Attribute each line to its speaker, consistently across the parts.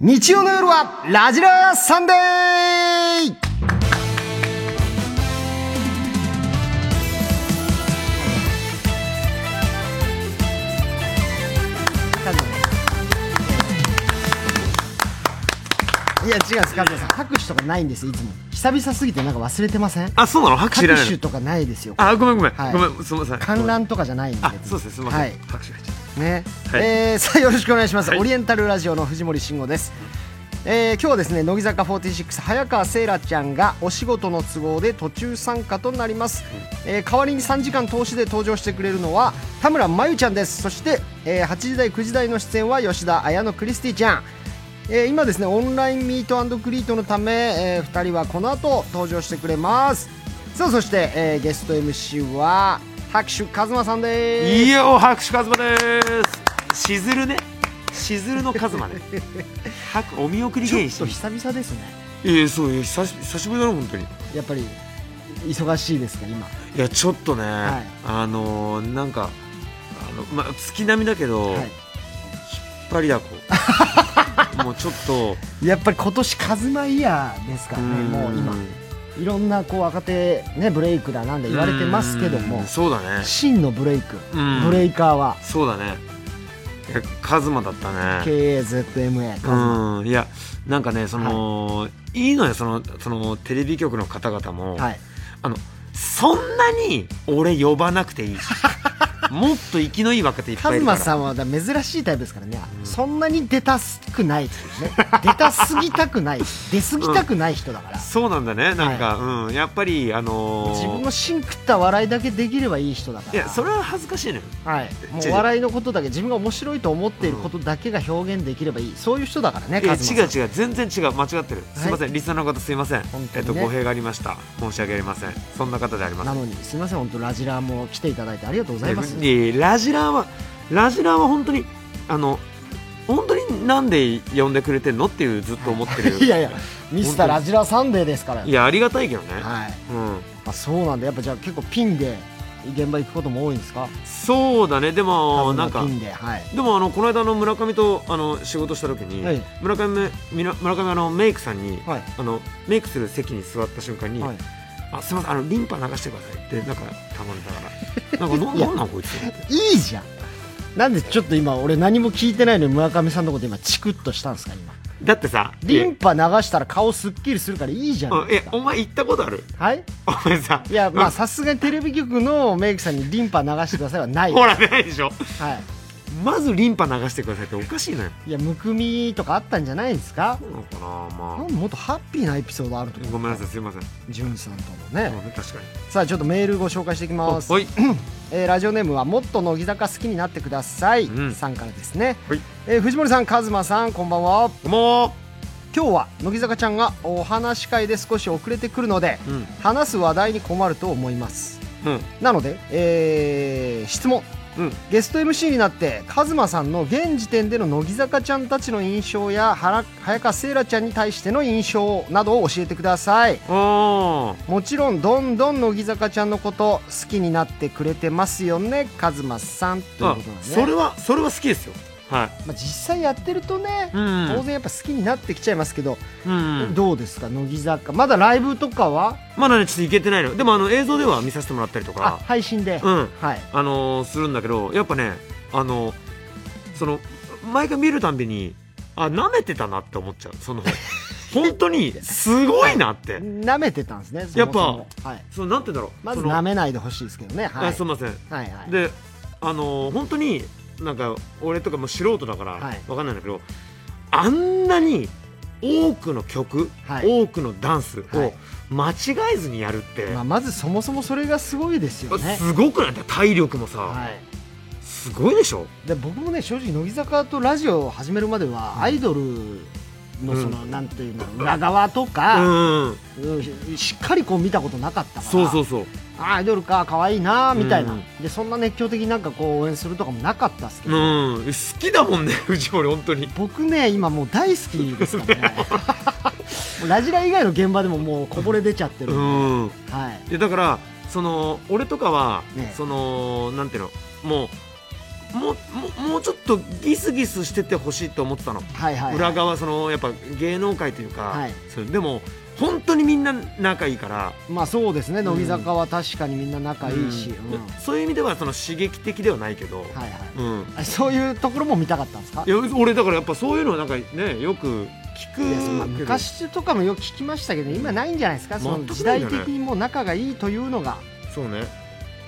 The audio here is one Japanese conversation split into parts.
Speaker 1: 日曜の夜はラジラサンデーいや違うんです、カズさん。拍手とかないんですよ、いつも。久々すぎてなんか忘れてません
Speaker 2: あ、そうなの拍手いらない
Speaker 1: 拍
Speaker 2: の
Speaker 1: 手とかないですよ。
Speaker 2: あ、ごめんごめん。
Speaker 1: はい
Speaker 2: ごめん、すみません。
Speaker 1: 観覧とかじゃないんで。
Speaker 2: あ、そうですね、すみません。
Speaker 1: はい
Speaker 2: 拍手が入っちゃっ
Speaker 1: ね、
Speaker 2: はい
Speaker 1: えー さあよろしくお願いします、
Speaker 2: はい
Speaker 1: オリエンタルラジオの藤森慎吾です、えー今日はですね乃木坂46早川せいらちゃんがお仕事の都合で途中参加となります、えー代わりに3時間投資で登場してくれるのは田村真由ちゃんですそして、えー8時台9時台の出演は吉田綾乃クリスティちゃんえー今ですねオンラインミートクリートのため、え2人はこの後登場してくれますさあそして、えーゲスト MC は拍手和馬さん
Speaker 2: た。
Speaker 1: です
Speaker 2: いや、お拍手カズマです。しずるね。しずるのカズ マね。拍お見送り
Speaker 1: ちょ
Speaker 2: 芸
Speaker 1: っ
Speaker 2: 人。
Speaker 1: と久々ですね
Speaker 2: ええ、そう、いや久し久しぶりだろ本当に。
Speaker 1: やっぱり忙しいですか今
Speaker 2: いやちょっとね、
Speaker 1: はい
Speaker 2: あのー、なんかあのまあ月並みだけど、
Speaker 1: は
Speaker 2: 引っ張りだこ もうちょっと
Speaker 1: いやっぱり今年カズマイヤーですからねもう今
Speaker 2: ん
Speaker 1: いろんなこう若手ねブレイクだなんだ言われてますけども
Speaker 2: うんそうだね
Speaker 1: 真のブレイク
Speaker 2: うん
Speaker 1: ブレイカーは
Speaker 2: そうだねいやカズマだったね
Speaker 1: KAZMA カズマ
Speaker 2: うんいやなんかねその、い、いのよそのそのテレビ局の方々も、
Speaker 1: はい
Speaker 2: あのそんなに俺呼ばなく ていいもっと生きのいい若手いっぱ
Speaker 1: カ
Speaker 2: いい
Speaker 1: ズ
Speaker 2: るから
Speaker 1: マさんはだから珍しいタイプですからね
Speaker 2: うん
Speaker 1: そんなに出たすくないっていうね 出たすぎたくない出すぎたくない人だから
Speaker 2: そうなんだねなんか、うんやっぱりあのー
Speaker 1: 自分の芯食った笑いだけできればいい人だから
Speaker 2: いやそれは恥ずかしいのよ
Speaker 1: はい、も
Speaker 2: 違
Speaker 1: う
Speaker 2: う
Speaker 1: お笑いのことだけ自分が面白いと思っていることだけが表現できればいい、そういう人だからね
Speaker 2: いや
Speaker 1: カズマ
Speaker 2: 違う違う全然違う間違ってる、すいませんリスナーの方すいません、
Speaker 1: 本当
Speaker 2: えっ
Speaker 1: にね
Speaker 2: と語弊がありました申し訳ありませんそんな方でありま
Speaker 1: な
Speaker 2: す
Speaker 1: のにすみません本当ラジラーも来ていただいてありがとうございます、
Speaker 2: いやラジラーはラジラーは本当にあの本当になんで呼んでくれてんのっていうずっと思ってる
Speaker 1: いやいやミスターラジラーサンデーですから
Speaker 2: いやありがたいけどね、
Speaker 1: はい
Speaker 2: うん
Speaker 1: あ、そうなんだやっぱじゃあ結構ピンで現場行くことも多いんですか
Speaker 2: そうだねでも
Speaker 1: カズマ
Speaker 2: なんか
Speaker 1: ピンではい
Speaker 2: でもあのこの間あの村上とあの仕事した時に、
Speaker 1: はい
Speaker 2: 村上みな村上あのメイクさんに、
Speaker 1: はい
Speaker 2: あのメイクする席に座った瞬間に、
Speaker 1: はい
Speaker 2: あすみませんあのリンパ流してくださいってなんか頼んだからなんかない
Speaker 1: や
Speaker 2: なんなんこいつと思って
Speaker 1: いいじゃんなんでちょっと今俺何も聞いてないのに村上さんのこと今チクッとしたんですか今
Speaker 2: だってさ
Speaker 1: リンパ流したら顔すっきりするからいいじゃ
Speaker 2: いや
Speaker 1: な
Speaker 2: うんい
Speaker 1: いで
Speaker 2: や
Speaker 1: すか
Speaker 2: お前行ったことある
Speaker 1: はい
Speaker 2: お前さ
Speaker 1: いやま
Speaker 2: う
Speaker 1: あさすがにテレビ局のメイクさんにリンパ流してくださいはない
Speaker 2: んほらないでしょ
Speaker 1: は
Speaker 2: まずリンパ流してくださいっておかしいのよ
Speaker 1: い、いやむくみとかあったんじゃないですか
Speaker 2: そうなのかな
Speaker 1: な
Speaker 2: ま
Speaker 1: んかもっとハッピーなエピソードあると
Speaker 2: あごめんなさいすいません、
Speaker 1: じゅんさんとのね、
Speaker 2: うん確かに
Speaker 1: さあちょっとメールご紹介していき
Speaker 2: あ
Speaker 1: ます
Speaker 2: ほい
Speaker 1: えーラジオネームはもっと乃木坂好きになってください、
Speaker 2: うん
Speaker 1: さんからですね、
Speaker 2: はい
Speaker 1: えー藤森さん一馬さんこんばんは
Speaker 2: も
Speaker 1: 今日は乃木坂ちゃんがお話し会で少し遅れてくるので
Speaker 2: ううん
Speaker 1: 話す話題に困ると思います
Speaker 2: うん
Speaker 1: なので、えー質問
Speaker 2: うん
Speaker 1: ゲスト MC になってカズマさんの現時点での乃木坂ちゃんたちの印象や原早川せいらちゃんに対しての印象などを教えてください
Speaker 2: あ
Speaker 1: もちろんどんどん乃木坂ちゃんのこと好きになってくれてますよねカズマさんという
Speaker 2: あ
Speaker 1: ことなんで、ね
Speaker 2: それはそれは好きですよはい
Speaker 1: まあ、実際やってるとね、
Speaker 2: うん
Speaker 1: 当然やっぱ好きになってきちゃいますけど、
Speaker 2: うん
Speaker 1: どうですか乃木坂まだライブとかは
Speaker 2: まだねちょっと行けてないのでもあの映像では見させてもらったりと
Speaker 1: あ
Speaker 2: か
Speaker 1: 配信で、
Speaker 2: うん
Speaker 1: はい
Speaker 2: あのーするんだけどやっぱねあのその毎回見るたんびにあ舐めてたなって思っちゃう その本当にすごいなって
Speaker 1: 舐めてたんですね
Speaker 2: やっぱ
Speaker 1: そもそもはい、
Speaker 2: そのなんて言うんだろう
Speaker 1: まず
Speaker 2: その
Speaker 1: 舐めないでほしいですけどねは
Speaker 2: あ
Speaker 1: い
Speaker 2: すいません、
Speaker 1: はいはい
Speaker 2: であのー本当になんか俺とかもう素人だから
Speaker 1: はい
Speaker 2: わかんないんだけど、あんなに多くの曲、
Speaker 1: はい
Speaker 2: 多くのダンスを
Speaker 1: はい
Speaker 2: 間違えずにやるって、
Speaker 1: まあ、まずそもそもそれがすごいですよね。
Speaker 2: すごくない体力もさ、
Speaker 1: は
Speaker 2: すごいでしょ
Speaker 1: い、で僕もね正直乃木坂とラジオを始めるまではアイドルのその、なんていうの裏側と
Speaker 2: う
Speaker 1: か、
Speaker 2: ん
Speaker 1: うんしっかりこう見たことなかったから
Speaker 2: そうそうそう
Speaker 1: あアイドルか可愛いなみたいな、
Speaker 2: うん
Speaker 1: でそんな熱狂的になんかこう応援するとかもなかったですけど、
Speaker 2: うん、好きだもんね、 藤森、本当に。
Speaker 1: 僕ね今もう大好きですから ねもうラジラ以外の現場でももうこぼれ出ちゃってるん
Speaker 2: う
Speaker 1: で、
Speaker 2: ん、
Speaker 1: はい、
Speaker 2: で、だから、その、俺とかは、
Speaker 1: ね
Speaker 2: その、なんていうの、もう。もうもうもうちょっとギスギスしててほしいと思ってたの、
Speaker 1: はいはい、はい、
Speaker 2: 裏側そのやっぱ芸能界というか、
Speaker 1: はい
Speaker 2: それでも本当にみんな仲いいから
Speaker 1: まあそうですね
Speaker 2: ん
Speaker 1: 乃木坂は確かにみんな仲いいし、
Speaker 2: うん
Speaker 1: うん
Speaker 2: そういう意味ではその刺激的ではないけど、
Speaker 1: はいはい
Speaker 2: うん、
Speaker 1: あそういうところも見たかったんですか
Speaker 2: いや俺だからやっぱそういうのなんかねよく聞く
Speaker 1: いやそんな
Speaker 2: けど
Speaker 1: 昔とかもよく聞きましたけど今ないんじゃないですかその
Speaker 2: 全
Speaker 1: 時
Speaker 2: くないん
Speaker 1: 代
Speaker 2: じゃない
Speaker 1: 的にもう仲がいいというのが
Speaker 2: そうね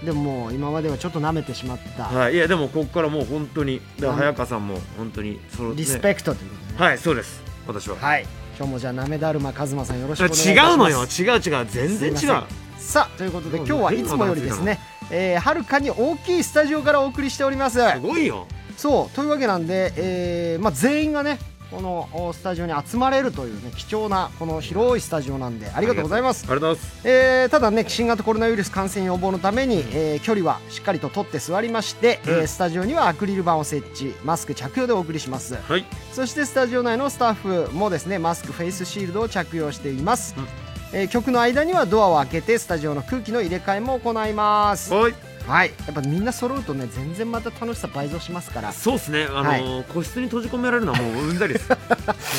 Speaker 1: でももう今まではちょっと舐めてしまった
Speaker 2: はいいやでもここからもう本当にだから早川さんも本当にその、ね、
Speaker 1: リスペクトということでね
Speaker 2: はいそうです私は、
Speaker 1: はい今日もじゃあなめだるま和馬さんよろしくお願いし
Speaker 2: 違
Speaker 1: ます
Speaker 2: うのよ違う違う全然違
Speaker 1: すいうまさあということで今日はいつもよりですねえーはるかに大きいスタジオからお送りしております
Speaker 2: すごいよ
Speaker 1: そうというわけなんで、えーまあ、全員がねこのおスタジオに集まれるというね貴重なこの広いスタジオなんであ
Speaker 2: あ
Speaker 1: りがとうございます
Speaker 2: ありがとうございます
Speaker 1: えーただね新型コロナウイルス感染予防のために、えー距離はしっかりと取って座りまして、
Speaker 2: うん
Speaker 1: えースタジオにはアクリル板を設置マスク着用でお送りします
Speaker 2: はい
Speaker 1: そしてスタジオ内のスタッフもですねマスクフェイスシールドを着用しています、
Speaker 2: うん
Speaker 1: えー曲の間にはドアを開けてスタジオの空気の入れ替えも行います
Speaker 2: はい
Speaker 1: はいやっぱみんな揃うとね全然また楽しさ倍増しますから
Speaker 2: そうですねあのー個室に閉じ込められるのはもううんざりです 本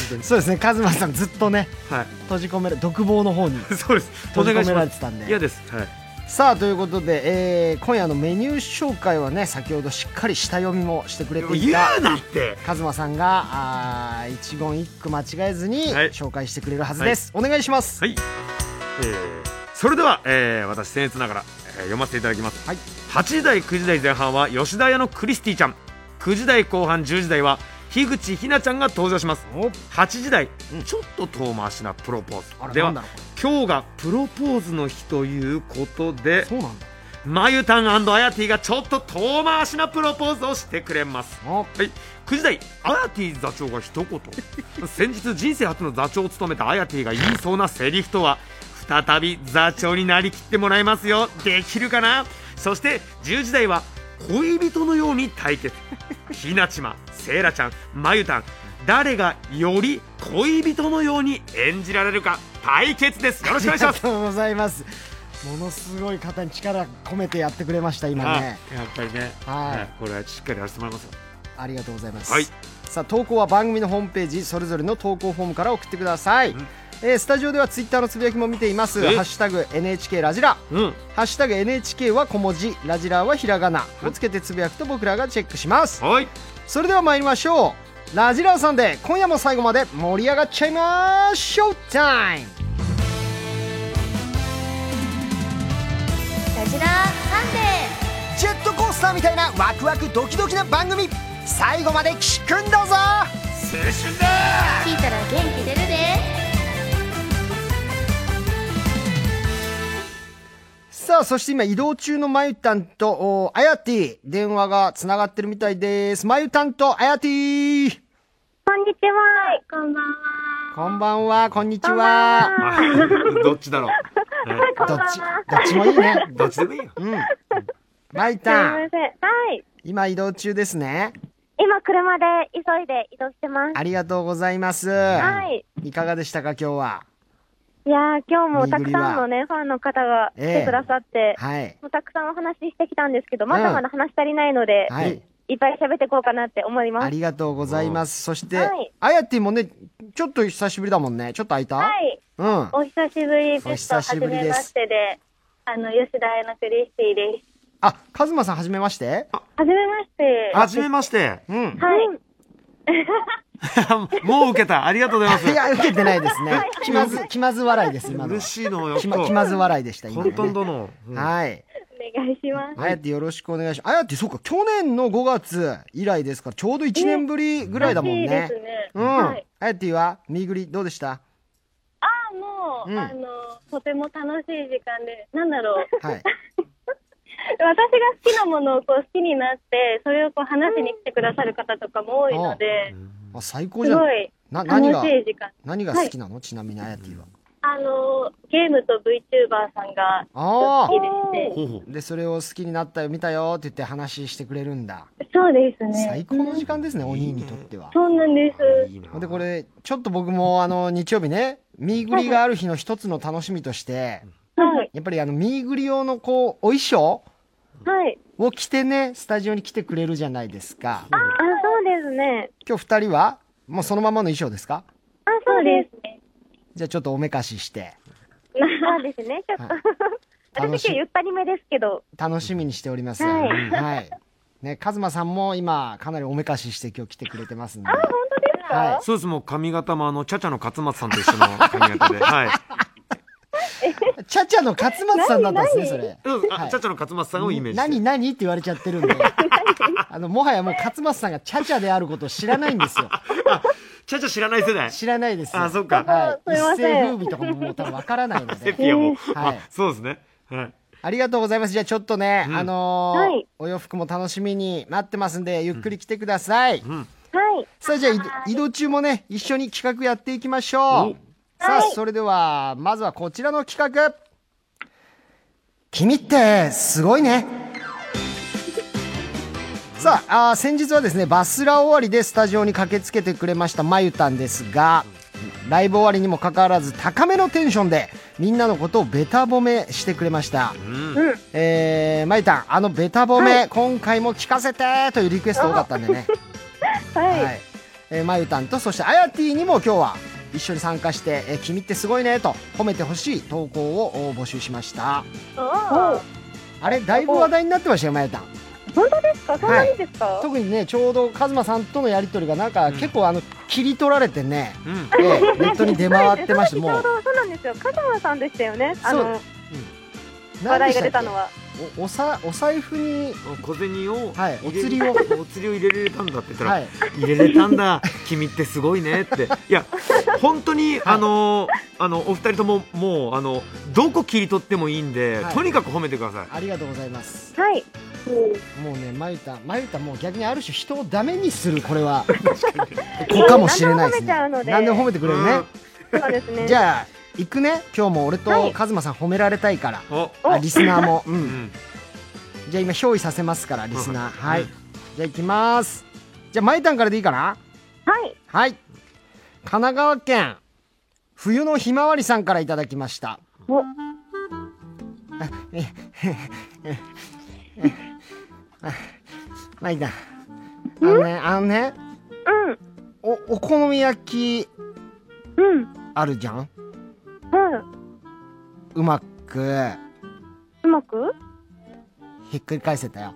Speaker 2: 当に
Speaker 1: そうですねカズマさんずっとね
Speaker 2: は
Speaker 1: 閉じ込める独房の方に
Speaker 2: い そうですお
Speaker 1: 閉じ
Speaker 2: 願い
Speaker 1: 込
Speaker 2: し
Speaker 1: めら
Speaker 2: ま
Speaker 1: れ
Speaker 2: す
Speaker 1: てたんで
Speaker 2: 嫌ですはい
Speaker 1: さあということで、えー今夜のメニュー紹介はね先ほどしっかり下読みもしてくれてい
Speaker 2: 言
Speaker 1: た
Speaker 2: うなって
Speaker 1: カズマさんがあー一言一句間違えずに
Speaker 2: はい
Speaker 1: 紹介してくれるはずです、お願いします、
Speaker 2: はい、えーそれでは、えー私僭越ながら、えー読ませていただきます、
Speaker 1: はい
Speaker 2: 8時台9時台前半は吉田屋のクリスティちゃん9時台後半10時台は樋口ひなちゃんが登場します
Speaker 1: お
Speaker 2: 8時台、
Speaker 1: うん
Speaker 2: ちょっと遠回しなプロポ
Speaker 1: あ
Speaker 2: ー
Speaker 1: ら
Speaker 2: ズで
Speaker 1: な
Speaker 2: は
Speaker 1: んだろ
Speaker 2: 今日がプロポーズの日ということ
Speaker 1: う
Speaker 2: で
Speaker 1: そうなんだ
Speaker 2: まゆたんあやてぃがちょっと遠回しなプロポーズをしてくれます
Speaker 1: お
Speaker 2: はい、9時台、アヤティ座長が一言 先日人生初の座長を務めたアヤティが言いそうなセリフとは再び座長になりきってもらいますよできるかなそして10時台は恋人のように対 決ひなちま、せいらちゃん、まゆたん誰がより恋人のように演じられるか対決ですよろしくお願いしま
Speaker 1: あり
Speaker 2: す
Speaker 1: がとうございますものすごい肩に力込めてやってくれました今ね
Speaker 2: あやっぱりね、
Speaker 1: はい
Speaker 2: これはしっかりやらせてもらいますよ
Speaker 1: ありがとうございます、
Speaker 2: はい
Speaker 1: さあ投稿は番組のホームページそれぞれの投稿フォームから送ってください、
Speaker 2: ん
Speaker 1: えースタジオではツイッターのつぶやきも見ています「
Speaker 2: え
Speaker 1: ハッシュタグ #NHK ラジラ」
Speaker 2: うん
Speaker 1: ハッシュタグ NHK は小文字ラジラはひらがなをつけてつぶやくと僕らがチェックします
Speaker 2: はい
Speaker 1: それでは参りましょうラジラさんで今夜も最後まで盛り上がっちゃいましょうタイム
Speaker 3: ラジラーサンデー
Speaker 1: ジェットコースターみたいなワクワクドキドキな番組最後まで聞くんだ
Speaker 2: 青
Speaker 1: ぞ
Speaker 2: 春だ
Speaker 3: 聞いたら元気出るで
Speaker 1: さあそして今移動中のまゆたんとおあやてぃ電話がつながってるみたいですまゆたんとあやてぃ
Speaker 4: こんにちは。こんばんは。
Speaker 1: こんばんはこんにちは
Speaker 2: はいどっちだろう、ね
Speaker 1: どっちどっちもいいね
Speaker 2: どっちでもいいよ。
Speaker 1: うんまゆ
Speaker 4: すい
Speaker 1: た
Speaker 4: ま
Speaker 1: ん
Speaker 4: せん。はい。
Speaker 1: 今移動中ですね
Speaker 4: 今、車で急いで移動してます。
Speaker 1: ありがとうございます。
Speaker 4: はい。
Speaker 1: いかがでしたか、今日は。
Speaker 4: いやー、今日もたくさんのね、ファンの方が来
Speaker 1: ええ
Speaker 4: てくださって、
Speaker 1: はい。
Speaker 4: もうたくさんお話ししてきたんですけど、まだまだ話し足りないので、
Speaker 1: はい
Speaker 4: い、っぱい喋っていこうかなって思い
Speaker 1: あ
Speaker 4: ます。
Speaker 1: りがとうございます。そして、
Speaker 4: はい
Speaker 1: あやてぃもね、ちょっと久しぶりだもんね。ちょっと空いた、
Speaker 4: はい。
Speaker 1: うん。
Speaker 4: お久しぶり
Speaker 1: お
Speaker 4: です。
Speaker 1: 久
Speaker 4: は
Speaker 1: し
Speaker 4: じ
Speaker 1: ぶり
Speaker 4: め
Speaker 1: で
Speaker 4: ますしてで、あの、吉田屋のクリスティです。
Speaker 1: あ、カズマさん、はじめまして。
Speaker 4: はじめまして。
Speaker 2: はじめまして。
Speaker 1: うん。
Speaker 4: はい。
Speaker 2: もう受けた。ありがとうござい
Speaker 1: いや、受けてないですね。気まず、気まず笑いです、今
Speaker 2: ます。嬉。し
Speaker 1: のは
Speaker 2: いのよ。
Speaker 1: 気ま気ま
Speaker 2: ず。
Speaker 1: ず笑いでした、今
Speaker 2: 本当
Speaker 1: の
Speaker 2: に
Speaker 1: ね。
Speaker 2: どの。うん
Speaker 1: はい。
Speaker 4: お願いします。
Speaker 1: あやてぃよろしくお願いします。あやてぃ、そうか、去年の5月以来ですから、ちょうど1年ぶりぐらいだもん
Speaker 4: 嬉しい
Speaker 1: ね
Speaker 4: で。すね。
Speaker 1: うん。
Speaker 4: は
Speaker 1: あ
Speaker 4: い。
Speaker 1: やてぃは、みぐり、どうでした
Speaker 4: ああ、もう、
Speaker 1: うん
Speaker 4: あの、とても楽しい時間で、なんだろう。
Speaker 1: はい。
Speaker 4: 私が好きなものをこう好きになって、それをこう話しに来てくださる方とかも多いので、
Speaker 1: あ、最高
Speaker 4: す
Speaker 1: じゃん
Speaker 4: ご。い
Speaker 1: な、
Speaker 4: 楽
Speaker 1: 何が
Speaker 4: し、い時間。
Speaker 1: 何が好きなのちなみにあやてぃは。
Speaker 4: あの、ゲームと VTuber さんが
Speaker 1: あ
Speaker 4: 好きでして、
Speaker 2: ほうほう
Speaker 1: あでそれを好きになったよ見たよって言って話してくれるんだ、
Speaker 4: そうですね。
Speaker 1: 最高の時間ですねお兄にとっては、
Speaker 4: そうなんです。
Speaker 2: いいな
Speaker 1: ほんでこれちょっと僕もあの日曜日ねミーグリがある日の一つの楽しみとして
Speaker 4: はい。
Speaker 1: やっぱりあのミーグリ用のこうお衣装
Speaker 4: はい。
Speaker 1: を着てね、スタジオに来てくれるじゃないですか。
Speaker 4: あ、そうですね。
Speaker 1: 今日二人は、もうそのままの衣装ですか
Speaker 4: あ、そうですね。
Speaker 1: じゃあちょっとおめかしして、
Speaker 4: そうですね、ちょっと。
Speaker 1: 楽
Speaker 4: 私
Speaker 1: しい
Speaker 4: 今日ゆったりめですけど。
Speaker 1: 楽しみにしております。
Speaker 4: はい
Speaker 1: はい。ね、カズマさんも今、かなりおめかしして今日来てくれてますんで。
Speaker 4: あ、本当ですか、
Speaker 1: は
Speaker 2: そうですもう髪型もあのチャチャの勝松さんと一緒の髪 型ではい
Speaker 1: い。ちゃちゃの勝松さんだったんですね、それ。
Speaker 2: うんあ
Speaker 1: はい
Speaker 2: チャチャの勝松さんをイメージして
Speaker 1: 何何って言われちゃってるんで。あの、もはやもう勝松さんがちゃちゃであることを知らないんですよ。
Speaker 2: チャチャ知らない世代
Speaker 1: 知らないですよ。
Speaker 2: あそうか
Speaker 1: はい。
Speaker 4: すいま
Speaker 1: 一
Speaker 4: せん
Speaker 1: 世風靡とかももう多分わからないの
Speaker 2: セ
Speaker 1: で。
Speaker 2: ピアも、
Speaker 1: はい
Speaker 2: あそうですねはい
Speaker 1: ありがとうございます。じゃあちょっとね、あのー
Speaker 4: はい
Speaker 1: お洋服も楽しみに待ってますんで、ゆっくり来てください。
Speaker 4: はい。
Speaker 1: さあじゃあい移動中もね一緒に企画やっていきましょうさあそれではまずはこちらの企画君ってすごいねさああー先日はですねバスラ終わりでスタジオに駆けつけてくれましたまゆたんですがライブ終わりにもかかわらず高めのテンションでみんなのことをベタ褒めしてくれました、
Speaker 4: うん。
Speaker 1: えー、まゆたんあのベタ褒め、今回も聞かせてというリクエスト多かったんでね
Speaker 4: はい。
Speaker 1: はいえー、まゆたんとそしてあやてぃにも今日は一緒に参加して「えー君ってすごいね」と褒めてほしい投稿をお募集しました
Speaker 4: お
Speaker 1: あれだいぶ話題になってましたよまゆたん
Speaker 4: 本当ですかそんなにですか、
Speaker 1: 特にねちょうどカズマさんとのやり取りがなんか結構あの切り取られ てね、
Speaker 2: うん
Speaker 1: えーネットに出回ってまして
Speaker 4: その時
Speaker 1: もう
Speaker 4: ちょうどそうなんですよ。カズマさんでしたよね。あ
Speaker 1: そう
Speaker 4: の、 話
Speaker 1: 何で
Speaker 4: 題
Speaker 1: し
Speaker 4: が
Speaker 1: っけ
Speaker 4: 出たのは。
Speaker 1: おおさお財布に
Speaker 2: 小銭を、
Speaker 1: はい
Speaker 2: 入れ
Speaker 1: お釣りを
Speaker 2: お釣りを入れれたんだって言ったら、
Speaker 1: はい
Speaker 2: 入れれたんだ君ってすごいねっていや本当に、あのあのお二人とももうあのどこ切り取ってもいいんで、
Speaker 1: はい
Speaker 2: とにかく褒めてください
Speaker 1: ありがとうございます
Speaker 4: はい。
Speaker 1: もうねまゆたんまゆたんもう逆にある種人をダメにするこれは子かもしれないです
Speaker 4: 何でも褒め
Speaker 1: ね
Speaker 4: ちゃうので
Speaker 1: 何でも褒めてくれるね、
Speaker 2: うん
Speaker 4: そうですね。
Speaker 1: じゃあ行くね今日も俺
Speaker 4: は
Speaker 1: と
Speaker 4: い
Speaker 1: カズマさん褒められたいから、
Speaker 2: お、
Speaker 4: お
Speaker 1: あリスナ ーも、う、
Speaker 2: うんん、
Speaker 1: じゃあ今憑依させますからリスナー、はい、
Speaker 2: うん
Speaker 1: じゃあ行きますじゃあマイタンからでいいかな
Speaker 4: はい。
Speaker 1: はい神奈川県冬のひまわりさんからいただきました
Speaker 4: お
Speaker 1: マイタンあのねあのね
Speaker 4: うん。
Speaker 1: おお好み焼き
Speaker 4: うん。
Speaker 1: あるじゃん
Speaker 4: うん。
Speaker 1: うまく
Speaker 4: うまく
Speaker 1: ひっくり返せたよ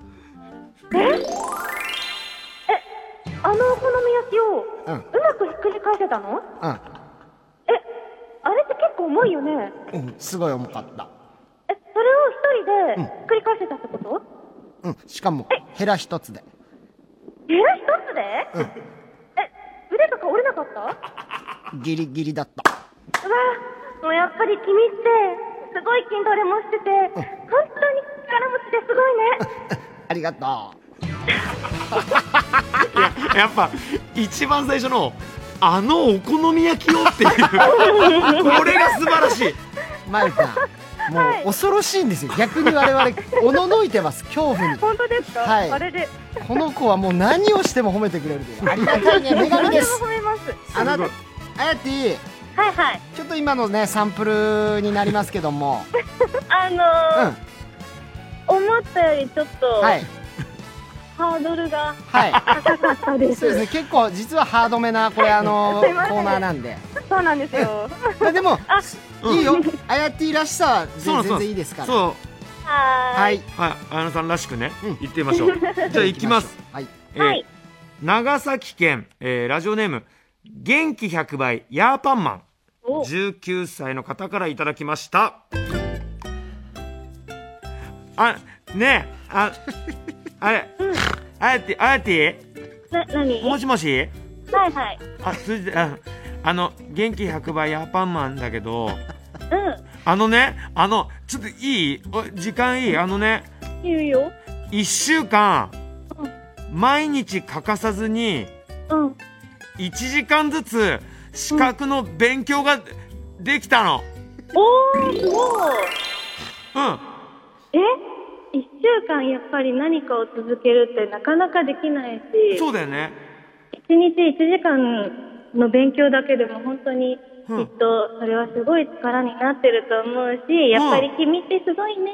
Speaker 4: あのお好み焼きを
Speaker 1: うん
Speaker 4: うまくひっくり返せたのあれって結構重いよね
Speaker 1: うん、うん、すごい重かった
Speaker 4: えそれを一人でひっくり返せたってこと、
Speaker 1: うんしかもヘラ一つで
Speaker 4: 部屋一つで、え腕とか折れなかった
Speaker 1: ギリギリだった
Speaker 4: うわもうやっぱり君ってすごい筋トレもしてて本当に力持ちですごいね
Speaker 1: ありがとう
Speaker 2: やっぱ一番最初のあのお好み焼きをっていう これが素晴らしい
Speaker 1: まゆさん、もう恐ろしいんですよ。逆に我々おののいてます。恐怖に。
Speaker 4: 本当ですか、
Speaker 1: はい
Speaker 4: あれで
Speaker 1: この子はもう何をしても褒めてくれるという。ありがたいね、女神
Speaker 4: 何で
Speaker 1: で
Speaker 4: も
Speaker 1: す。
Speaker 4: 褒めます
Speaker 1: あなた、あやてぃ、
Speaker 4: はいはい
Speaker 1: ちょっと今のねサンプルになりますけども、う
Speaker 4: あ
Speaker 1: ん、
Speaker 4: のー思ったよりちょっと、
Speaker 1: はい
Speaker 4: ハードルが
Speaker 1: は
Speaker 4: 高かったで
Speaker 1: い、そうですね。結構実はハードめなこれあの
Speaker 4: すいません
Speaker 1: コーナーなんで、
Speaker 4: そうなんですよ。
Speaker 1: まあでも
Speaker 4: あ、
Speaker 2: うん
Speaker 1: いいよ。あやてぃらしさで
Speaker 2: そうなんです
Speaker 1: 全然いいですから。
Speaker 2: そ
Speaker 4: はー。
Speaker 1: はいい。
Speaker 2: うはいあのさんらしくね、
Speaker 1: うん
Speaker 2: 言ってみましょうじゃあ行きます。
Speaker 1: はい。
Speaker 2: えー
Speaker 4: はい。
Speaker 2: 長崎県、えーラジオネーム元気100倍ヤーパンマン
Speaker 4: お、
Speaker 2: 19歳の方からいただきましたあねえああれあやてあやて
Speaker 4: な、なに
Speaker 2: も
Speaker 4: はい
Speaker 2: しもし
Speaker 4: はい。
Speaker 2: あそれでああの元気100倍ヤーパンマンだけど
Speaker 4: う
Speaker 2: あのねあのちょっといいお時間いいあのね
Speaker 4: ん。言うよ。
Speaker 2: 1週間
Speaker 4: う
Speaker 2: 毎日欠かさずに
Speaker 4: うん。
Speaker 2: 1時間ずつ資格の勉強ができたの
Speaker 4: おー、すごい。
Speaker 2: うん
Speaker 4: え一週間やっぱり何かを続けるってなかなかできないし、
Speaker 2: そうだよね
Speaker 4: 一日一時間の勉強だけでも本当に、き
Speaker 2: うん
Speaker 4: っとそれはすごい力になってると思うし、やっぱり君ってすごいね。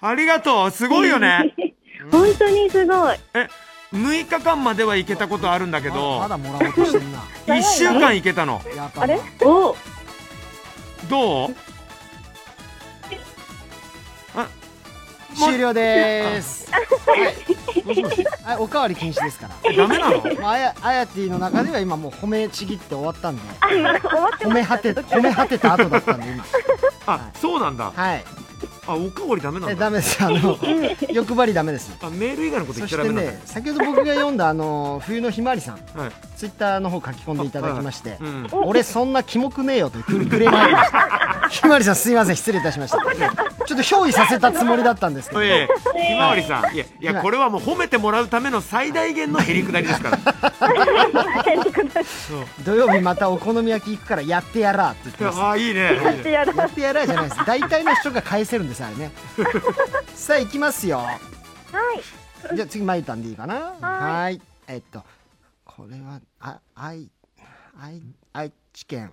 Speaker 2: ありがとうすごいよね
Speaker 4: 本当にすごい。
Speaker 2: え6日間までは行けたことあるんだけど
Speaker 1: まだまだもらおうとしてんな
Speaker 2: 1週間行けたの
Speaker 1: やったな
Speaker 4: あれお
Speaker 2: どう
Speaker 1: 終了ですはい
Speaker 2: もしもし
Speaker 1: はいおかわり禁止ですから
Speaker 2: えダメなの
Speaker 1: まあ、あやあやてぃの中では今もう褒めちぎって終わったんで
Speaker 4: 終わって
Speaker 1: 褒め果て褒め果てた後だったんで今
Speaker 2: あそうなんだ
Speaker 1: はい
Speaker 2: あおかわりダメな
Speaker 1: え
Speaker 2: んだ
Speaker 1: ダメですあ の欲張りダメです
Speaker 2: あメール以外のこと言
Speaker 1: そ
Speaker 2: っち
Speaker 1: し
Speaker 2: ゃ
Speaker 1: て
Speaker 2: ダメなんだ
Speaker 1: ね先ほど僕が読んだあの冬のひまわりさん
Speaker 2: はい
Speaker 1: ツイッターの方書き込んでいただきまして
Speaker 2: うん
Speaker 1: 俺そんなキモくねえよというクレームが入りましたひまわりさんすいません失礼いたしましたちょっと憑依させたつもりだったんですけど
Speaker 2: いやいやひまわりさんいやい
Speaker 1: ひ
Speaker 2: や
Speaker 1: ま
Speaker 2: これはもう褒めてもらうための最大限のへりくだりですから
Speaker 1: 土曜日またお好み焼き行くからやってやらーって言って
Speaker 2: い
Speaker 1: ま
Speaker 2: や
Speaker 1: す
Speaker 2: あいいねい いね
Speaker 4: やら
Speaker 1: やってやらーじゃないです大体の人が返せるんですあ れねさあ行きますよ
Speaker 4: はい。
Speaker 1: じゃあ次まゆたんでいいかなはーいえっとこれはあ愛愛愛知県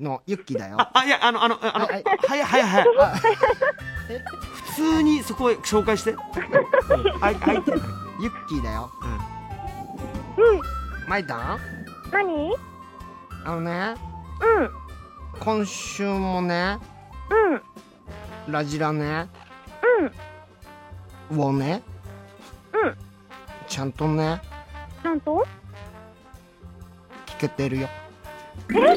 Speaker 1: のユッキーだよ
Speaker 2: ああいやあのあのあの
Speaker 1: はい
Speaker 2: 早い早い早い
Speaker 1: あ
Speaker 2: 普通にそこへ紹介してあいあいて
Speaker 1: ユッキーだよ
Speaker 4: うん。
Speaker 1: まゆたん
Speaker 4: 何？うん。
Speaker 1: あのね今週もね
Speaker 4: うん。
Speaker 1: ラジラね
Speaker 4: うん。
Speaker 1: をね
Speaker 4: うん
Speaker 1: ちゃんとね
Speaker 4: ちゃんと？
Speaker 1: 聞けてるよ
Speaker 4: 今週のラ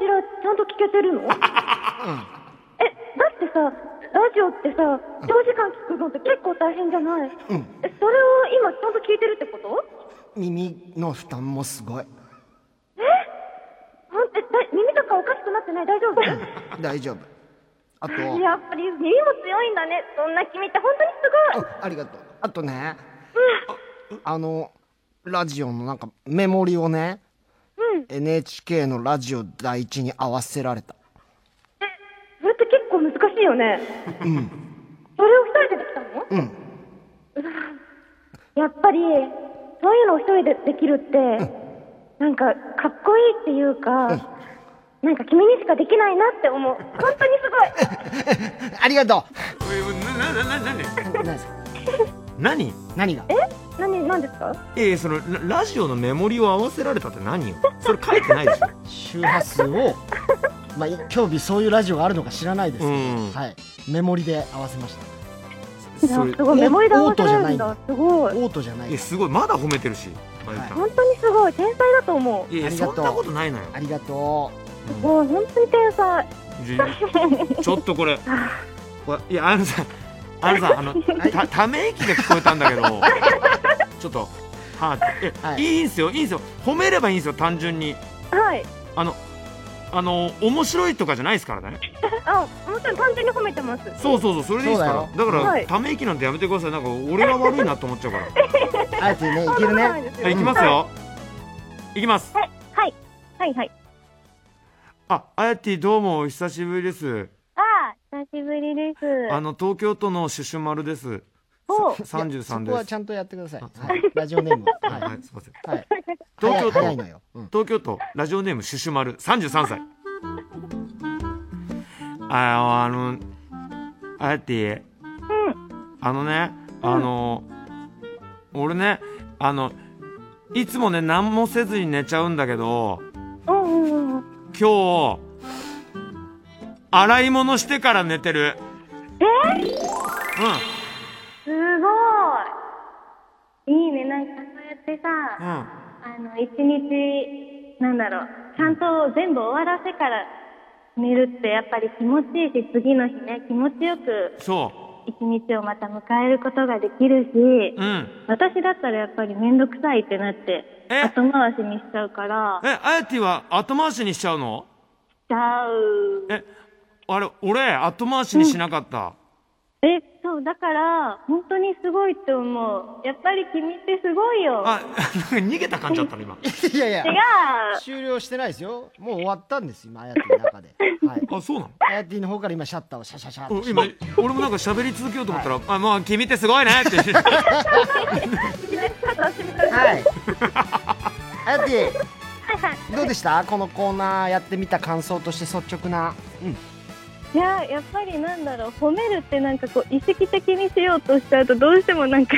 Speaker 4: ジラちゃんと聞けて るの？え、だ
Speaker 1: うん
Speaker 4: ってさ、ラジオってさ、長時間聞くのって結構大変じゃない？
Speaker 1: うん
Speaker 4: え、それを今ちゃんと聞いてるってこと？
Speaker 1: 耳の負担もすご
Speaker 4: ほ
Speaker 1: い
Speaker 4: んえ、だ耳とかおかしくなってない？大丈夫？
Speaker 1: 大丈夫あと
Speaker 4: やっぱり耳も強いんだね。そんな君って本当にすごい。
Speaker 1: あありがとうあとねあのラジオのなんかメモリをね、NHK のラジオ第一に合わせられた
Speaker 4: それって結構難しいよね。それを一人でできたの？
Speaker 1: うん
Speaker 4: やっぱり、そういうのを一人でできるって、なんか、かっこいいっていうか、なんか君にしかできないなって思う。本当にすごい。
Speaker 1: ありがと
Speaker 2: なななな何
Speaker 1: う何
Speaker 2: 何
Speaker 1: ですか何が
Speaker 4: 何、何ですか
Speaker 2: ええそのララジオのメモリを合わせられたって何よそれ書いてないでしょ
Speaker 1: 周波数をまあ今日日そういうラジオがあるのか知らないですけど、
Speaker 2: うん
Speaker 1: はいメモリで合わせました
Speaker 4: いや
Speaker 2: それ
Speaker 4: すごい、メモリで合わせられるん
Speaker 1: オー
Speaker 4: だ。すごい。
Speaker 1: オートじゃない
Speaker 2: え
Speaker 1: です
Speaker 2: すごいまだ褒めてるしまゆちゃん、
Speaker 4: 本当にすごい。天才だと思う。
Speaker 2: いやいや
Speaker 1: ありがと
Speaker 2: そ
Speaker 1: うん
Speaker 2: なことないのよ
Speaker 1: ありがと
Speaker 4: すごい、本当に天才。
Speaker 2: じちょっとこ れこれいやあのさあのさあの たため息が聞こえたんだけどちょっとはあえ、
Speaker 1: はい
Speaker 2: い、いんすよいいんすよ褒めればいいんすよ単純に
Speaker 4: はい。
Speaker 2: あのあの面白いとかじゃないですからね
Speaker 4: あ、もちろん単純に褒めてます。
Speaker 2: そうそうそうそれでいいですから
Speaker 1: そ
Speaker 2: だ
Speaker 1: う
Speaker 2: から、
Speaker 4: はい
Speaker 2: ため息なんてやめてくださいなんか俺が悪いなと思っちゃうから
Speaker 1: うあえてねい
Speaker 4: そ
Speaker 1: け
Speaker 4: んなこと
Speaker 1: る
Speaker 4: ない
Speaker 1: ね
Speaker 4: です
Speaker 2: はい、
Speaker 4: よ
Speaker 2: 行きます
Speaker 4: は
Speaker 2: よ。行きます。
Speaker 4: い。はい。はい、はい。
Speaker 2: あ、あやてぃどうもお久しぶりです。
Speaker 4: ああ、久しぶりです。
Speaker 2: あの東京都のシュシュマルです。
Speaker 4: お
Speaker 2: 三十三
Speaker 1: いやそこは
Speaker 2: で
Speaker 1: ち
Speaker 2: す。
Speaker 1: ゃんとやってください、はい、ラジオネームは
Speaker 2: はい、
Speaker 1: はい、
Speaker 2: すみません。
Speaker 1: はい、
Speaker 2: 東京
Speaker 1: 早い
Speaker 2: 都
Speaker 1: 早いのよ、うん
Speaker 2: 東京都ラジオネームシュシュマル、三十三歳。あ、あの、あやてぃ。あのね、あの、俺ね、あの。いつもね、何もせずに寝ちゃうんだけど、
Speaker 4: うんうんうん。
Speaker 2: 今日。洗い物してから寝てる。えうん。
Speaker 4: すごいいいね、なんかそうやってさ、
Speaker 2: う
Speaker 4: あ
Speaker 2: ん、
Speaker 4: の、一日、なんだろう、ちゃんと全部終わらせから寝るってやっぱり気持ちいいし、次の日ね、気持ちよく
Speaker 2: そ
Speaker 4: 一日をまた迎えることができるし、
Speaker 2: う、うん。
Speaker 4: 私だったらやっぱりめんどくさいってなって、
Speaker 2: え
Speaker 4: 後回しにしちゃうから、
Speaker 2: え、あやてぃは後回しにしちゃうの
Speaker 4: しちゃう。
Speaker 2: え、あれ、俺、後回しにしなかった。
Speaker 4: え、そう、だから、本当にすごいって思う。やっぱり君ってすごいよ。
Speaker 2: あ、なんか逃げた感じだったの、今。
Speaker 1: いやいや
Speaker 4: 違う
Speaker 1: 終了してないですよ。もう終わったんです、今、アヤティの中で。はい。
Speaker 2: あ、そうなの
Speaker 1: アヤティの方から今、シャッターをシャシャシャ
Speaker 2: うん
Speaker 1: と。
Speaker 2: 今、俺もなんか喋り続けようと思ったら、あ、まあ、君ってすごいねって。
Speaker 1: はい。アヤティ、どうでしたこのコーナーやってみた感想として率直な。うん。
Speaker 4: いややっぱりなんだろう褒めるってなんかこう意識的にしようとしちゃうとどうしてもなんか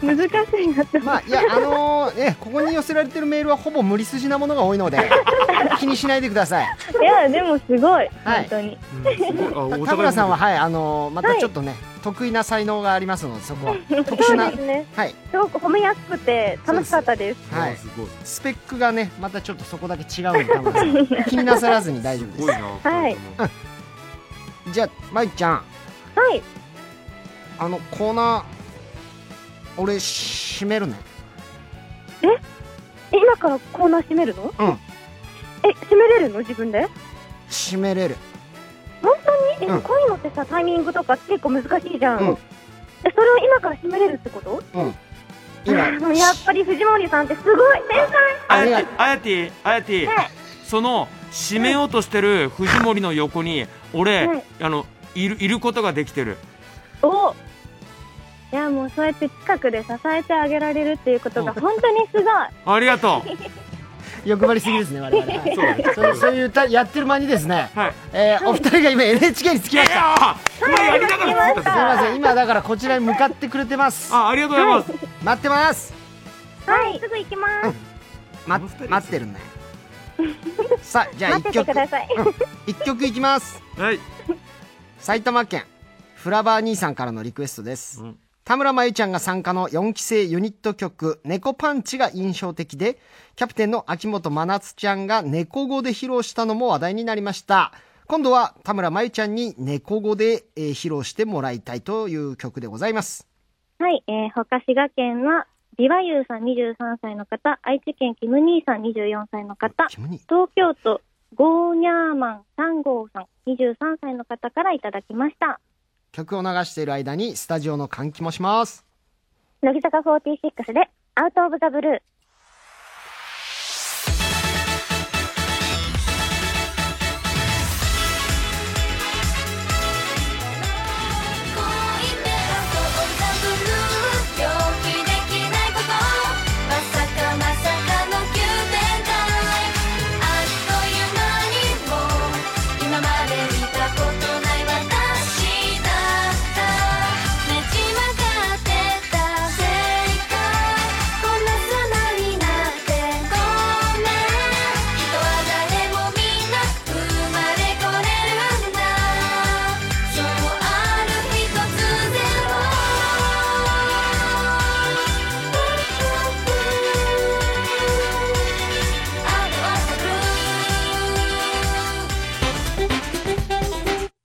Speaker 4: 難しいなって思う、
Speaker 1: まあいやあのーねここに寄せられてるメールはほぼ無理筋なものが多いので気にしないでください。
Speaker 4: いやでもすごい、
Speaker 1: はい
Speaker 4: 本当に
Speaker 2: うん
Speaker 1: 田村さんは
Speaker 2: は
Speaker 1: はいあのーまた
Speaker 4: はい
Speaker 1: ちょっとね、得意な才能がありますのでそこは特
Speaker 4: そ
Speaker 1: 殊
Speaker 4: う
Speaker 1: な
Speaker 4: ですね
Speaker 1: はい
Speaker 4: すごく褒めやすくて楽しかったです
Speaker 1: はい
Speaker 2: すごい
Speaker 1: スペックがねまたちょっとそこだけ違うんで田村さ ん気になさらずに大丈夫
Speaker 2: すご
Speaker 1: で
Speaker 2: いな
Speaker 4: はい
Speaker 1: す。じゃあまいちゃん
Speaker 4: はい
Speaker 1: あのコーナー俺閉めるね。
Speaker 4: え今からコーナー閉めるの
Speaker 1: うん
Speaker 4: え閉めれるの自分で
Speaker 1: 閉めれる。
Speaker 4: 本当に、え
Speaker 1: うん
Speaker 4: こういうのってさタイミングとか結構難しいじゃん、
Speaker 1: うん
Speaker 4: えそれを今から閉めれるってこと
Speaker 1: うん。
Speaker 4: あの やっぱり藤森さんってすごい天才
Speaker 2: あやてあやてあやて
Speaker 4: はい
Speaker 2: その締めようとしてる藤森の横に俺、
Speaker 4: はい
Speaker 2: あのいるいることができてる
Speaker 4: おいやもうそうやって近くで支えてあげられるっていうことが
Speaker 2: う
Speaker 4: 本当にすごい
Speaker 2: ありがとう
Speaker 1: 欲張りすぎですね 我々。はい
Speaker 2: そうだね
Speaker 1: それそういうたやってる間にですね、
Speaker 2: はい
Speaker 1: えーお二人が今 NHK に着き
Speaker 2: い
Speaker 1: ま
Speaker 2: や
Speaker 1: し
Speaker 2: い
Speaker 1: た。
Speaker 2: や今やりながら作った
Speaker 1: すみません今だからこちらに向かってくれてます
Speaker 2: あありがとうございます、
Speaker 1: 待ってます
Speaker 4: はいすぐ行きます、
Speaker 1: ま
Speaker 2: この二人
Speaker 1: 待ってるんだよさあじゃあ
Speaker 4: 待
Speaker 1: 一
Speaker 4: ってて
Speaker 1: 曲
Speaker 4: ください、
Speaker 1: 一曲いきます
Speaker 2: はい
Speaker 1: 埼玉県フラバー兄さんからのリクエストです、
Speaker 2: うん
Speaker 1: 田村真由ちゃんが参加の4期生ユニット曲「猫パンチ」が印象的でキャプテンの秋元真夏ちゃんが猫語で披露したのも話題になりました今度は田村真由ちゃんに猫語で、えー披露してもらいたいという曲でございます
Speaker 4: はい、えー、他滋賀県はビワユーさん23歳の方愛知県キム兄さん24歳の方
Speaker 1: キムに
Speaker 4: 東京都ゴーニャーマン3号さん23歳の方からいただきました
Speaker 1: 曲を流している間にスタジオの換気もします
Speaker 4: 乃木坂46でアウトオブザブルー
Speaker 3: 恋って遊んだブルー病気できないことまさかまさかの急展開あっという間にも今まで見たことない私だったねじ曲がってた世界こんな砂になってごめん人は誰もみんな生まれこれるんだそうある日突然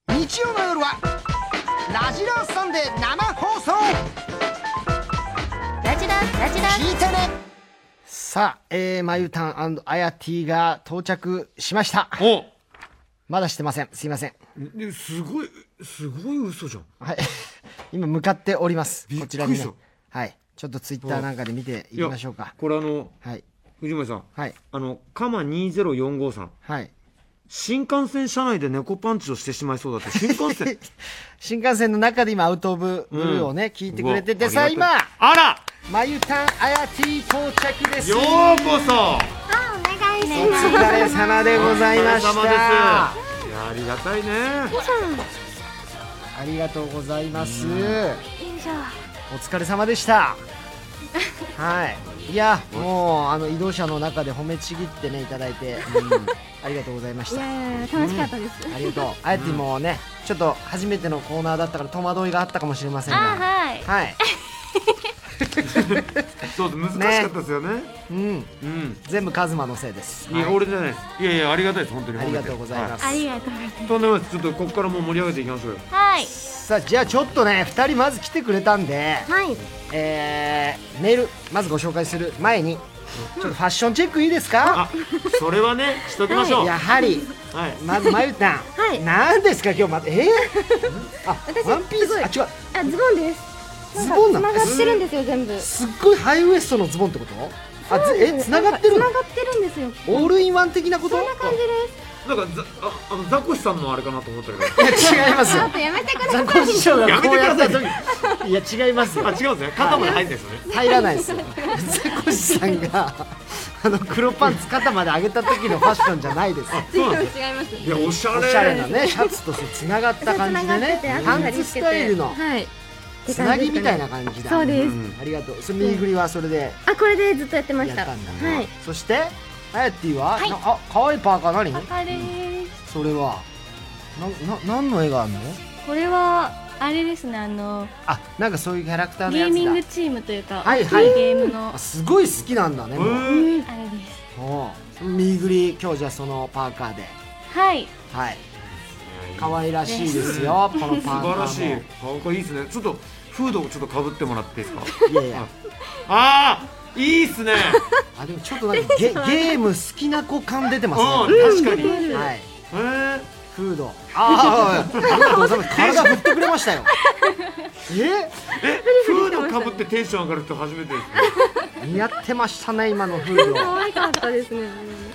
Speaker 1: 日曜の夜はラジラーサンデー生放送
Speaker 3: ラジララジラ
Speaker 1: 聞いてねさあ、えー、まゆたんあやてぃが到着しました
Speaker 2: お
Speaker 1: まだしてませんすいません
Speaker 2: すごいすごい嘘じゃん
Speaker 1: はい 今向かっております
Speaker 2: びっ
Speaker 1: こ
Speaker 2: くりし
Speaker 1: ち
Speaker 2: た
Speaker 1: らにねはいちょっとツイッターなんかで見ていきましょうか
Speaker 2: これあの
Speaker 1: はい
Speaker 2: 藤森さん
Speaker 1: はい
Speaker 2: あのカマ2045さん
Speaker 1: はい
Speaker 2: 新幹線車内で猫パンチをしてしまいそうだって新幹 線
Speaker 1: 新幹線の中で今アウト・オブ・ブルーをね、聞いてくれててさあ
Speaker 2: うわ
Speaker 1: 今
Speaker 2: ありがとうあら
Speaker 1: まゆたんあやてぃ到着です
Speaker 2: ようこそ
Speaker 1: お疲れ様でございました
Speaker 2: お疲れ様ですいやありがたいね
Speaker 1: ありがとうございます。お疲れ様でした。はい。いや、もうあの移動車の中で褒めちぎってねいただいて、ありがとうございました。
Speaker 5: 楽しかったです。
Speaker 1: ありがとう。あえてもうね、ちょっと初めてのコーナーだったから戸惑いがあったかもしれませんが、
Speaker 3: あはい
Speaker 1: はい。
Speaker 2: そう難しかったですよね
Speaker 1: うん、
Speaker 2: うん
Speaker 1: 全部カズマのせいです。
Speaker 2: いや、
Speaker 1: はい
Speaker 2: 俺じゃないですいやいやありがたいです本当に
Speaker 1: ありがとうございますす。
Speaker 5: ありがとうございます。
Speaker 2: とんでもないですちょっとここからもう盛り上げていきましょうよ
Speaker 3: はい
Speaker 1: さあじゃあちょっとね2人まず来てくれたんで、
Speaker 5: はい
Speaker 1: えーメールまずご紹介する前にちょっとファッションチェックいいですか
Speaker 2: あそれはねしときましょう
Speaker 1: や
Speaker 2: は
Speaker 1: はり
Speaker 2: い
Speaker 1: まずまゆたん、
Speaker 5: はい
Speaker 1: なんですか今日またえー、あ
Speaker 5: 私
Speaker 1: ワンピー
Speaker 5: すごい
Speaker 1: スあ違う
Speaker 5: あ、ズボンです。
Speaker 1: ズボンな
Speaker 5: 繋
Speaker 1: の
Speaker 5: がってるん
Speaker 1: え
Speaker 5: ですよ、全部。
Speaker 1: すすっごいハイウエストのズボンってことあずえ繋がってる
Speaker 5: 繋
Speaker 1: の
Speaker 5: がってるんですよ。
Speaker 1: オールインワン的なこと
Speaker 5: こんな感じです。
Speaker 2: なんかざああのザコシさんのあれかなと思ったけど
Speaker 1: いや違います
Speaker 5: ちょ
Speaker 1: よ
Speaker 5: っとやめてくださ
Speaker 1: ザ
Speaker 5: い。
Speaker 1: コ師匠が
Speaker 2: やめ
Speaker 1: こ
Speaker 2: て
Speaker 1: うやっ
Speaker 2: く
Speaker 1: た
Speaker 2: ださい
Speaker 1: 時いや違いますよ
Speaker 2: あ違うんですね肩まで入ってんですよね
Speaker 1: 入らないですよザコシさんがあの黒パンツ肩まで上げた時のファッションじゃないです
Speaker 2: そうなん
Speaker 5: 違
Speaker 2: で
Speaker 5: い
Speaker 2: す
Speaker 5: ます
Speaker 2: いやおしゃ
Speaker 1: お
Speaker 2: れ
Speaker 1: しゃれなねシャツとつながった感じでね
Speaker 5: そうつな
Speaker 1: パ
Speaker 5: がってて
Speaker 1: ンツスタイルの
Speaker 5: はい
Speaker 1: つなぎみたいな感じだ
Speaker 5: そうです
Speaker 1: んありがとうそれ右ぐりはそれで
Speaker 5: あこれでずっとやってま
Speaker 1: や
Speaker 5: し
Speaker 1: ったたんだな、
Speaker 5: はい
Speaker 1: そしてあやてぃは、なあ可愛いパーカー何
Speaker 5: 赤です
Speaker 1: それはなな何の絵があるの
Speaker 6: これはあれですねあの
Speaker 1: あなんかそういうキャラクターの
Speaker 6: ゲ
Speaker 1: や
Speaker 6: ー
Speaker 1: つだ
Speaker 6: ミングチームというか、
Speaker 1: はいはい
Speaker 6: ゲームの
Speaker 1: あすごい好きなんだね、
Speaker 2: う
Speaker 1: もう
Speaker 2: ーん
Speaker 6: あれです
Speaker 1: おうその右ぐり今日じゃあそのパーカーで
Speaker 6: はい
Speaker 1: はい可愛らしいですよこの
Speaker 2: 素
Speaker 1: パーカー
Speaker 2: 晴
Speaker 1: も
Speaker 2: らしいあこれいいですねちょっとフードをちょっとかぶってもらっていい ですか
Speaker 1: いやいや
Speaker 2: ああいいっすね
Speaker 1: あで もちょっとなんかゲゲーム好きな子感出て
Speaker 2: う
Speaker 1: ま
Speaker 2: ん
Speaker 1: すね、
Speaker 2: 確かにへ
Speaker 1: はい
Speaker 2: え
Speaker 1: フードあーおいありがとうございます体振ってくれましたよ
Speaker 2: えフードかぶってテンション上がる人初めてですね
Speaker 1: え似合ってましたね今のフード
Speaker 5: 可愛かったですね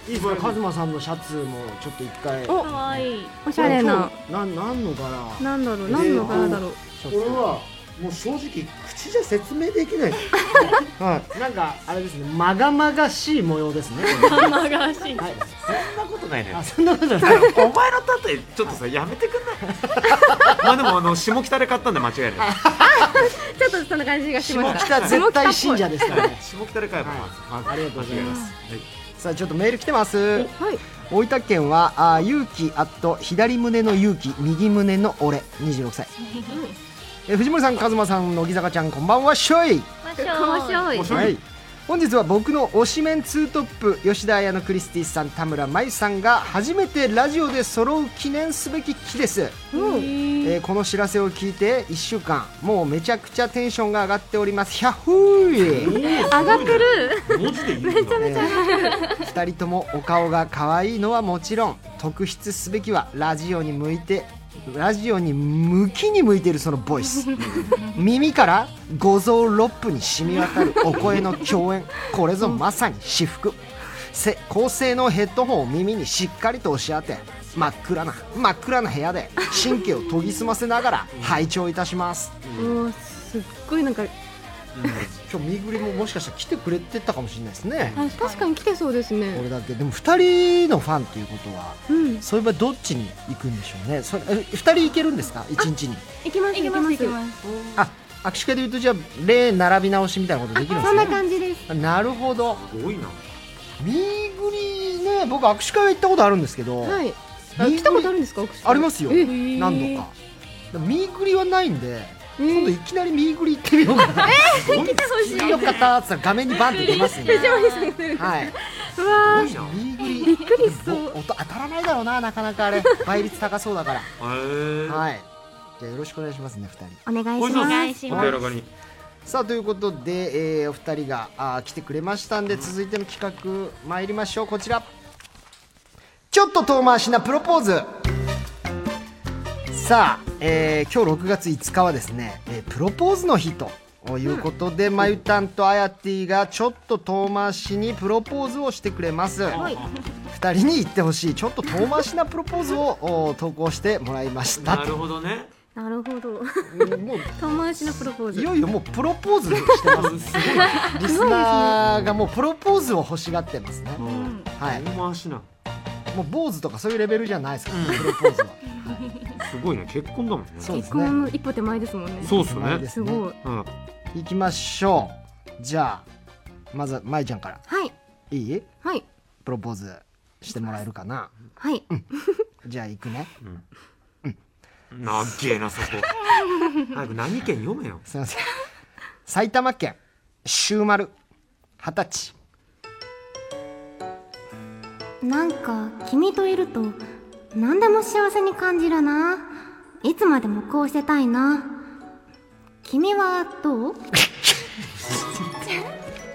Speaker 1: いいですかカズマさんのシャツもちょっと一回
Speaker 6: かわいい
Speaker 5: おしゃれな
Speaker 1: 今日な何の柄
Speaker 5: なんだろう何の柄だろう
Speaker 1: ちょっと
Speaker 2: もう正直口じゃ説明できない
Speaker 1: はい、なんかあれですね、まがまがしい模様です ね。
Speaker 6: 生々しい
Speaker 1: はい、
Speaker 2: そんなことないね
Speaker 1: あ、そんなこと ない。
Speaker 2: お前の例えちょっとさやめてくんない まあでもあの下北で買ったんで間違いない
Speaker 5: ちょっとそんな感じがしま
Speaker 1: 下
Speaker 5: した
Speaker 1: 北絶対信者ですからね。
Speaker 2: 下北で買えばまず
Speaker 1: ありがとうございます
Speaker 2: はい
Speaker 1: さあ、ちょっとメール来てます。
Speaker 5: はい
Speaker 1: 大分県は、あ、勇気、あと、左胸の勇気、右胸の俺、二十六歳。え、藤森さん、和馬さん、乃木坂ちゃん、こんばんは、しょい。
Speaker 5: 面白い
Speaker 2: 面白
Speaker 1: はい。本日は僕の推しメンツートップ吉田彩乃クリスティさん田村麻衣さんが初めてラジオで揃う記念すべき日です、えーこの知らせを聞いて1週間もうめちゃくちゃテンションが上がっておりますヒャッホーイ
Speaker 2: 上がってる文字で言うの
Speaker 1: えー 二人ともお顔が可愛いのはもちろん特筆すべきはラジオに向いてラジオに向きに向いているそのボイス耳から五臓六腑に染み渡るお声の共演これぞまさに至福せ高性能ヘッドホンを耳にしっかりと押し当て真っ暗な真っ暗な部屋で神経を研ぎ澄ませながら拝聴いたします
Speaker 5: もうすっごいなんか
Speaker 1: 今日みぐりももしかしたら来てくれてたかもしれないですね
Speaker 5: 確かに来てそうですね
Speaker 1: 俺だってでも2人のファンということは
Speaker 5: うん
Speaker 1: そういえばどっちに行くんでしょうねそれえ2人行けるんですか1日に
Speaker 5: 行きます
Speaker 6: いき
Speaker 5: 行き
Speaker 6: ます
Speaker 5: ま
Speaker 6: いき
Speaker 5: す
Speaker 6: ます
Speaker 1: あ握手会で言うとじゃあ例並び直しみたいなことできるんで
Speaker 5: そ
Speaker 1: す
Speaker 5: んな
Speaker 1: ね
Speaker 5: 感じです
Speaker 1: なるほど
Speaker 2: すごいな
Speaker 1: みぐりね僕握手会行ったことあるんですけど、
Speaker 5: はい
Speaker 1: みぐり
Speaker 5: 来たことあるんですか奥さん
Speaker 1: ありますよ
Speaker 5: え
Speaker 1: 何度かみぐりはないんで
Speaker 5: え
Speaker 1: 今度
Speaker 5: ー
Speaker 1: いきなりみぐり行ってみようかな、
Speaker 2: 来てほし
Speaker 1: よかったっつったら画面にバンって出ますんで、
Speaker 5: 藤森さんが出る
Speaker 1: はい、
Speaker 5: うわ
Speaker 2: すごいな
Speaker 1: みぐり
Speaker 5: びっくりしそう
Speaker 1: お音当たらないだろうななかなかあれ倍率高そうだから
Speaker 2: へえ
Speaker 1: はいじゃあよろしくお願いしますね2人
Speaker 5: お願いし
Speaker 2: お
Speaker 5: ま
Speaker 2: 願
Speaker 5: す
Speaker 2: いしますお手柔らかに
Speaker 1: さあということで、えーお二人があー来てくれましたんで、続いての企画参りましょうこちらちょっと遠回しなプロポーズさあ、えー今日6月5日はですね、えープロポーズの日ということで、まゆたんとあやてぃがちょっと遠回しにプロポーズをしてくれます、
Speaker 5: い
Speaker 1: 二人に言ってほしいちょっと遠回しなプロポーズをお投稿してもらいました
Speaker 2: な
Speaker 1: と
Speaker 2: るほどね
Speaker 5: なるほど
Speaker 1: もう
Speaker 5: 遠回しのプロポー
Speaker 1: い
Speaker 5: ズ
Speaker 1: よいよもうプロポー ズしてます
Speaker 2: すごいね
Speaker 1: リスナーがもうプロポーズを欲しがってますね。
Speaker 2: うん
Speaker 1: はい、
Speaker 2: 遠回しな
Speaker 1: もう坊主とかそういうレベルじゃないですから、プロポーズは。
Speaker 2: すごいね結婚だもんね
Speaker 1: そうで
Speaker 5: 結
Speaker 1: すね。
Speaker 5: 婚の一歩手前ですもんね
Speaker 2: そうっす
Speaker 1: 前で
Speaker 2: ね
Speaker 1: す
Speaker 5: す
Speaker 1: ね。
Speaker 5: ごい
Speaker 2: うん
Speaker 1: 行きましょう。じゃあまずまいちゃんから
Speaker 5: はい
Speaker 1: いい？
Speaker 5: はい
Speaker 1: プロポーズしてもらえるかな。
Speaker 5: はい
Speaker 1: じゃあ行くね。
Speaker 2: なっげえなそこ早く何県読めよ
Speaker 1: すみません。埼玉県シュウマル二十歳。
Speaker 7: なんか君といると何でも幸せに感じるないつまでもこうしてたいな君はどう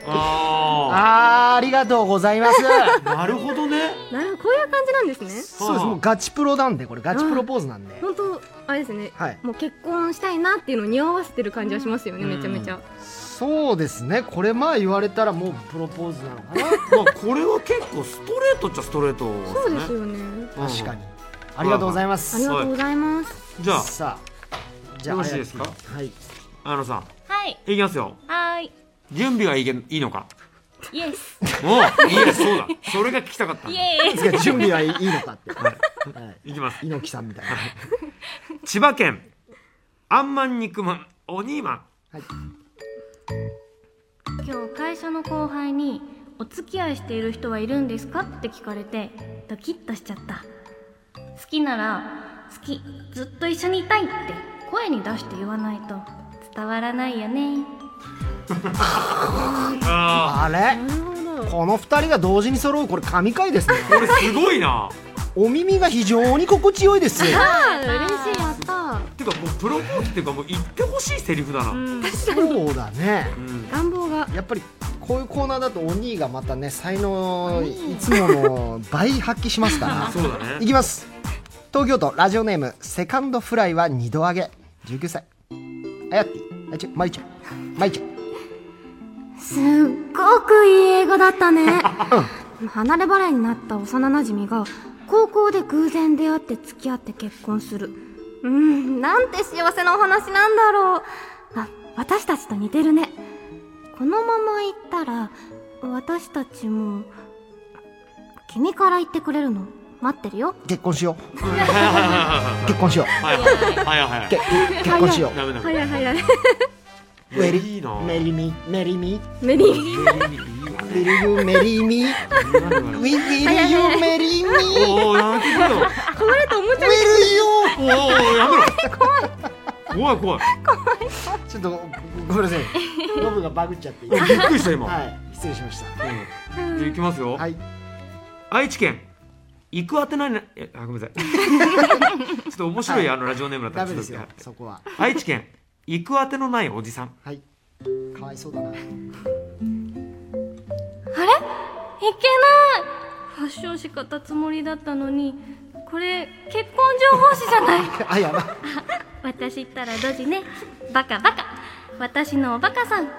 Speaker 2: あ
Speaker 1: あーありがとうございます。
Speaker 2: あなるほどね
Speaker 5: なるほどこういう感じなんですね
Speaker 1: そうです。もうガチプロなんでこれガチプロポーズなんで。
Speaker 5: 本当あれですね、
Speaker 1: はい
Speaker 5: もう結婚したいなっていうのを似合わせてる感じはしますよね、
Speaker 2: うん
Speaker 5: めちゃめちゃ
Speaker 1: そうですね。これまあ言われたらもうプロポーズなのかな。
Speaker 2: まあこれは結構ストレートっちゃストレートね
Speaker 5: そうですよね
Speaker 1: 確かに。ありがとうございま
Speaker 5: あ
Speaker 1: す
Speaker 5: り。がとうございます
Speaker 2: じゃあ
Speaker 1: さあ、じゃあ、
Speaker 2: よろしいですか
Speaker 1: あやきはい。
Speaker 2: あのさ
Speaker 6: はい
Speaker 2: いきますよ
Speaker 6: はーい
Speaker 2: 準備はいけいいのか
Speaker 6: イエス
Speaker 2: おいやそうだそれが聞きたかった
Speaker 6: イエ ーイ
Speaker 1: いや準備はいいのかって、はい
Speaker 2: いきます
Speaker 1: 猪木さんみたいな
Speaker 2: 千葉県あんまん肉まんおにーまん
Speaker 8: 今日会社の後輩に「お付き合いしている人はいるんですか?」って聞かれてドキッとしちゃった好きなら「好きずっと一緒にいたい」って声に出して言わないと伝わらないよね
Speaker 2: あ
Speaker 1: あれこの2人が同時に揃うこれ神回ですね
Speaker 2: ーこれすごいな
Speaker 1: お耳が非常に心地よいです
Speaker 5: 嬉
Speaker 1: よ
Speaker 5: しいやった
Speaker 2: ていうかもうプロポーズっていうかもう言ってほしいセリフだな、うん
Speaker 1: そうだね
Speaker 5: 願望が
Speaker 1: やっぱりこういうコーナーだとお兄がまたね才能をいつもの倍発揮しますか
Speaker 2: そうだ
Speaker 1: らい
Speaker 2: ね
Speaker 1: きます東京都ラジオネームセカンドフライは二度揚げ19歳あやってぃあちょまゆちゃんまゆちゃん
Speaker 7: すっごくいい映画だったね離れ離れになった幼なじみが高校で偶然出会って付き合って結婚するうんなんて幸せなお話なんだろうあ私たちと似てるねこのまま行ったら私たちも君から言ってくれるの待ってるよ
Speaker 1: 結婚しよう結婚しよう
Speaker 2: はいはいはいはい
Speaker 1: け結婚しよ
Speaker 2: ダメダメ
Speaker 5: 早い 早い
Speaker 1: うメリ
Speaker 2: いいな
Speaker 1: メリミメリミ
Speaker 5: メリー
Speaker 1: ウィルユメリミウィルユメリミウィ ルユ
Speaker 2: おおやめてくれよおおやめろ怖い怖い
Speaker 1: ちょっとごめんなさいノブがバグっちゃって
Speaker 2: びっくりした今、
Speaker 1: はい失礼しました
Speaker 2: うんじゃあいきますよ、
Speaker 1: はい
Speaker 2: 愛知県行くあてないなえあご めんなさいちょっと面白い、あのラジオネームだった
Speaker 1: ダ
Speaker 2: ら
Speaker 1: メ
Speaker 2: ちょ
Speaker 1: で
Speaker 2: っ
Speaker 1: す
Speaker 2: と
Speaker 1: よそこは
Speaker 2: 愛知県行くあてのないおじさん
Speaker 1: はいかわいそうだな
Speaker 8: 「いけない!」発症しかったつもりだったのにこれ結婚情報誌じゃない
Speaker 1: あやばい
Speaker 8: 私ったらドジねバカバカ私のおバカさん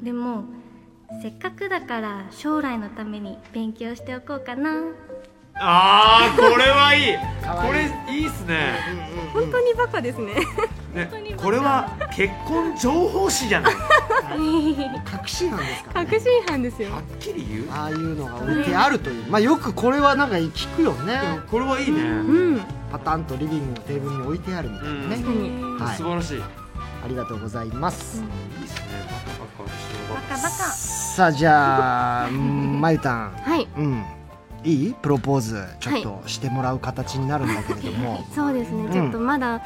Speaker 8: でもせっかくだから将来のために勉強しておこうかな
Speaker 2: あーこれはいい
Speaker 1: わい
Speaker 2: これいいっすね
Speaker 5: 本当にバカ ですね
Speaker 2: ねこれは結婚情報誌じゃないは
Speaker 1: 隠しなんですか
Speaker 5: 確信犯ですよ
Speaker 2: っきり言う
Speaker 1: ああいうのが置いてあるというまあよくこれはなんか聞くよね
Speaker 2: これはいいね、
Speaker 5: うん確
Speaker 1: パタンとリビングのテーブルに置いてあるみたいなね
Speaker 5: かに
Speaker 1: はい
Speaker 2: 素晴らしい、いい
Speaker 1: ありがとうございます
Speaker 2: っすねバカバカしてるわ
Speaker 8: バカバカ
Speaker 1: さあじゃあうんまゆたん
Speaker 5: はい
Speaker 1: うんいいプロポーズちょっとしてもらう形になるんだけれども
Speaker 5: そうですね、
Speaker 1: ん
Speaker 5: ちょっとまだ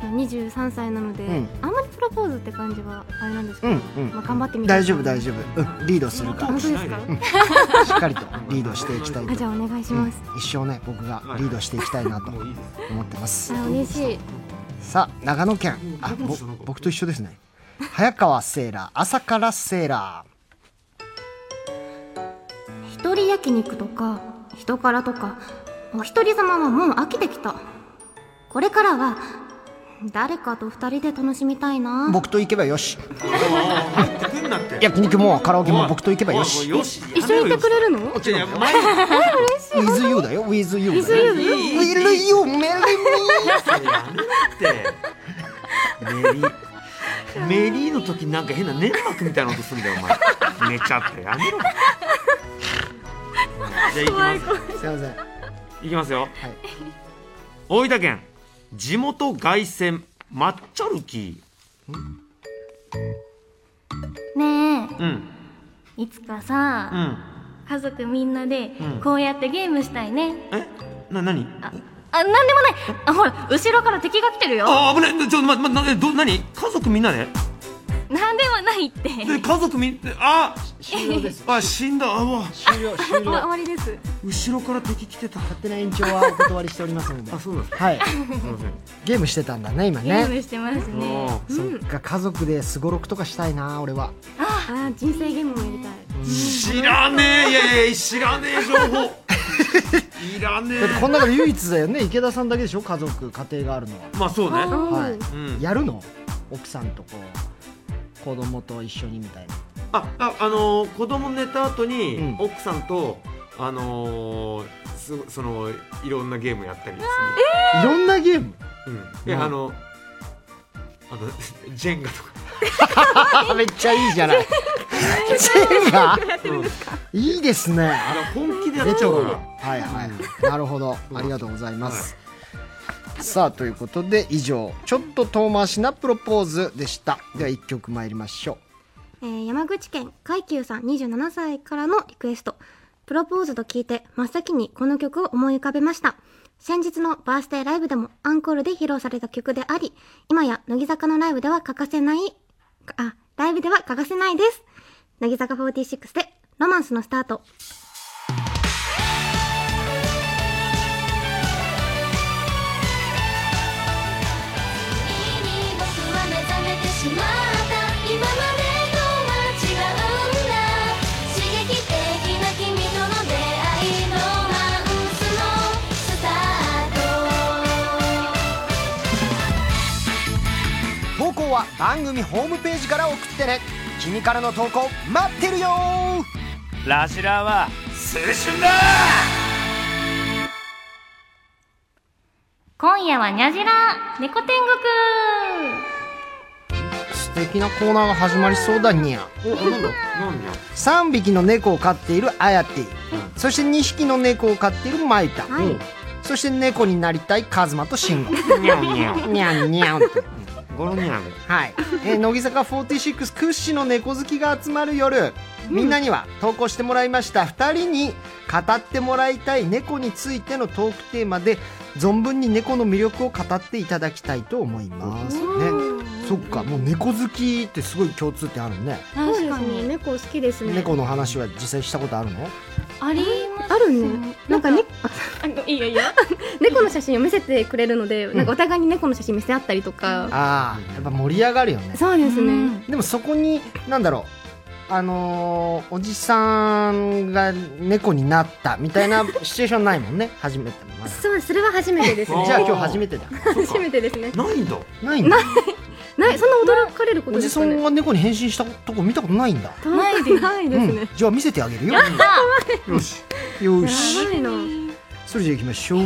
Speaker 5: 23歳なので、
Speaker 1: うん
Speaker 5: あんまりプロポーズって感じはあれなんですけ
Speaker 1: う
Speaker 5: ど、
Speaker 1: んうん
Speaker 5: まあ、頑張ってみて
Speaker 1: 大丈夫大丈夫、うん、リードするから
Speaker 5: 本当
Speaker 1: し
Speaker 5: ですか、
Speaker 1: っかりとリードしていきたいと
Speaker 5: あじゃあお願いし
Speaker 1: う
Speaker 5: ま
Speaker 1: ん
Speaker 5: す、
Speaker 1: 一生ね僕がリードしていきたいなと
Speaker 2: もういいです
Speaker 1: 思ってます
Speaker 5: あ嬉しい
Speaker 1: さあ長野県あぼ僕と一緒ですね早川セーラー朝からセーラ
Speaker 7: 一人焼肉とか人からとかお一人様はもう飽きてきたこれからは誰かと二人で楽しみたいな
Speaker 1: ー僕と行けばよし
Speaker 2: 入ってくんなって
Speaker 1: 焼肉もカラオケも僕と行けばよ
Speaker 2: おい
Speaker 1: し
Speaker 2: おいよし
Speaker 5: 一緒にいてくれるの
Speaker 2: いやいや前に
Speaker 1: With you だよ With you だ
Speaker 5: With
Speaker 1: よ
Speaker 5: you
Speaker 1: Will you marry me?
Speaker 2: やめろってメリーメリーの時なんか変な粘膜みたいな音するんだよお前寝ちゃってやめろじゃあいきます
Speaker 1: いません
Speaker 2: すいきますよ、大分県地元凱旋マッチョルキ
Speaker 8: ね
Speaker 2: ーうん
Speaker 8: えいつかさ、
Speaker 2: うん
Speaker 8: 家族みんなで
Speaker 2: ん
Speaker 8: こうやってゲームしたいね、
Speaker 2: えな何
Speaker 8: ああなんでもないあほら後ろから敵が来てるよ
Speaker 2: ああ危ないちょっと待って待ってど何家族みんなで
Speaker 8: なんでもないって
Speaker 2: で家族みんあ
Speaker 1: 終了です
Speaker 2: あ死んだあうわ
Speaker 1: 終了終了
Speaker 5: 終
Speaker 1: 勝
Speaker 5: わりです
Speaker 2: 後ろから敵来てた
Speaker 1: 手な延長はお断りしておりますので
Speaker 2: あそうなんですか
Speaker 1: はい
Speaker 2: すいません
Speaker 1: ゲームしてたんだね今
Speaker 8: ゲー
Speaker 1: ね
Speaker 8: ムしてますね
Speaker 2: あ
Speaker 1: そっか家族ですごろくとかしたいな俺は
Speaker 5: あー人生ゲームもやりたい
Speaker 2: ー知らねえいやいや知らねえ情 報いらね
Speaker 1: だってこ
Speaker 2: え
Speaker 1: の中で唯一だよね池田さんだけでしょ家族家庭があるのは
Speaker 2: まあそうね
Speaker 1: はい、
Speaker 2: うん
Speaker 1: やるの奥さんとこう子供と一緒にみたいな
Speaker 2: あああのー子供寝た後に、
Speaker 1: うん
Speaker 2: 奥さんとあのーすそのいろんなゲームやったりですね
Speaker 1: いろんなゲーム
Speaker 2: うんで、
Speaker 1: うん
Speaker 2: あのあのジェンガとか
Speaker 1: めっちゃいいじゃ ない。全がいいですね。
Speaker 2: あら本気でや
Speaker 1: レ
Speaker 2: っち
Speaker 1: ト
Speaker 2: ゃ
Speaker 1: ロ
Speaker 2: う
Speaker 1: な
Speaker 2: か。
Speaker 1: はいはい。なるほど。ありがとうございます。さあということで以上ちょっと遠回しなプロポーズでした。では一曲参りましょ
Speaker 7: え
Speaker 1: う。
Speaker 7: ー山口県海久さん27歳からのリクエスト。プロポーズと聞いて真っ先にこの曲を思い浮かべました。先日のバースデーライブでもアンコールで披露された曲であり、今や乃木坂のライブでは欠かせない、あ、ライブでは欠かせないです。乃木坂46でロマンスのスタート。
Speaker 3: に僕は目覚めてしまった今までとは違うんだ刺激的な君との出会いロマンスのスタート
Speaker 9: 投稿は番組ホームページから送ってね君からの投稿待ってるよ
Speaker 10: ラジラーは
Speaker 8: 今夜はニャジラ猫天国
Speaker 1: 素敵なコーナーが始まりそうだにゃ。
Speaker 2: お、なんだ。なんや。
Speaker 1: 3匹の猫を飼っているあやて、そして2匹の猫を飼っているマイタ、そして猫になりたいカズマとシンゴ
Speaker 2: にゃんにゃん。
Speaker 1: にゃんにゃんって
Speaker 2: ゴロにゃん。
Speaker 1: はい、えー乃木坂46屈指の猫好きが集まる夜みんなには投稿してもらいました2人に語ってもらいたい猫についてのトークテーマで存分に猫の魅力を語っていただきたいと思いますねそっかもう猫好きってすごい共通点あるね
Speaker 5: 確かに猫好きですね。
Speaker 1: 猫の話は実際したことあるの
Speaker 6: あり
Speaker 5: あるね。なんかね、
Speaker 6: あいいよいいよ。
Speaker 5: 猫の写真を見せてくれるので、なんかお互いに猫の写真見せ合ったりとか。
Speaker 1: ああやっぱ盛り上がるよね
Speaker 5: そうですね。
Speaker 1: でもそこに何だろうあのーおじさんが猫になったみた いなシチュエーションないもんね初めてまだ
Speaker 5: そう、それは初めてです
Speaker 2: あー
Speaker 5: ね。
Speaker 1: じゃあ今日初めてだ
Speaker 2: そっか
Speaker 5: 初めてですね。
Speaker 2: ないんだ。
Speaker 1: ないんだ
Speaker 5: ない、そんな驚かれること
Speaker 1: お
Speaker 5: で
Speaker 1: じ
Speaker 5: す
Speaker 1: さ
Speaker 5: か
Speaker 1: ん
Speaker 5: ね。
Speaker 1: が猫に変身したとこ見たことないんだ
Speaker 5: ないです。ないです
Speaker 1: うん
Speaker 5: ね。、
Speaker 1: じゃあ見せてあげるよ
Speaker 2: よし。
Speaker 1: よ
Speaker 5: や
Speaker 1: し
Speaker 5: ばいな。
Speaker 1: それじゃあ行きましょう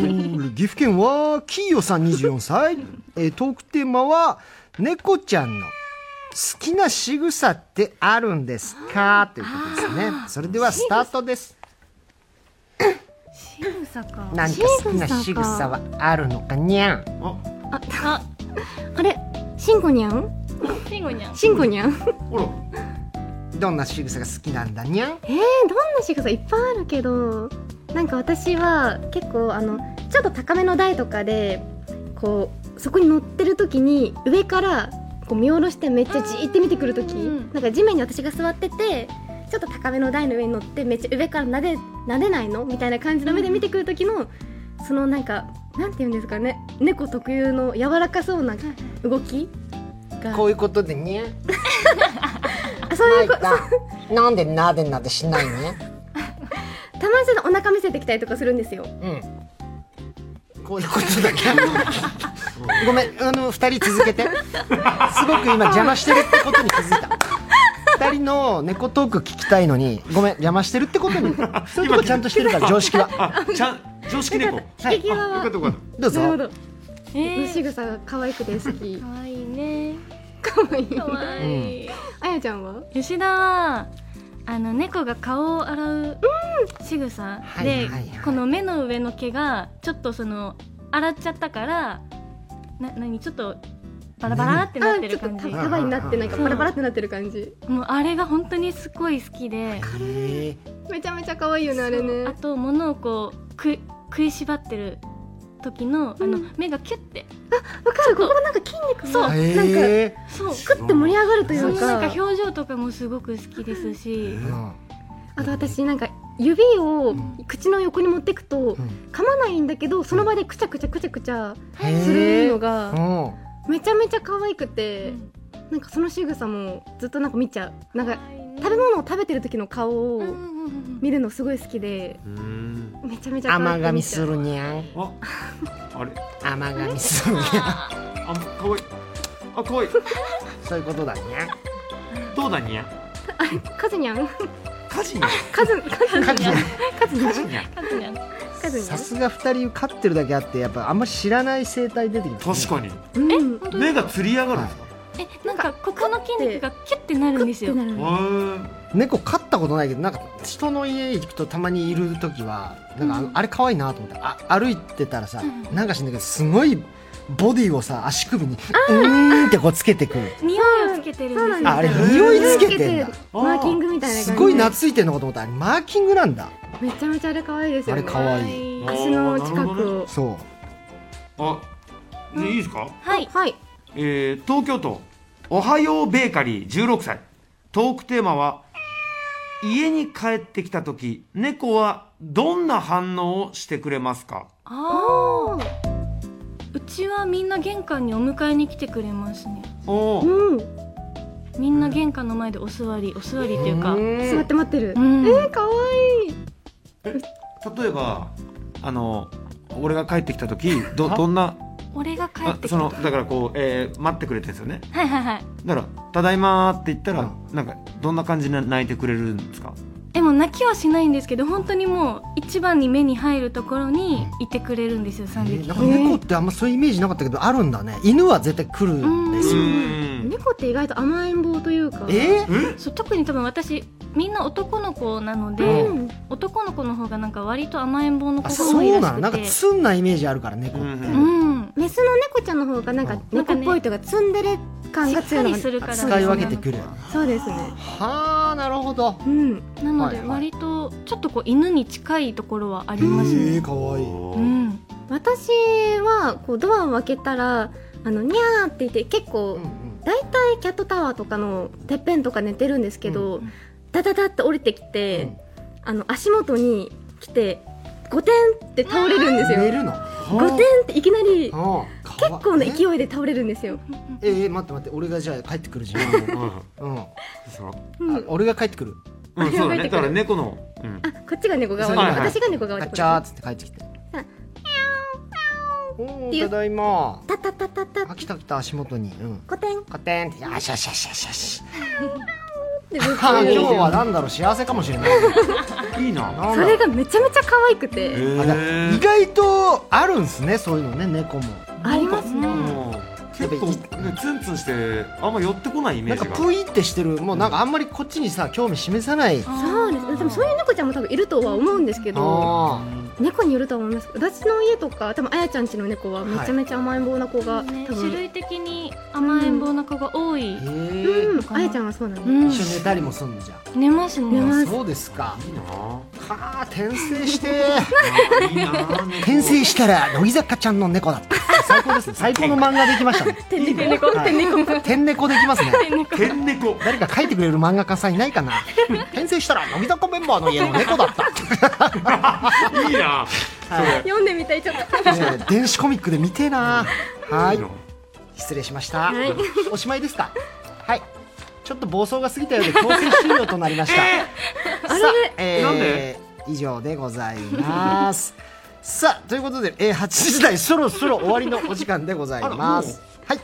Speaker 1: 岐阜県はキーヨさん24歳、 えートークテーマは「猫ちゃんの好きな仕草ってあるんですか?」ということですねそれではスタートです
Speaker 8: 仕草か
Speaker 1: なんか好きな仕草はあるのかにゃん
Speaker 5: あれ、シンゴニャン。
Speaker 6: シンゴにゃん。
Speaker 5: シンゴニャン。
Speaker 2: ほら。
Speaker 1: どんな仕草が好きなんだにゃん
Speaker 5: えー、どんな仕草いっぱいあるけどなんか私は結構あのちょっと高めの台とかでこうそこに乗ってる時に上からこう見下ろしてめっちゃじーって見てくる時なんか地面に私が座っててちょっと高めの台の上に乗ってめっちゃ上からなでなでないのみたいな感じの目で見てくる時のそのなんかなんて言うんですかね猫特有の柔らかそうな動きが
Speaker 1: こういうことでにゃん
Speaker 5: あそういうこ
Speaker 1: マイタなんでなでなでしないにゃん
Speaker 5: たまにそれでお腹見せてきたりとかするんですよ。
Speaker 1: うんこういうことだけごめんあの2人続けてすごく今邪魔してるってことに気づいた2人の猫トーク聞きたいのにごめん邪魔してるってことにそういうとこちゃんとしてるから常識は
Speaker 2: あ、ちゃん、常 識猫。よ
Speaker 1: はい
Speaker 5: 敵側
Speaker 2: かったよかった。
Speaker 1: どう
Speaker 5: なるほ
Speaker 1: ぞ
Speaker 5: ど。
Speaker 6: え
Speaker 5: 仕草が可愛くて好き
Speaker 6: か。わいいね。
Speaker 5: 可愛い。
Speaker 6: かわいい。
Speaker 5: あやちゃんは？
Speaker 8: 吉田はあの猫が顔を洗う仕草
Speaker 1: はい
Speaker 8: で、
Speaker 1: はいはい
Speaker 8: この目の上の毛がちょっとその洗っちゃったからな何ちょっとバラバラってなってる感じ
Speaker 5: あちょっと
Speaker 8: も
Speaker 5: た束になってなんか
Speaker 8: うん
Speaker 5: バラバラってなってる感じ。
Speaker 8: うあれが本当にすごい好きで
Speaker 1: へ
Speaker 5: めちゃめちゃ可愛いよねあれ
Speaker 8: あ
Speaker 5: ね。
Speaker 8: と物をこうく食いしばってる時のあの目がキュッて
Speaker 5: わかる。ここなんか筋肉そう。なんか
Speaker 1: え
Speaker 5: ク
Speaker 1: へえ
Speaker 8: そう
Speaker 5: ッて盛り上がるとい
Speaker 8: そうのなん
Speaker 5: か。
Speaker 8: か表情とかもすごく好きですし
Speaker 5: あと私なんか指を口の横に持ってくと
Speaker 1: ん
Speaker 5: 噛まないんだけどその場でくちゃくちゃくちゃくちゃす
Speaker 1: へ
Speaker 5: る
Speaker 1: え
Speaker 5: のが
Speaker 1: うん
Speaker 5: めちゃめちゃ可愛くて。なんかその仕草もずっとなんか見ちゃうなんか食べ物を食べてる時の顔を見るのすごい好きで
Speaker 2: うーん。
Speaker 5: めちゃめちゃ可愛くて見ちゃう
Speaker 1: 甘噛みするにゃん
Speaker 2: あ。あれ。
Speaker 1: 甘噛みするにゃん
Speaker 2: あ、かわいい。あ、かわいい。
Speaker 1: そういうことだにゃん
Speaker 2: どうだにゃ。
Speaker 5: カズニャン
Speaker 2: カジにゃ。
Speaker 5: カズカズニャンカズニャ
Speaker 2: カ
Speaker 5: ン
Speaker 2: ジにゃ。
Speaker 6: カズニャン。
Speaker 5: カズニャ
Speaker 1: さ
Speaker 5: ン
Speaker 1: すが2人飼ってるだけあってやっぱあんまり知らない生態出てきたね
Speaker 2: 確かに。
Speaker 5: うん
Speaker 2: 目がつり上がるんですか。
Speaker 8: えなん
Speaker 6: かここの筋肉がキュッてなるんですよ
Speaker 1: 猫飼ったことないけどなんか人の家行くとたまにいる時はなんかあの、あれ可愛いなと思ってあ歩いてたらさ、
Speaker 6: うん
Speaker 1: なんかしんだけどすごいボディをさ足首にうーんってこうつけてくる
Speaker 8: 匂いをつけてるんですよ
Speaker 1: ああれ匂いつけてんだ
Speaker 5: マーキングみたいな感じ
Speaker 1: すごい懐いてんのかと思ったあれマーキングなんだ
Speaker 5: めちゃめちゃあれ可愛いですよね
Speaker 1: あれ可愛
Speaker 2: い
Speaker 5: 足の近くを
Speaker 1: そう
Speaker 2: あ、ねいいですか
Speaker 5: はいはい
Speaker 2: えー東京都おはようベーカリー16歳トークテーマは家に帰ってきた時猫はどんな反応をしてくれますか
Speaker 8: ああうちはみんな玄関にお迎えに来てくれますね
Speaker 2: おー
Speaker 5: うん
Speaker 8: みんな玄関の前でお座りお座りっていうか
Speaker 5: 座って待ってる
Speaker 8: うん
Speaker 5: えー可愛い
Speaker 2: 例えばあの俺が帰ってきた時どどんな
Speaker 8: 俺が帰っ
Speaker 2: あ
Speaker 8: てき
Speaker 2: そ
Speaker 8: た
Speaker 2: のだからこう、えー待ってくれてるんですよね
Speaker 8: はいはいはい
Speaker 2: だから「ただいま」って言ったら、なんかどんな感じで泣いてくれるんですか
Speaker 8: でも泣きはしないんですけど本当にもう一番に目に入るところにいてくれるんですよ3匹
Speaker 1: なんか猫ってあんまそういうイメージなかったけどあるんだね犬は絶対来るんですよ
Speaker 5: 猫って意外と甘えん坊というか
Speaker 1: え
Speaker 8: そう特に多分私みんな男の子なので、
Speaker 1: う
Speaker 8: 男の子の方がなんか割と甘えん坊の子が
Speaker 1: あそ
Speaker 8: 多いうら
Speaker 1: な
Speaker 8: し
Speaker 1: のなん
Speaker 8: く
Speaker 1: か
Speaker 8: て
Speaker 1: ツンなイメージあるから猫って、
Speaker 8: うん
Speaker 5: メスの猫ちゃんの方がなんか猫っぽいというかツンデレ感が強いの
Speaker 8: しっかりするから
Speaker 1: 使い分けてくるよね
Speaker 5: そうですね
Speaker 1: はあなるほど
Speaker 5: うん
Speaker 8: なので
Speaker 1: はいはい
Speaker 8: 割とちょっとこう犬に近いところはあります
Speaker 1: え
Speaker 8: ね、
Speaker 1: ー、かわいい
Speaker 8: うん、
Speaker 5: 私はこうドアを開けたらあのにゃーって言って結構大体キャットタワーとかのてっぺんとか寝てるんですけど、ダダダって降りてきて、あの足元に来てゴテンって倒れるんですよ
Speaker 1: 寝るの
Speaker 5: ゴテンっていきなり結
Speaker 1: あ結
Speaker 5: 構な勢いで倒れるんですよ
Speaker 1: ええ待って待って俺がじゃあ帰ってくる時間 うん、あ
Speaker 2: そう
Speaker 1: 俺が帰ってくる
Speaker 2: うん、そうだね
Speaker 5: 帰ってくる
Speaker 2: だから猫の、うん、
Speaker 5: あこっちが猫側で、
Speaker 2: はいはい
Speaker 5: 私が猫側で
Speaker 1: ガ
Speaker 5: こっ
Speaker 1: チ
Speaker 5: ち
Speaker 1: ャーっつって帰ってきておーただいま
Speaker 5: タタタタタ
Speaker 1: あ来た来た足元にうん
Speaker 5: ゴテンっ
Speaker 1: カテンってよしよしよしよしよし
Speaker 5: てずっと言
Speaker 1: あ
Speaker 5: うん
Speaker 1: ー
Speaker 5: です
Speaker 1: 今日は
Speaker 5: よ
Speaker 1: なんだろう幸せかもしれない
Speaker 2: いいな
Speaker 1: なん
Speaker 5: そ
Speaker 1: だ
Speaker 5: れがめちゃめちゃ可愛くて、
Speaker 1: あだ意外とあるんですねそういうのね猫も
Speaker 5: ありますね、
Speaker 2: もう結構ねツンツンしてあんま寄ってこないイメ
Speaker 1: な
Speaker 2: ー
Speaker 1: ん
Speaker 2: ジ
Speaker 1: か
Speaker 2: が
Speaker 1: プイってしてるもうなんかあんまりこっちにさ興味示さない
Speaker 5: そうですねでもそういう猫ちゃんも多分いるとは思うんですけど
Speaker 1: あ
Speaker 5: 猫によるとは思います私の家とか多分あやちゃんちの猫はめちゃめちゃ甘えん坊な子が、
Speaker 8: ね
Speaker 5: 多
Speaker 8: 種
Speaker 5: 分
Speaker 8: 類的に甘えん坊な子が多い、
Speaker 1: ーへえ、
Speaker 5: うんあやちゃんはそうなんで、
Speaker 8: うん
Speaker 1: 一緒に寝たりもすんのじゃん
Speaker 8: 寝ます
Speaker 5: 寝
Speaker 8: ね
Speaker 5: ます
Speaker 1: そうですか
Speaker 2: いいなあ
Speaker 1: かあ転生して
Speaker 2: ーいいなあ猫
Speaker 1: 転生したら乃木坂ちゃんの猫だった最高です ね最高の漫画できましたね
Speaker 5: 天猫猫
Speaker 1: はい天猫できますね
Speaker 2: 天猫
Speaker 1: 誰か書いてくれる漫画家さんいないかな転生したら乃木坂メンバーの家の猫だった
Speaker 2: いいな
Speaker 5: 読んでみたいちょっと
Speaker 1: ねえ電子コミックで見てえなはい
Speaker 2: いな
Speaker 1: 失礼しました、おしまいですかはいちょっと暴走が過ぎたようで強制終了となりま した、さあ、えー
Speaker 2: なんで
Speaker 1: 以上でございます さあということで、えー、8時台そろそろ終わりのお時間でございますはい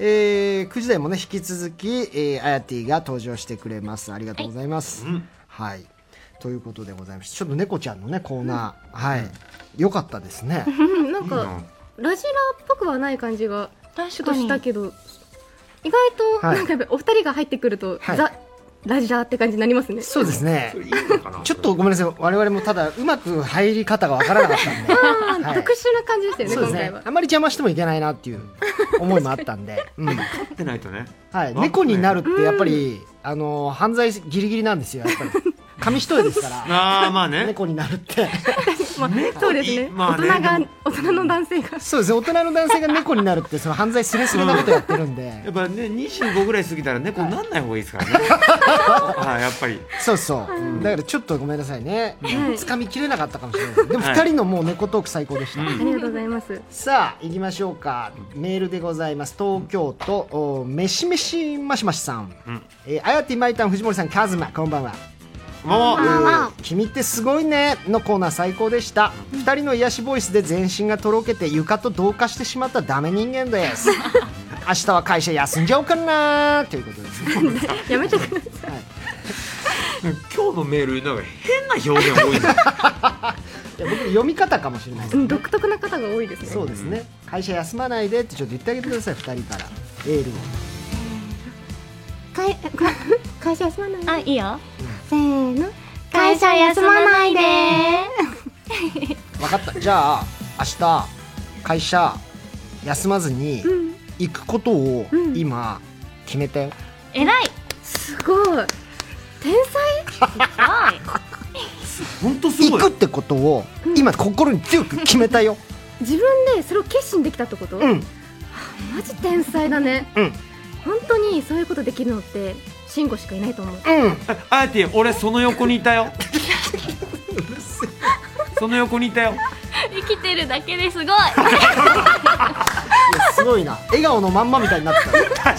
Speaker 1: えー、9時台もね引き続き、えー、あやてぃが登場してくれますありがとうございます、はいということでございましてちょっと猫ちゃんのねコーナー、はい良かったですね
Speaker 5: うんなんかラジラっぽくはない感じがちょ
Speaker 8: 確
Speaker 5: っと
Speaker 8: か
Speaker 5: し
Speaker 8: に
Speaker 5: たけど意外と
Speaker 1: はい
Speaker 5: なんかやっぱりお二人が入ってくると、
Speaker 1: はい
Speaker 5: ザラジラって感じになりますね
Speaker 1: そうで すね
Speaker 2: いいのかな
Speaker 1: ちょっとごめんなさい我々もただうまく入り方がわからなかったんで
Speaker 5: あ
Speaker 1: はい
Speaker 5: 特殊な感じでしたよね
Speaker 1: そうです
Speaker 5: 今回
Speaker 1: ね
Speaker 5: は
Speaker 1: あまり邪魔してもいけないな っていう思いもあったんで、うん
Speaker 2: 飼ってないとね
Speaker 1: はい、
Speaker 2: ね
Speaker 1: 猫になるってやっぱり、あの犯罪ギリギリなんですよやっぱり紙一重で すか
Speaker 2: ああまあ
Speaker 1: ら
Speaker 2: ね
Speaker 1: 猫になるって
Speaker 5: まあそうですね,、
Speaker 2: まあね
Speaker 5: 大人が
Speaker 2: でも
Speaker 5: 大人の男性が
Speaker 1: そうですね大人の男性が猫になるってその犯罪すれすれなことやってるんで、
Speaker 2: やっぱね25ぐらい過ぎたら猫になんない方がいいですから ねはいやっぱり
Speaker 1: そうそう、だからちょっとごめんなさいね、掴みきれなかったかもしれないですでも
Speaker 2: はい
Speaker 1: 2人のもう猫トーク最高でした、
Speaker 5: ありがとうございます
Speaker 1: さあ行きましょうかメールでございます東京都おめしめしましましさん、
Speaker 2: うん
Speaker 1: えーあやてぃまいたん藤森さんカズマこんばんは
Speaker 2: もう
Speaker 1: 「君ってすごいね」のコーナー最高でした、二人の癒しボイスで全身がとろけて床と同化してしまったダメ人間です明日は会社休んじゃおうかなということですね
Speaker 5: やめてくださ
Speaker 2: 今日のメールなんか変な表現多い ない
Speaker 1: や僕読み方かもしれないです
Speaker 5: い
Speaker 1: ね
Speaker 5: 独特な方が多いですね
Speaker 1: そうですね会社休まないでってちょっと言ってあげてください二人からエールを
Speaker 7: 会会社休まないで
Speaker 8: あいいよ
Speaker 7: せーの
Speaker 8: 会社休まないで
Speaker 9: 分かったじゃあ明日会社休まずに行くことを今決めたよ、
Speaker 8: えらい
Speaker 5: すごい天才
Speaker 2: 本当
Speaker 9: すごい行くってことを今心に強く決めたよ、
Speaker 5: 自分でそれを決心できたってこと、
Speaker 9: うん
Speaker 5: はあマジ天才だね、
Speaker 9: うん
Speaker 5: 本当にそういうことできるのって慎吾しかいないと思う、
Speaker 2: あやてぃ俺その横にいた よその横にいたよ
Speaker 8: 生きてるだけですごい
Speaker 9: いやすごいな笑顔のまんまみたいになってた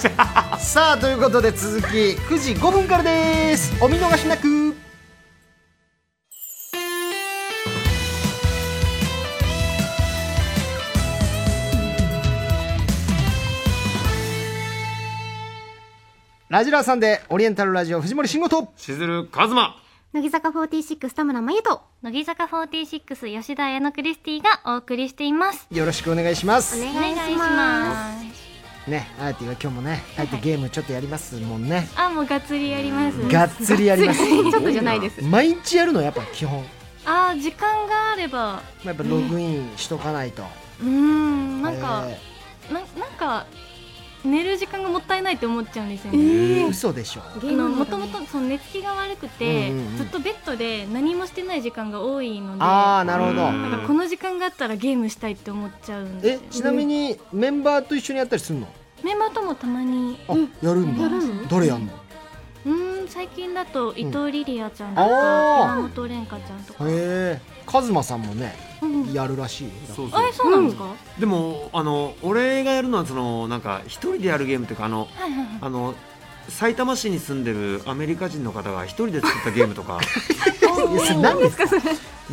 Speaker 9: さあということで続き9時5分からですお見逃しなく
Speaker 1: ラジラーさんでオリエンタルラジオ藤森慎吾と
Speaker 2: しずるかずま
Speaker 7: 乃木坂46田村真由と
Speaker 8: 乃木坂46吉田彩乃クリスティがお送りしています
Speaker 1: よろしくお願いします
Speaker 8: お願いします
Speaker 1: ねあやてぃは今日もね帰ってゲームちょっとやりますもんね
Speaker 8: あもうがっつりやります
Speaker 1: がっつりやり ます
Speaker 8: ちょっとじゃないです
Speaker 1: 毎日やるのやっぱ基本ま
Speaker 8: あ時間があれば
Speaker 1: あやっぱログインしとかないと、
Speaker 8: うーんなんか、
Speaker 1: え
Speaker 8: ななんか寝る時間がもったいないって思っちゃうんですよ
Speaker 1: ー
Speaker 8: ね、
Speaker 1: 嘘でしょ
Speaker 8: あのもともとその寝つきが悪くて、
Speaker 1: うんうんうん
Speaker 8: ずっとベッドで何もしてない時間が多いので
Speaker 1: ああなるほど
Speaker 8: なんかこの時間があったらゲームしたいって思っちゃうんで
Speaker 1: えちなみにメンバーと一緒にやったりするの
Speaker 8: メンバーともたまに
Speaker 1: あやるんだ
Speaker 8: やるの
Speaker 1: どれやんの
Speaker 8: うーん最近だと伊藤リリアちゃんと
Speaker 1: うん
Speaker 8: か、
Speaker 1: あー
Speaker 8: 山本蓮香ちゃんとか、
Speaker 1: へえカズマさんもね
Speaker 8: うんうん
Speaker 1: やるらしいよ
Speaker 2: そう
Speaker 8: あ
Speaker 2: そう
Speaker 8: れそうなんですか、は
Speaker 2: でもあの俺がやるのはそのなんか一人でやるゲームというかあの
Speaker 8: いはいはい
Speaker 2: あの埼玉市に住んでるアメリカ人の方が一人で作ったゲームと か
Speaker 1: いやそれ何ですか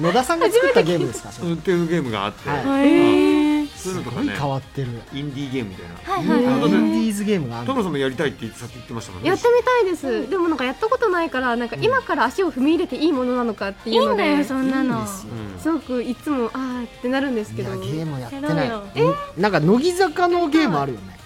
Speaker 1: 野田さんが作ったゲームですかそ
Speaker 2: そ
Speaker 1: れ
Speaker 2: うっていうゲームがあって、
Speaker 1: はい
Speaker 8: へー
Speaker 2: そういうの
Speaker 1: す
Speaker 2: と
Speaker 1: ご
Speaker 2: か
Speaker 1: い
Speaker 2: ね
Speaker 1: 変わってるイン
Speaker 2: インディーゲームみたいな
Speaker 8: はい
Speaker 1: デ
Speaker 8: はいはい
Speaker 2: うん
Speaker 1: ィーズゲームがある
Speaker 2: 田村さんもやりたいってさっき言ってましたもんね
Speaker 5: やってみたいです、でもなんかやったことないからなんか今から足を踏み入れていいものなのかって
Speaker 8: い
Speaker 5: い
Speaker 8: いう
Speaker 5: の
Speaker 8: んだ
Speaker 5: で
Speaker 8: よそんなの
Speaker 1: ですよ
Speaker 2: うん
Speaker 5: すごくいつもあーってなるんです
Speaker 1: い
Speaker 5: けど
Speaker 1: やゲームやって
Speaker 8: やろ
Speaker 1: な
Speaker 8: う
Speaker 1: い
Speaker 8: よ
Speaker 1: なんか乃木坂のゲームあるよね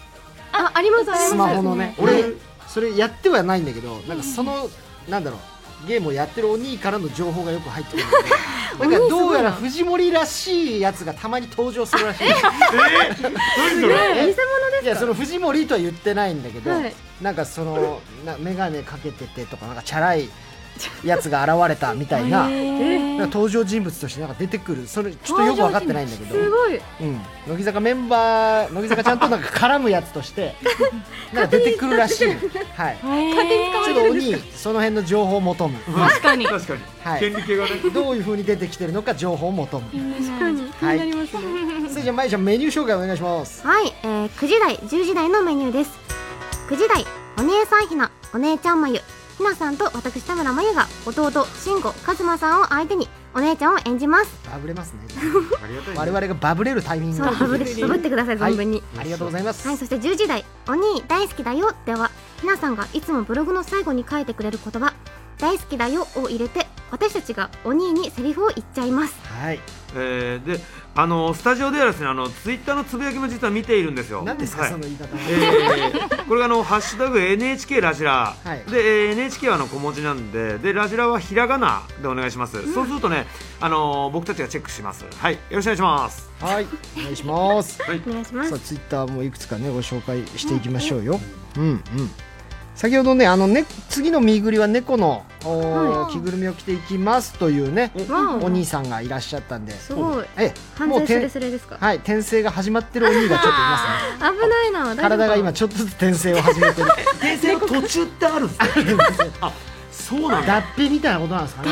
Speaker 5: あありますあります
Speaker 1: スマホのね
Speaker 5: うん
Speaker 1: 俺それやってはないんだけどなんかそのなんだろうゲームをやってるお兄からの情報がよく入ってくるのでなんかどうやら藤森らしいやつがたまに登場するらしい
Speaker 2: えー、何それ
Speaker 1: え
Speaker 5: 偽物
Speaker 1: いやその藤森とは言ってないんだけど、
Speaker 5: はい
Speaker 1: なんかそのな眼鏡かけててとかなんかチャラいやつが現れたみたい ななんか登場人物としてなんか出てくるそれちょっとよく分かってないんだけど、
Speaker 5: すごい
Speaker 1: うん、乃木坂メンバー乃木坂ちゃんとなんか絡むやつとして なんか出てくるらしい、はい、
Speaker 8: 勝手に
Speaker 1: ちょっと鬼その辺の情報を求む、
Speaker 8: 確かに
Speaker 2: 確かに、
Speaker 1: はい
Speaker 2: 権利系がね
Speaker 1: どういう風に出てきてるのか情報を求む
Speaker 8: 確
Speaker 5: 確かに気になりますね、
Speaker 1: それじゃあまゆちゃんメニュー紹介お願いします
Speaker 7: はい、えー、9時台10時台のメニューです9時台お姉さんひなお姉ちゃんまゆひなさんと私田村まゆが弟慎吾和馬さんを相手にお姉ちゃんを演じます
Speaker 1: バブれますね
Speaker 2: ありがたいね
Speaker 1: 我々がバブれるタイミング
Speaker 7: そう
Speaker 1: が
Speaker 7: かぶってかぶってください
Speaker 1: はい
Speaker 7: 存分に
Speaker 1: ありがとうございます、
Speaker 7: はい、そして10時台「お兄大好きだよ」ではひなさんがいつもブログの最後に書いてくれる言葉「大好きだよ」を入れて私たちがお兄にセリフを言っちゃいます
Speaker 1: はい
Speaker 2: えー、であのスタジオではですねあのツイッターのつぶやきも実は見ているんですよ
Speaker 1: 何ですか、
Speaker 2: はい
Speaker 1: その言い方
Speaker 2: えーこれがあの「ハッシュタグ #NHK ラジラ」
Speaker 1: はい
Speaker 2: でえー NHK はあの小文字なんででラジラはひらがなでお願いします、そうするとね、あのー僕たちがチェックしますはいよろしくお願いします
Speaker 1: はいお願いしますさ
Speaker 2: はい
Speaker 7: お願いします
Speaker 1: あツイッターもいくつかねご紹介していきましょうようんうん先ほどねあのね次の見ぐりは猫のおー着ぐるみを着ていきますというね
Speaker 5: わお
Speaker 1: お兄さんがいらっしゃったんです
Speaker 5: ごい
Speaker 1: え
Speaker 5: 犯罪
Speaker 1: もう
Speaker 5: す
Speaker 1: て
Speaker 5: れ
Speaker 1: ん
Speaker 5: すれですか
Speaker 1: はい転生が始まってるお兄がちょっといま すね
Speaker 5: 危ないな大丈夫
Speaker 1: 体が今ちょっとずつ転生を始めてる
Speaker 2: 訂正の途中ってあるんですか あそうなんだ
Speaker 1: 脱皮みたいなことなんですかね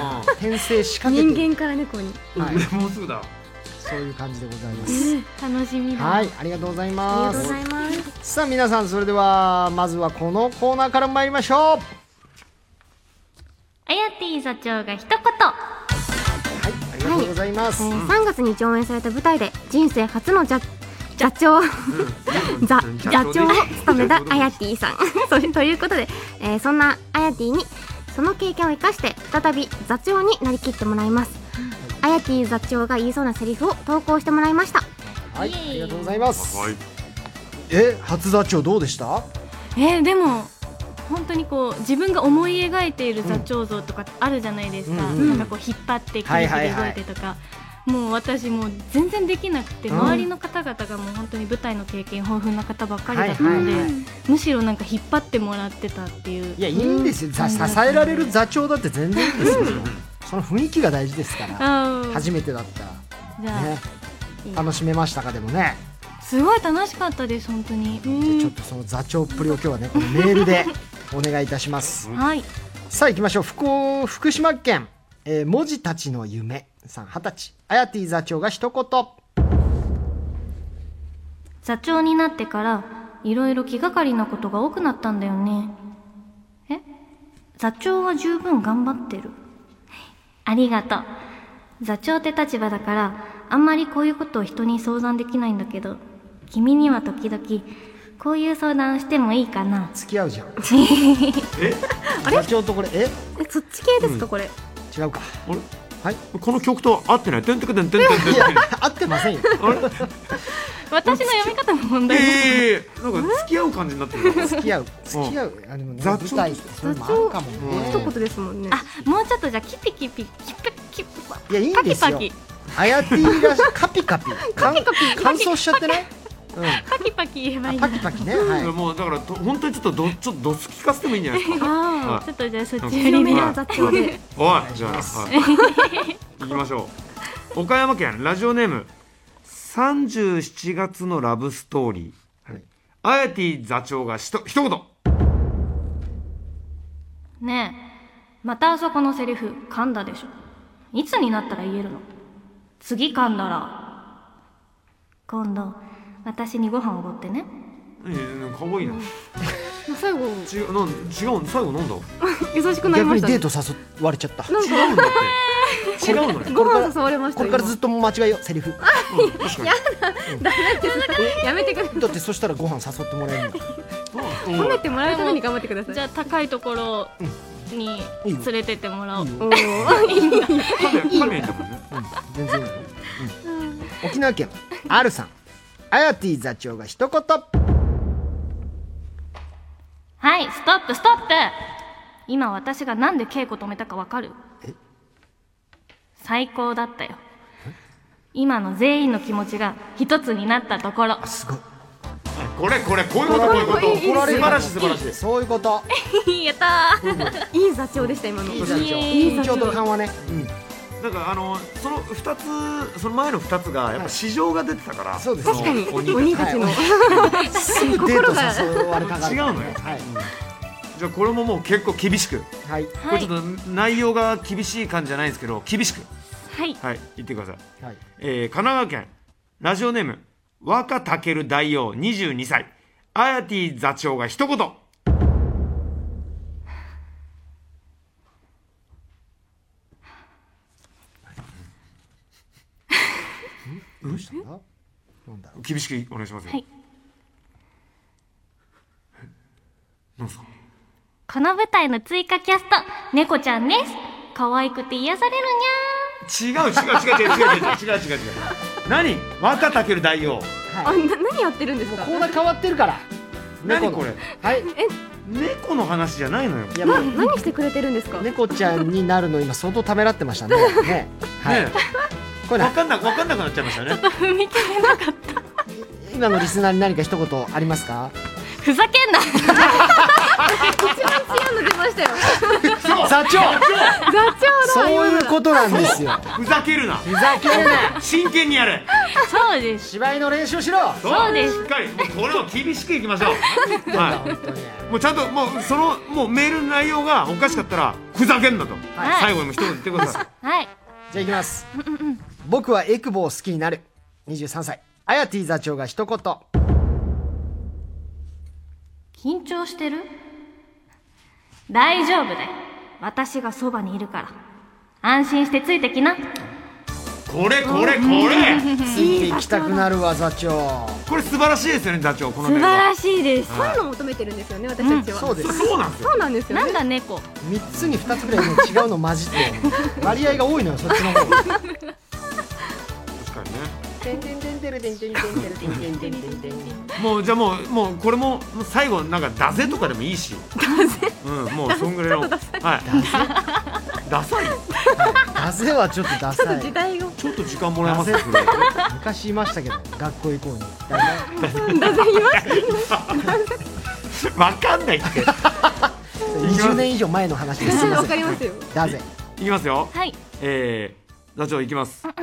Speaker 2: あ
Speaker 1: 転生仕掛けて
Speaker 5: 人間から猫に
Speaker 2: ー
Speaker 1: は い
Speaker 2: うんもうすぐだ
Speaker 1: そういう感じでございます
Speaker 8: 楽しみだ、
Speaker 1: はいありがとうございま
Speaker 7: ありがとう
Speaker 1: す
Speaker 7: ございます
Speaker 1: さあ皆さんそれではまずはこのコーナーから参りましょう
Speaker 8: あやてぃ座長が一言
Speaker 1: はいありがとうございます、
Speaker 7: えー3月に上演された舞台で人生初の座座長座
Speaker 2: 座
Speaker 7: 座長を務めた
Speaker 2: 座長
Speaker 7: あやてぃさんそれということで、えーそんなあやてぃにその経験を生かして再び座長になりきってもらいますあやてぃ座長が言いそうなセリフを投稿してもらいました
Speaker 1: はいありがとうございます、
Speaker 2: はい
Speaker 1: え初座長どうでした
Speaker 8: えーでも
Speaker 6: 本当にこう自分が思い描いている座長像とかあるじゃないですか、
Speaker 1: うんうん
Speaker 6: なんかこう引っ張って切り振り動いてとか、もう私もう全然できなくて、
Speaker 1: うん
Speaker 6: 周りの方々がもう本当に舞台の経験豊富な方ばっかりだったので、
Speaker 1: はいはいはい
Speaker 6: むしろなんか引っ張ってもらってたっていう
Speaker 1: いやいいんですよ、ざ支えられる座長だって全然いいですよ、その雰囲気が大事ですから
Speaker 6: あー
Speaker 1: 初めてだったら
Speaker 6: じゃあ、
Speaker 1: ね楽しめましたかでもね
Speaker 6: すごい楽しかったです本当に、
Speaker 1: ちょっとその座長っぷりを今日はねこのメールでお願いいたします、
Speaker 6: はい
Speaker 1: さあ行きましょう福岡福島県、えー文字たちの夢さん二十歳あやてぃ座長が一言
Speaker 8: 座長になってからいろいろ気がかりなことが多くなったんだよねえ座長は十分頑張ってるありがとう座長って立場だからあんまりこういうことを人に相談できないんだけど君には時々こういう相談してもいいかな
Speaker 1: 付き合うじゃん
Speaker 8: れ
Speaker 1: 座長とこれえ
Speaker 8: えそっち系
Speaker 2: ですか
Speaker 8: これ
Speaker 1: 違うか
Speaker 2: あれ
Speaker 1: はい
Speaker 2: この曲と合ってないてんてくてんてんてんてんてん
Speaker 1: 合ってませんよ
Speaker 2: あれ
Speaker 6: 私の読み方も問題です、
Speaker 2: ええなんか付き合う感じになってる
Speaker 1: 付き合う付き合うあでもね
Speaker 2: 座長
Speaker 1: 舞台それもあるかもね
Speaker 5: 一言ですもんね
Speaker 6: あもうちょっとじゃあキピキピキピキピ
Speaker 1: いやいいん
Speaker 6: パ
Speaker 1: で
Speaker 6: キ
Speaker 1: す
Speaker 6: パ
Speaker 1: よ
Speaker 6: キ
Speaker 1: あやてぃが カピカピかん乾燥しちゃってねう
Speaker 6: パキパキ言えばいい
Speaker 1: ん
Speaker 6: な
Speaker 1: パキパキねはい
Speaker 2: もうだからと本当にちょっとどちょっとどつ聞かせてもいいんじゃないですか
Speaker 6: あ
Speaker 2: はい
Speaker 6: ーちょっとじゃあそっち
Speaker 2: 広めな
Speaker 6: 座
Speaker 2: 長でおいじゃあはい行きましょう岡山県ラジオネーム37月のラブストーリー、
Speaker 1: はい
Speaker 2: あやてぃ座長がひと一言
Speaker 8: ねえまたあそこのセリフ噛んだでしょいつになったら言えるの次噛んだら今度私にご飯おごってね
Speaker 2: ええかわいいな
Speaker 5: 最後
Speaker 2: 違うなん違う最後なんだ
Speaker 5: 優しくなり
Speaker 1: 逆
Speaker 5: ま
Speaker 1: に
Speaker 5: した
Speaker 1: デ
Speaker 5: ね
Speaker 1: ート誘われちゃった
Speaker 5: なん
Speaker 2: 違う
Speaker 5: か
Speaker 2: んだって違うのよ
Speaker 5: ご飯誘われました
Speaker 1: これからずっと間違いよセリフだ
Speaker 2: うん確かに
Speaker 5: 今 やめてください
Speaker 1: ってそしたらご飯誘ってもらえるんだ
Speaker 2: うん
Speaker 5: 褒めてもらうために頑張ってください
Speaker 6: じゃあ高いところに連れてってもらおう。
Speaker 5: おー
Speaker 2: 亀亀だもんね
Speaker 1: 全然いいよ、うん、沖縄県 R さんあやてぃ座長が一言
Speaker 8: はいストップストップ今私がなんで稽古止めたかわかる最高だったよ今の全員の気持ちが一つになった ところ
Speaker 1: すごい
Speaker 2: これこれこういうことこういうこ
Speaker 5: こ
Speaker 2: と
Speaker 5: れこれいい
Speaker 2: 素晴らしい素晴らしい
Speaker 1: そういうこと
Speaker 6: やったー。
Speaker 5: いい座長でした今の
Speaker 1: いい座長
Speaker 6: いい座長
Speaker 1: 緊張と緩和ね、
Speaker 2: なんかあのその二つその前の二つがやっぱ市場が出てたから、
Speaker 1: そうです
Speaker 2: その
Speaker 1: 確
Speaker 5: 確かに
Speaker 2: 鬼が
Speaker 5: 鬼たちの
Speaker 1: は
Speaker 5: すごい
Speaker 1: デー
Speaker 5: 心が
Speaker 1: ト誘われたから
Speaker 2: 違うのよ
Speaker 1: はい、
Speaker 2: じゃあこれももう結構厳しく、
Speaker 1: はい
Speaker 2: これちょっと内容が厳しい感じじゃないんですけど厳しく
Speaker 6: はい。
Speaker 2: はい言ってください、
Speaker 1: はい、
Speaker 2: えー、神奈川県ラジオネーム若たける大王22歳あやてぃ座長が一言
Speaker 1: どうしたんだなんだろ
Speaker 2: 厳しくお願いしますよ
Speaker 6: はい
Speaker 2: なんすか
Speaker 8: この舞台の追加キャスト猫ちゃんです可愛くて癒されるに
Speaker 2: 違う違う違う違う違う違う違う違う違う何若たける大王
Speaker 5: あな何やってるんですか
Speaker 1: うコーナー変わってるから
Speaker 2: 何
Speaker 1: 猫
Speaker 2: こ
Speaker 1: の
Speaker 2: れ
Speaker 1: はい
Speaker 2: 猫の話じゃないのよ
Speaker 1: いやも
Speaker 5: な
Speaker 1: う
Speaker 5: 何してくれてるんですか
Speaker 1: 猫ちゃんになるの今相当ためらってましたねねはい、
Speaker 2: ね
Speaker 1: これ
Speaker 2: 分かんなく分かんなくなっちゃいましたね
Speaker 6: 踏 み切れなかっ
Speaker 1: 今のリスナーに何か一言ありますか
Speaker 6: た。ふざけんな。
Speaker 5: 違うの出ま したよ
Speaker 1: 座
Speaker 5: 座長
Speaker 1: 長
Speaker 5: だ
Speaker 1: そういうことなんですよ
Speaker 2: ふざけるな
Speaker 1: ふざけるな
Speaker 2: 真剣にやれ
Speaker 6: そうです。
Speaker 1: 芝居の練習しろ
Speaker 2: そうですしっかりもうこれは厳しくいきましょうは
Speaker 1: 本当に
Speaker 2: いもうちゃんともうそのもうメールの内容がおかしかったらふざけんなと、
Speaker 6: はい
Speaker 2: 最後にも一言言ってください
Speaker 6: はい。
Speaker 1: じゃあいきます僕はエクボを好きになる23歳あやてぃ座長が一言
Speaker 8: ゃ緊張してる大丈夫だよ私がそばにいるから安心してついてきな
Speaker 2: これこれこれ
Speaker 1: ついていきたくなるわ座長
Speaker 2: これ素晴らしいですよね座長この
Speaker 6: 素
Speaker 2: メー
Speaker 6: 晴
Speaker 2: ルは
Speaker 6: らしいです。
Speaker 5: そういうの求めてるんですよね私たちは、
Speaker 1: そうです
Speaker 2: そうなんですよ
Speaker 5: そうなんですよ
Speaker 6: なん
Speaker 5: ね
Speaker 6: だ猫。
Speaker 1: 3つに2つぐらいね違うの混じって割合が多いのよそっちの方
Speaker 2: 確かにねもうじゃあもうもうこれももう最後なんかだぜとかでもいいし。うんもうそんぐらいの。はい。ダサい。
Speaker 1: なぜはちょっとダ サい
Speaker 9: 代を
Speaker 2: ちょっと時間もらえます
Speaker 1: ダ
Speaker 2: か
Speaker 1: セ
Speaker 2: これ。
Speaker 1: 昔いましたけど学校行こうに
Speaker 2: わかんないって。
Speaker 1: 20年以上前の話ですすいません
Speaker 9: ますよ
Speaker 1: なぜ
Speaker 2: いきますよ。
Speaker 11: はい
Speaker 2: えー、座長いきます。神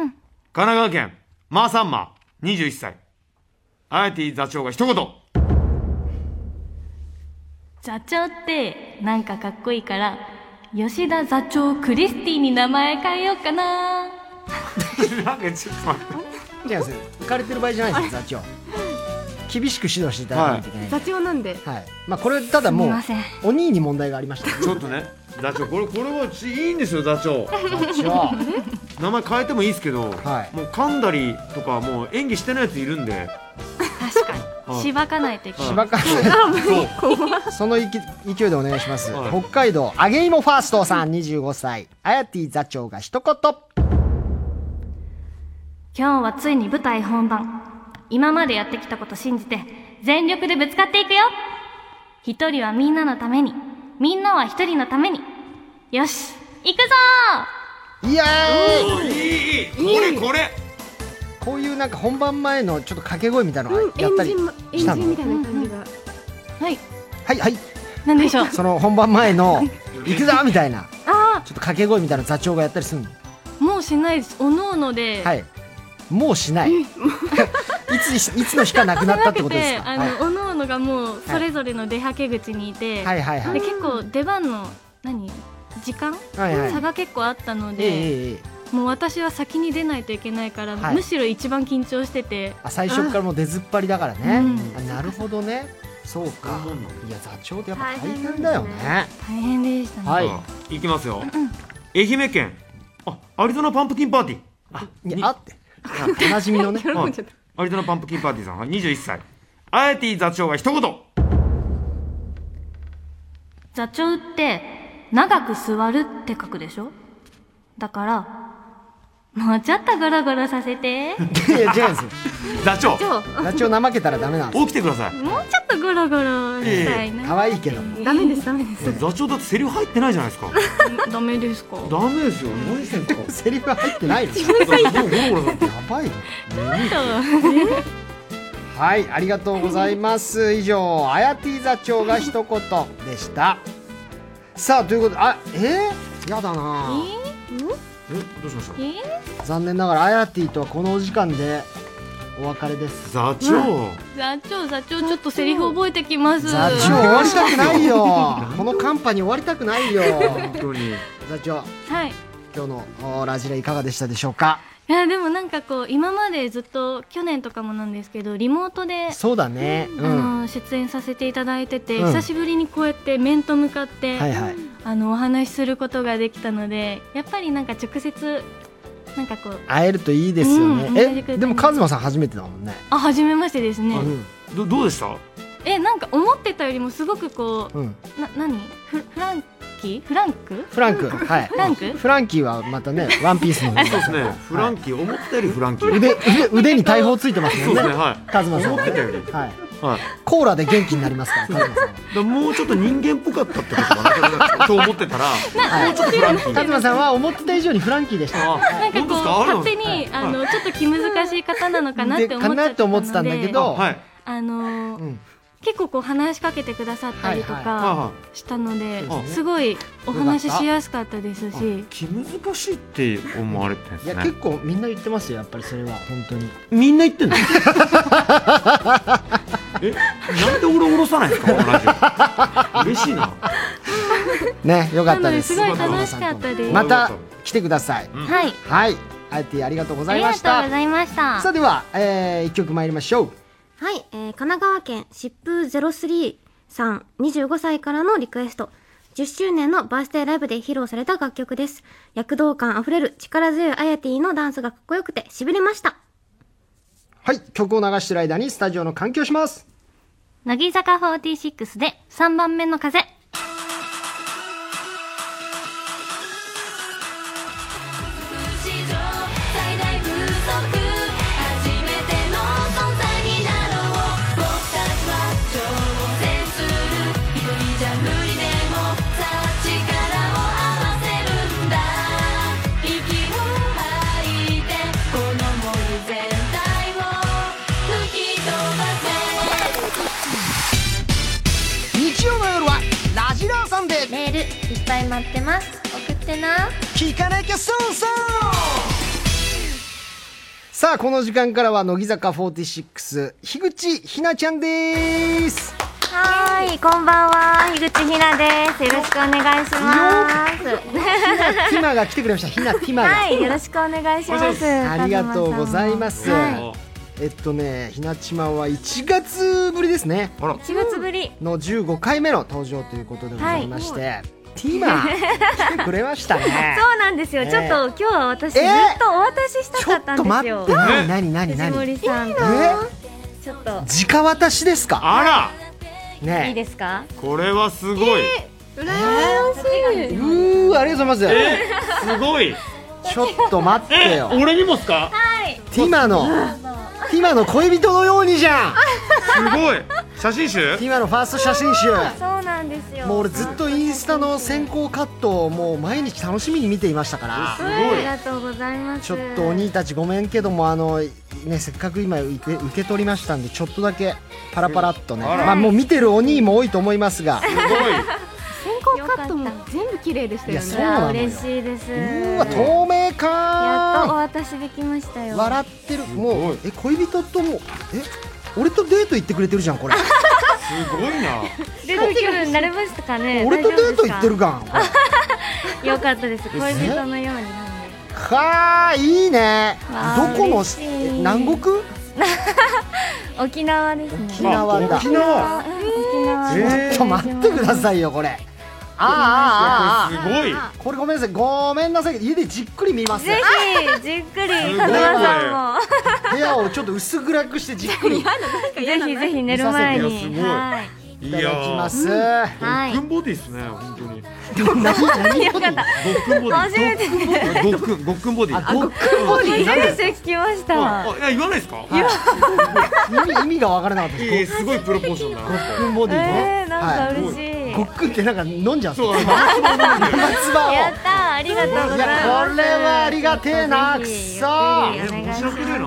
Speaker 2: 奈川県、マーサンマー、21歳。アヤティ座長が一言。
Speaker 11: 座長ってなんかかっこいいから吉田座長クリスティに名前変えようかな
Speaker 2: なんかちょっと待って。
Speaker 1: 違うんですよ浮かれてる場合じゃないですよ座長厳しく指導していただかないといけない
Speaker 9: 座長なんで
Speaker 1: はい、まあこれただ
Speaker 11: す
Speaker 1: もう
Speaker 11: みません
Speaker 1: お兄に問題がありました
Speaker 2: ちょっとね、座長、これ、これはちいいんですよ、座長。
Speaker 1: 一応
Speaker 2: 名前変えてもいいですけど、
Speaker 1: はい
Speaker 2: もう噛んだりとか、もう演技してないやついるんで。
Speaker 11: 確か
Speaker 2: は
Speaker 11: に
Speaker 2: い
Speaker 11: しばかないといけない
Speaker 1: しばか
Speaker 2: そう
Speaker 1: その勢い勢いでお願いします、
Speaker 2: はい
Speaker 1: 北海道揚げ芋ファーストさん25歳あやてぃ座長が一言
Speaker 11: 今日はついに舞台本番今までやってきたこと信じて全力でぶつかっていくよ一人はみんなのためにみんなは一人のためによし行くぞ
Speaker 1: イエーイ
Speaker 2: いい、いい、これ、これ。
Speaker 1: こういうなんか本番前のちょっと掛け声みたいなの
Speaker 9: うん
Speaker 1: やった
Speaker 9: エン
Speaker 1: り
Speaker 9: ジンもエン
Speaker 1: し
Speaker 9: ジ
Speaker 1: た
Speaker 9: ン
Speaker 1: の
Speaker 9: みたいな感じが
Speaker 8: はい
Speaker 1: はいはい
Speaker 8: なんでしょう
Speaker 1: その本番前の「行くぞ!」みたいなちょっ
Speaker 8: あ
Speaker 1: と掛け声みたいなの座長がやったりするの
Speaker 8: あもうしないですおのおので、
Speaker 1: はいもうしない いついつの日かなくなったってことです か、
Speaker 8: あ
Speaker 1: は
Speaker 8: の、おのおのがもうそれぞれの出はけ口にい
Speaker 1: い、
Speaker 8: て、
Speaker 1: はいはいはい
Speaker 8: で結構出番の何時間、
Speaker 1: はいはい
Speaker 8: 差が結構あったの
Speaker 1: ええ
Speaker 8: で、
Speaker 1: ええええ
Speaker 8: もう私は先に出ないといけないから、
Speaker 1: はい
Speaker 8: むしろ一番緊張してて
Speaker 1: あ最初からもう出ずっぱりだからね、
Speaker 8: うん
Speaker 1: あなるほどねそうか
Speaker 2: そうなん
Speaker 1: いや座長ってやっぱ大変だよね
Speaker 8: 大変でしたね
Speaker 1: はい
Speaker 2: い、きますよ。愛媛県、あ、アリゾナパンプキンパーティー。あ、
Speaker 1: いやあっておなじみの ね
Speaker 2: はいアリゾナパンプキンパーティーさん、はい21歳。アヤティ座長が一言。
Speaker 11: 座長って長く座るって書くでしょだからもうちょっとゴロゴロさせ て
Speaker 1: いや違うんです
Speaker 2: 座長
Speaker 1: よ座長怠けたらダメなんで
Speaker 2: 起きてください
Speaker 11: もうちょっとゴロゴロしたい
Speaker 1: す
Speaker 11: な
Speaker 1: 可愛いけど
Speaker 9: ダメですダメです
Speaker 2: 座長だってセリフ入ってないじゃないですか
Speaker 8: ダメですか
Speaker 2: ダメですよ何してんの
Speaker 1: セリフ入ってないの
Speaker 2: もうゴロゴロだって
Speaker 1: やばいよはいありがとうございます以上あやてぃ座長が一言でしたさあということであえー、やだなぁ
Speaker 2: えどうしました
Speaker 1: 残念ながらあやてぃとはこのお時間でお別れです
Speaker 2: 座長
Speaker 8: 座長座長ちょっとセリフ覚えてきます
Speaker 1: 座長終わりたくないよこのカンパに終わりたくないよ
Speaker 2: 本当に
Speaker 1: 座長
Speaker 8: はい
Speaker 1: 今日のおラジラいかがでしたでしょうか
Speaker 8: いやでもなんかこう今までずっと去年とかもなんですけどリモートで、
Speaker 1: そうだねうんは
Speaker 8: あの出演させていただいてて、
Speaker 1: うん
Speaker 8: 久しぶりにこうやって面と向かって、
Speaker 1: いはい
Speaker 8: あのお話しすることができたのでやっぱりなんか直接なんかこう
Speaker 1: 会えるといいですよね、
Speaker 8: うん
Speaker 1: えでもカズマさん初めてだもんね、
Speaker 8: あ初めましてですね、
Speaker 1: うん
Speaker 2: どどうでした
Speaker 8: えなんか思ってたよりもすごくこ
Speaker 1: う
Speaker 8: う
Speaker 1: ん、
Speaker 8: な何フフランキフランク
Speaker 1: フランクはい
Speaker 8: フランク
Speaker 1: フランキーはまたねワンピースの
Speaker 2: そうですねフランキー思ったよりフランキー
Speaker 1: 腕腕腕に大砲ついてます
Speaker 2: そ
Speaker 1: よ
Speaker 2: うで
Speaker 1: ね
Speaker 2: すねは
Speaker 1: カズマ
Speaker 2: い
Speaker 1: さん
Speaker 2: 思っ
Speaker 1: はね
Speaker 2: てたより
Speaker 1: はい
Speaker 2: はい
Speaker 1: コーラで元気になりますからカズマさんは
Speaker 2: だからもうちょっと人間っぽかったってことか なと思ってたらもうちょっとフランキ
Speaker 1: カズ
Speaker 2: ー
Speaker 1: マさんは思ってた以上にフランキーでした
Speaker 2: あ
Speaker 8: なんか
Speaker 2: 本
Speaker 8: こう
Speaker 2: 当ですかあるん
Speaker 8: 勝
Speaker 2: で
Speaker 8: 手
Speaker 2: すか
Speaker 8: に、あのちょっと気難しい方なのかなっ
Speaker 1: で
Speaker 8: て思っちゃったので
Speaker 1: かなと思ってたんだけど
Speaker 2: はいはい
Speaker 8: あのー
Speaker 1: うん
Speaker 8: 結構こう話しかけてくださったりと
Speaker 1: はい
Speaker 8: か
Speaker 2: は
Speaker 8: したので、
Speaker 2: そうですね
Speaker 8: すごいお話ししやすかったですし、
Speaker 2: い気難しいって思われてるん
Speaker 1: い
Speaker 2: で
Speaker 1: や
Speaker 2: す
Speaker 1: 結
Speaker 2: ね
Speaker 1: 構みんな言ってますよやっぱりそれは本当に
Speaker 2: みんな言ってんの えなんで俺下ろさないんですかこのラジオ嬉しいな
Speaker 1: ねよかったです
Speaker 8: なのですごい楽しかったです
Speaker 1: また来てください
Speaker 11: はい
Speaker 1: はいあえてありがとうござ
Speaker 11: あ
Speaker 1: い
Speaker 11: り
Speaker 1: ま
Speaker 11: がとう
Speaker 1: し
Speaker 11: ご
Speaker 1: た
Speaker 11: ざいました
Speaker 1: さあでは、えー、一曲参りましょう
Speaker 7: はい、えー、神奈川県疾風03さん25歳からのリクエスト10周年のバースデーライブで披露された楽曲です躍動感あふれる力強いアヤティのダンスがかっこよくてしびれました
Speaker 1: はい曲を流してる間にスタジオの環境します
Speaker 11: 乃木坂46で3番目の風
Speaker 3: 日常最大風速始待ってます送ってな
Speaker 9: 聞かなきゃ損損
Speaker 1: さあ、この時間からは乃木坂46、樋口ひなちゃ んです。
Speaker 12: はーい、こんばんは、樋口ひなです。よろしくお願いします。
Speaker 1: ひなが来てくれました。ひな、ひなが。
Speaker 12: はい、よろしくお願いします。
Speaker 1: ありがとうございます。
Speaker 12: は
Speaker 1: えっとね、ひなちまは1月ぶりですね。
Speaker 12: い、一月ぶり。
Speaker 1: の15回目の登場ということでございまして、
Speaker 12: はい
Speaker 1: ティーマー来てくれました ね。
Speaker 12: そうなんですよ。
Speaker 1: ね
Speaker 12: ちょっと今日は私ず
Speaker 1: え
Speaker 12: っとお渡ししたかった
Speaker 1: ちょ
Speaker 12: ん
Speaker 1: っと
Speaker 12: です
Speaker 1: 待
Speaker 12: よ。
Speaker 1: って、何何何
Speaker 12: 藤
Speaker 1: 何
Speaker 12: 森さんとちょっと
Speaker 1: 直渡しですか
Speaker 2: あら
Speaker 12: いい
Speaker 1: ね
Speaker 12: ですか？
Speaker 2: これはすごい、
Speaker 12: 羨まし
Speaker 1: えうーありがとうござい
Speaker 2: えすごい
Speaker 1: ますちょっと待って
Speaker 2: え
Speaker 1: よ
Speaker 2: 俺にもっすか
Speaker 1: ティマのティマの恋人のように じゃん
Speaker 2: すごい写真集
Speaker 1: ティマのファースト写真集
Speaker 12: そうなんですよ。
Speaker 1: もう俺ずっとインスタの先行カットをもう毎日楽しみに見ていましたから
Speaker 12: ありがとうございます。
Speaker 1: ちょっとお兄たちごめんけどもあのねせっかく今受け受け取りましたんでちょっとだけパラパラっとね
Speaker 2: あら
Speaker 1: まあもう見てるお兄も多いと思いますが
Speaker 2: すごい
Speaker 5: 先行カットも全部綺麗でしたよね
Speaker 1: いやそう
Speaker 12: いや
Speaker 1: なのよ
Speaker 12: 嬉しいです。
Speaker 1: うわ透明
Speaker 12: やっとお
Speaker 1: か
Speaker 12: 渡しできましたよ。
Speaker 1: 笑ってるもうえ恋人ともえ俺とデート行ってくれてるじゃんこれ
Speaker 2: すごいな
Speaker 12: デート気分になれましたかね。
Speaker 1: 俺とデート行ってる
Speaker 12: 大丈夫で
Speaker 1: がんこれ
Speaker 12: すか。よかったです。恋人のようになんで。
Speaker 1: かーいいね
Speaker 12: わ
Speaker 1: ど
Speaker 12: ー
Speaker 1: この
Speaker 12: 嬉しい
Speaker 1: え南国
Speaker 12: 沖縄ですね。
Speaker 1: 沖縄だ
Speaker 2: 沖縄
Speaker 12: うん沖縄
Speaker 1: ち
Speaker 12: で
Speaker 1: ょっと待ってくださいよこれあーあーあーあ
Speaker 2: すごい
Speaker 1: ーこれごめんなさいごめんなさい家でじっくり見ます
Speaker 12: ぜひじっくり
Speaker 2: すご
Speaker 12: 風
Speaker 2: い
Speaker 12: 間さんも
Speaker 1: 部屋をちょっと薄暗くしてじっくりいただ
Speaker 12: ぜひぜひ寝る前
Speaker 2: 見させて
Speaker 12: に。
Speaker 2: よすごい
Speaker 12: はい。
Speaker 2: い
Speaker 1: きます
Speaker 12: はい
Speaker 2: ドックンボディですね本当にド
Speaker 1: 何
Speaker 12: よかった。
Speaker 2: ックンボディ
Speaker 12: 初めて
Speaker 2: ドックンごっくんボディ
Speaker 1: あごっくんボディ
Speaker 12: 初めて聞きまし
Speaker 2: あ
Speaker 12: た。
Speaker 2: あいや言わないですか
Speaker 1: 意味意味が分からなかった
Speaker 2: い
Speaker 1: で
Speaker 2: や
Speaker 1: す
Speaker 2: いやすごいプロポーションだな
Speaker 1: ごっくんボディ
Speaker 12: え
Speaker 1: ね
Speaker 12: ー、なんか
Speaker 1: は
Speaker 12: 嬉しい。
Speaker 1: いごっくんってなんか飲んじゃうんです
Speaker 2: そ
Speaker 1: よ
Speaker 2: うあ
Speaker 1: 生唾を
Speaker 12: やったー、ありがとうございます。
Speaker 1: いやこれはありがてえな
Speaker 12: ぜひ
Speaker 1: くそー
Speaker 12: ゆっくりお願いし
Speaker 2: 面白くねえ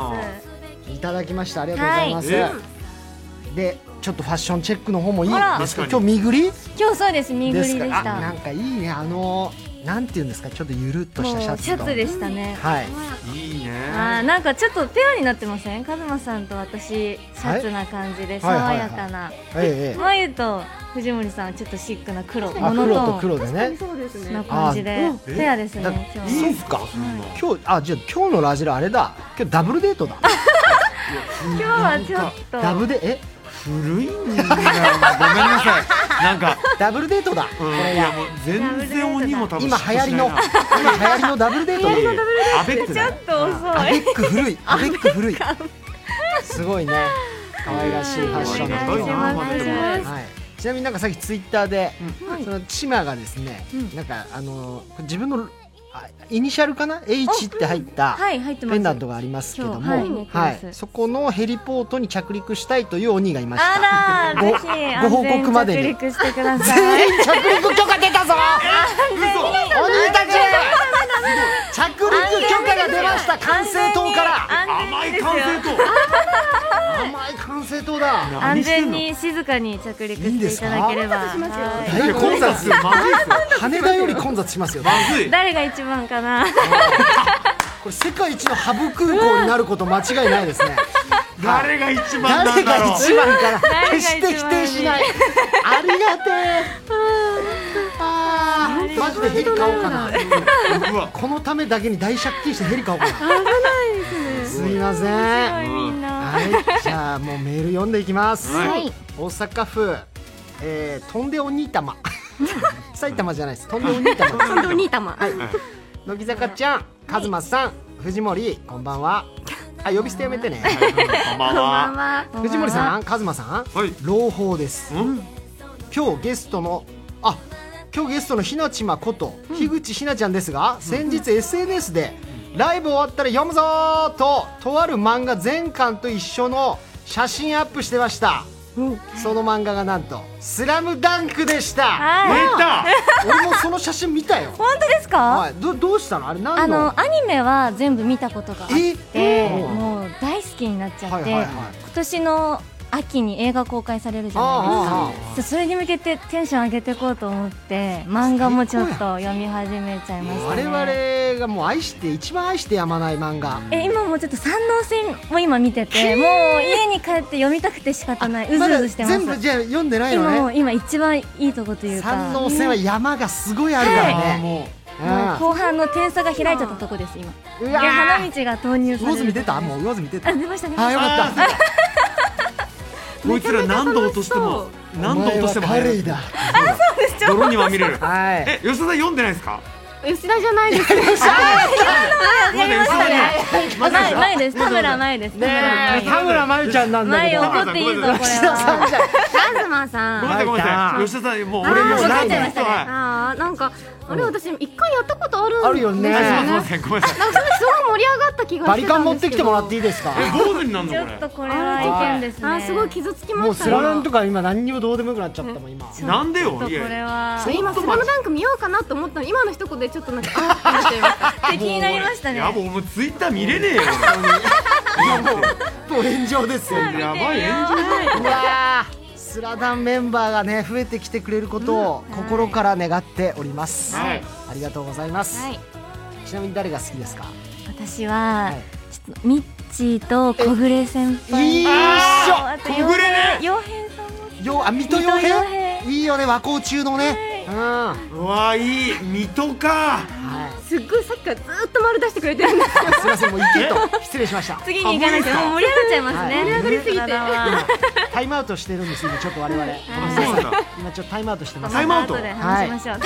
Speaker 2: ない
Speaker 1: ただきましたありがとうござい
Speaker 2: は
Speaker 1: ます、でちょっとファッションチェックの方もいい
Speaker 12: あら
Speaker 1: ですか
Speaker 2: 確か
Speaker 1: 今
Speaker 2: に
Speaker 1: 日見ぐり
Speaker 12: ます。今日そうです、見ぐ
Speaker 1: で
Speaker 12: り
Speaker 1: す
Speaker 12: で
Speaker 1: か
Speaker 12: し
Speaker 1: あな
Speaker 12: た。
Speaker 1: んかいいねあのなんていうんですかちょっとゆるっとしたシ
Speaker 12: も
Speaker 1: ャ
Speaker 12: う
Speaker 1: ツと
Speaker 12: シャツでしたね。
Speaker 1: はい
Speaker 2: いいね
Speaker 12: あーなんかちょっとペアになってませんカズマさんと私シャツな感じで
Speaker 1: はい
Speaker 12: 爽やかな
Speaker 1: ええええ
Speaker 12: まゆと藤森さんはちょっとシックな黒
Speaker 1: あ
Speaker 12: モノ
Speaker 1: 黒と
Speaker 12: トー
Speaker 1: 黒でね
Speaker 5: そうです
Speaker 12: ンな
Speaker 5: ね
Speaker 12: 感じで
Speaker 2: あ
Speaker 12: ペアです
Speaker 1: だ
Speaker 12: ね今日
Speaker 1: そ
Speaker 12: は
Speaker 1: うか
Speaker 2: そんな
Speaker 1: 今日あじゃあ今日のラジラあれだ今日ダブルデートだ
Speaker 12: 今日はちょっと
Speaker 1: ダブでえ
Speaker 2: 古いんだよごめんなさいなんか
Speaker 1: ダブルデートだ
Speaker 2: うんいやもう全然鬼も多分
Speaker 1: 今流行りの今流行りのダブルデートだ
Speaker 2: アベック
Speaker 12: ち
Speaker 2: だ
Speaker 12: ょ
Speaker 2: よ
Speaker 12: っと
Speaker 1: ア
Speaker 12: 遅
Speaker 1: ベ
Speaker 12: い
Speaker 1: ック古いアベック古いすごいね可愛らしいファッション
Speaker 2: お願いします
Speaker 1: はいはいちなみになんかさっきツイッターで、そのチマがですね、なんかあの自分のあイニシャルかな H って入った
Speaker 12: はい入ってます
Speaker 1: ペンダントがありますけども、
Speaker 12: 今日はいネック
Speaker 1: は
Speaker 12: レス
Speaker 1: い、そこのヘリポートに着陸したいという鬼がいました
Speaker 12: あらぜ
Speaker 1: ご
Speaker 12: ひ安
Speaker 1: ご報
Speaker 12: 全
Speaker 1: 告までに
Speaker 12: 着陸してください
Speaker 1: 全員着陸許可出たぞ鬼たち着陸許可が出ました管制塔から
Speaker 2: 甘い完成と
Speaker 1: 甘い管制塔だ
Speaker 12: 安
Speaker 2: 何して
Speaker 12: 全
Speaker 2: んのい
Speaker 12: に静かに着陸していただければはい
Speaker 1: だい
Speaker 2: や
Speaker 1: ぶ
Speaker 2: 混雑するまずいっすよ
Speaker 1: 羽田より混雑しますよね
Speaker 2: まずい
Speaker 12: 誰が一番かな
Speaker 1: これ世界一のハブ空港になること間違いないですね
Speaker 2: 誰が一番な
Speaker 1: 誰
Speaker 2: んだろ
Speaker 1: が
Speaker 2: う
Speaker 1: 一番から
Speaker 12: 誰が一番
Speaker 1: 決して否定しないありがてえあーマジでヘリ買おうかな
Speaker 2: うわ
Speaker 1: このためだけに大借金してヘリ買おうかなすいませんはい
Speaker 12: みんな
Speaker 1: じゃあもうメール読んでいきます
Speaker 12: はい
Speaker 1: 大阪府えー飛んでお 兄玉埼玉じゃないです飛んでお兄玉
Speaker 7: 本当にたま。
Speaker 1: 乃木坂ちゃん、カズマさん、藤森、こんばんは。あ、呼び捨てやめてね。
Speaker 2: こんばんは
Speaker 1: 藤森さん、カズマさん、
Speaker 2: はい
Speaker 1: 朗報です。
Speaker 2: うん
Speaker 1: 今日ゲストの、あ、今日ゲストのひなちまこと、樋口ひなちゃんですが、先日 SNS で、ライブ終わったら読むぞーと、とある漫画全巻と一緒の写真アップしてました。その漫画がなんと「スラムダンクでした
Speaker 12: はい
Speaker 2: 出た
Speaker 1: 俺もその写真見たよ
Speaker 12: 本当です
Speaker 1: は
Speaker 12: か
Speaker 1: いどどうしたのあれ
Speaker 12: あ
Speaker 1: 何の
Speaker 12: のアニメは全部見たことがあっ
Speaker 1: え
Speaker 12: て
Speaker 1: うん
Speaker 12: もう大好きになっちゃって
Speaker 1: はいはいはい
Speaker 12: 今年の秋に映画公開されるじゃないです
Speaker 3: あああ
Speaker 12: かそうそれに向けてテンション上げていこうと思って漫画もちょっと読み始めちゃいました
Speaker 1: 我
Speaker 12: ね
Speaker 1: 々がもう愛して一番愛してやまない漫画
Speaker 12: え今もうちょっと三能線も今見ててもう家に帰って読みたくて仕方ないうずうずしてます
Speaker 1: 全部じゃあ読んでない
Speaker 12: 今も
Speaker 1: の
Speaker 12: う
Speaker 1: ね
Speaker 12: 今一番いいとこというか
Speaker 1: 三能線は山がすごいあるからね、も
Speaker 12: もう
Speaker 1: う
Speaker 12: 後半の点差が開いちゃったとこです今
Speaker 1: う
Speaker 12: い
Speaker 1: わ
Speaker 12: や
Speaker 1: ー
Speaker 12: 花道が投入され
Speaker 1: ん
Speaker 12: る
Speaker 1: 魚住出たもう魚住出た
Speaker 12: あ出ましたね
Speaker 1: あよかった
Speaker 2: こいつら何度落としても何度落としても
Speaker 1: お前はカレ
Speaker 2: 入
Speaker 1: イだ
Speaker 12: あそうですちょっと
Speaker 2: 泥には見れる
Speaker 1: はい
Speaker 2: え吉田さん読んでないですか
Speaker 5: 吉田じゃないですね。
Speaker 12: やりましたね
Speaker 2: まだ
Speaker 12: な
Speaker 2: です
Speaker 12: いないです田村ないです田村
Speaker 1: 田村真由ちゃんなんだけど
Speaker 12: 前怒っていいぞこれは
Speaker 1: 吉田さんじゃん
Speaker 5: ラズマンさん。
Speaker 2: ごめんなさいごめんなさい
Speaker 1: はい
Speaker 2: 吉田さんもう
Speaker 5: あ
Speaker 2: 俺
Speaker 5: ー
Speaker 2: もう
Speaker 5: わかっ
Speaker 2: 何
Speaker 5: ちゃい
Speaker 2: 度
Speaker 5: ましたね。あーなんかあれ私一回やったことあるん
Speaker 1: あるよね
Speaker 5: です
Speaker 2: ごめんなさいごめんなさい
Speaker 5: なんかすごい盛り上がった気がしてたんですけど。
Speaker 1: バリカン持ってきてもらっていい ですか
Speaker 2: え坊主になるの
Speaker 12: ちょ
Speaker 2: こ
Speaker 12: っ
Speaker 2: れ
Speaker 12: とこれは意見ですね
Speaker 5: あーすごい傷つきま
Speaker 1: もう
Speaker 5: し
Speaker 1: ス
Speaker 5: た
Speaker 1: ラダン
Speaker 5: よ。
Speaker 1: とか今何にもどうでもよくなっちゃったもん今
Speaker 2: なんでよ
Speaker 12: ちょっとこ
Speaker 2: い
Speaker 12: れ
Speaker 2: や
Speaker 12: は
Speaker 2: ちょっと
Speaker 5: 今
Speaker 2: 待
Speaker 5: ス
Speaker 2: って
Speaker 5: ラムダンク見ようかなと思ったの今の一言でちょっとなんかあーってなっちゃいました
Speaker 12: 気になりましたね
Speaker 2: やばいもうツイッター見 れねえよ
Speaker 1: もう炎上ですよ
Speaker 2: 俺やばい炎上
Speaker 1: うわースラダンメンバーがね増えてきてくれることを心から願っております、
Speaker 2: はい
Speaker 1: ありがとうございます、
Speaker 12: はい
Speaker 1: ちなみに誰が好きですか
Speaker 12: 私はちょっとミッチーと小暮先輩
Speaker 1: いいっしょ
Speaker 12: あーあと
Speaker 2: 小暮ね
Speaker 12: 傭兵さんも
Speaker 1: よあ水戸洋
Speaker 12: 水戸洋
Speaker 1: 平いいよね和光中のね、うん
Speaker 2: うわいい水戸か
Speaker 1: は
Speaker 5: すっごいさっきからずーっと丸出してくれてるんです
Speaker 1: い、すいませんもう行けと失礼しました
Speaker 12: 次に行かなきゃもう盛り上がっちゃいます
Speaker 1: はい
Speaker 12: ね
Speaker 1: 盛り上
Speaker 5: がりすぎて
Speaker 12: 体は
Speaker 1: タイムアウトしてるんです今ちょっと我々、
Speaker 2: あそうなんだ
Speaker 1: 今ちょっとタイムアウトしてます
Speaker 2: タイムアウト
Speaker 12: 後で話しましょう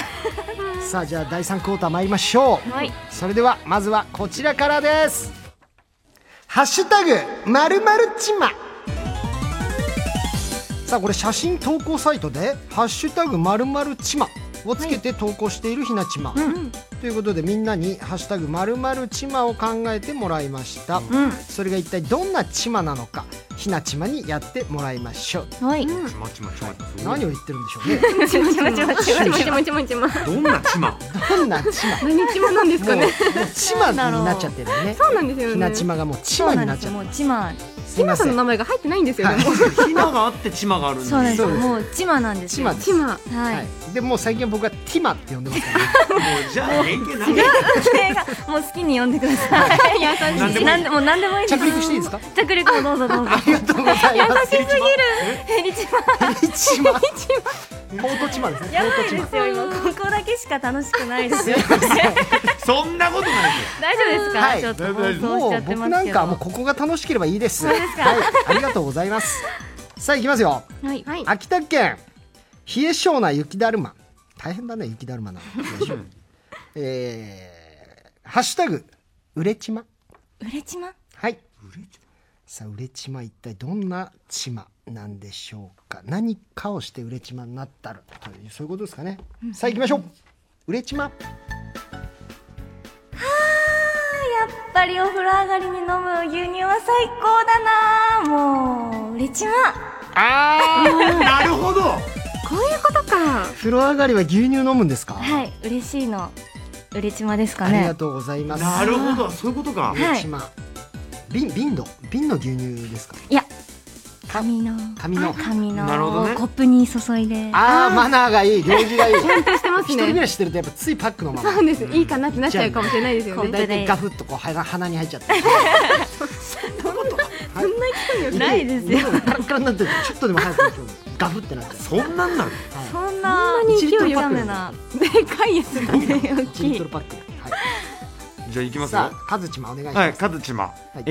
Speaker 1: さあじゃあ第3クォーター参りましょう、
Speaker 12: はい
Speaker 1: それではまずはこちらからです「ハッシュタグまるまるちま」さあこれ写真投稿サイトで「ハッシュタグまるまるちま」をつけて投稿しているひなちま、ということでみんなに「ハッシュタグまるまるちま」を考えてもらいました、それが一体どんなちまなのかひなちまにやってもらいましょう
Speaker 12: はい
Speaker 2: ちまちまちまちま
Speaker 1: 何を言ってるんでしょう ね
Speaker 5: もちもちもちもち
Speaker 2: どんな ちま
Speaker 1: どんなちま
Speaker 5: 何日もなんです
Speaker 1: も
Speaker 5: か
Speaker 1: うもう
Speaker 5: ね
Speaker 1: チマになっちゃってるよね。
Speaker 5: そうなんですよね
Speaker 1: ひなちまがもうチ
Speaker 12: そ
Speaker 1: マ
Speaker 12: うな
Speaker 1: に
Speaker 12: ん
Speaker 1: な
Speaker 12: です
Speaker 1: っち
Speaker 12: よも
Speaker 1: ゃっ
Speaker 12: う
Speaker 1: てる。
Speaker 12: ちま
Speaker 1: すいま
Speaker 5: さ
Speaker 1: せ
Speaker 5: んの
Speaker 1: ん。
Speaker 5: 名前が入ってないんですよねもう
Speaker 2: ひながあってちまがあるんで
Speaker 12: そうなんですよ
Speaker 1: そうです
Speaker 12: もうちまなんです
Speaker 1: チ
Speaker 12: よ
Speaker 1: マ
Speaker 12: は
Speaker 1: です。
Speaker 5: チマ
Speaker 1: はいい。でもう最近僕はティマって呼んでます からね。
Speaker 2: じゃあ連携ないよ
Speaker 12: それがもう好きに呼んでください
Speaker 2: 何でもいい
Speaker 12: 何でもう何でもいいです
Speaker 1: 着陸していいですか
Speaker 12: 着陸もどうぞどうぞ
Speaker 1: ありがとうございます。
Speaker 12: 優しすぎるヘリチマ
Speaker 1: ヘリチマ。ポートチマですね。
Speaker 12: やばいですよ今ここだけしか楽しくないですよ
Speaker 2: そんなことないですよ
Speaker 12: 大丈夫ですか、
Speaker 1: はい
Speaker 12: ちょっと放送し
Speaker 1: も
Speaker 12: ちゃ
Speaker 1: う
Speaker 12: って
Speaker 1: 僕
Speaker 12: ま
Speaker 1: な
Speaker 12: す
Speaker 1: ん
Speaker 12: け
Speaker 1: かもう
Speaker 12: ど
Speaker 1: ここが楽しければいいです。はい。ありがとうございます。さあ行きますよ。
Speaker 12: はい
Speaker 5: はい
Speaker 1: 秋田県冷え性な雪だるま大変だね雪だるま なえー、ハッシュタグ売れちま
Speaker 12: うれちま
Speaker 1: はいさあ売れちま一体どんなちまなんでしょうか何かをして売れちまになったるというそういうことですかね、さあ行きましょう売れちま
Speaker 12: やっぱりお風呂上がりに飲む牛乳は最高だなもううれちま
Speaker 1: あー
Speaker 2: なるほど
Speaker 5: こういうことか
Speaker 1: 風呂上がりは牛乳飲むんですか、
Speaker 12: はいうれしいのうれちまですか
Speaker 1: あり
Speaker 12: ね
Speaker 1: がとうございます
Speaker 2: なるほどそういうことか
Speaker 1: 売れちま瓶瓶の瓶の牛乳ですか
Speaker 12: いや紙の
Speaker 1: 紙の
Speaker 12: 紙の
Speaker 2: なるほどね
Speaker 12: コップに注いで
Speaker 1: あーマナーがいい行儀がいい
Speaker 5: してま
Speaker 1: 一
Speaker 5: す
Speaker 1: 人暮
Speaker 5: ね
Speaker 1: らししてるとやっぱついパックのまま
Speaker 5: そうですいいかなってなっちゃうかもしれないですよ
Speaker 12: 本当
Speaker 5: ね
Speaker 1: 大
Speaker 12: に
Speaker 1: 体ガフッとこう鼻鼻に入っちゃって
Speaker 5: そんな勢いよ
Speaker 12: ないですよ
Speaker 1: カラッカラになってるちょっとでも早くガフってなっちゃう
Speaker 2: そんなんなの
Speaker 12: そん
Speaker 5: そ
Speaker 12: な
Speaker 5: んなに勢い
Speaker 12: 一
Speaker 5: よ
Speaker 12: リットルダメな
Speaker 5: でかいやつだね大
Speaker 1: 1リ
Speaker 5: き
Speaker 1: ッ
Speaker 5: い
Speaker 1: トルパックで、はい、
Speaker 2: じゃあ行きます
Speaker 1: さ
Speaker 2: よ
Speaker 1: あカズチマお願いし
Speaker 2: はい、
Speaker 1: ます、
Speaker 2: カズチマ。
Speaker 1: い
Speaker 2: え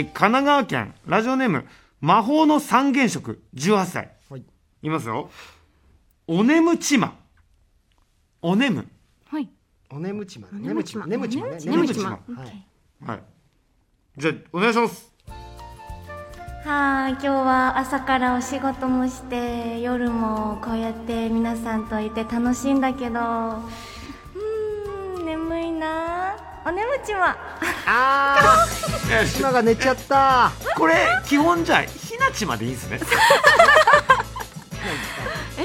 Speaker 2: ー、神奈川県、ラジオネーム、魔法の三原色、18歳。
Speaker 1: はい
Speaker 2: いますよ。おねむちま。おねむ。
Speaker 12: はい
Speaker 1: おねむちまねむちまねむちまね
Speaker 2: ねむち
Speaker 1: ね
Speaker 2: ま
Speaker 1: むちまはい
Speaker 2: はい。じゃあ、お願いします。
Speaker 13: はあ今日は朝からお仕事もして夜もこうやって皆さんといて楽しいんだけどうーん眠いなお眠ちま
Speaker 1: あーチマが寝ちゃった
Speaker 2: これ、基本じゃあ、ひなちまでいいんですね。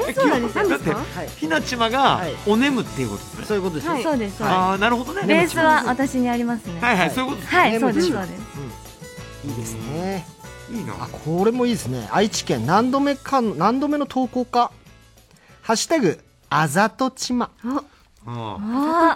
Speaker 2: え、そうなんですだって、
Speaker 1: はい
Speaker 2: ひなちま
Speaker 1: は
Speaker 2: が
Speaker 1: い、
Speaker 2: おねむっていうことですね。
Speaker 1: そういうことですよ、
Speaker 12: そうですそうです
Speaker 2: ああ、なるほどね。
Speaker 12: ベースは私にありますね
Speaker 2: はいはい、そういうことです。
Speaker 12: はい
Speaker 1: ね
Speaker 12: そうです
Speaker 1: も
Speaker 12: そ
Speaker 1: ち
Speaker 12: うです
Speaker 1: いいですね
Speaker 2: いいな
Speaker 1: あこれもいいですね愛知県何度目かの何度目の投稿か「ハッシュタグあざとちま」
Speaker 2: あ
Speaker 12: あ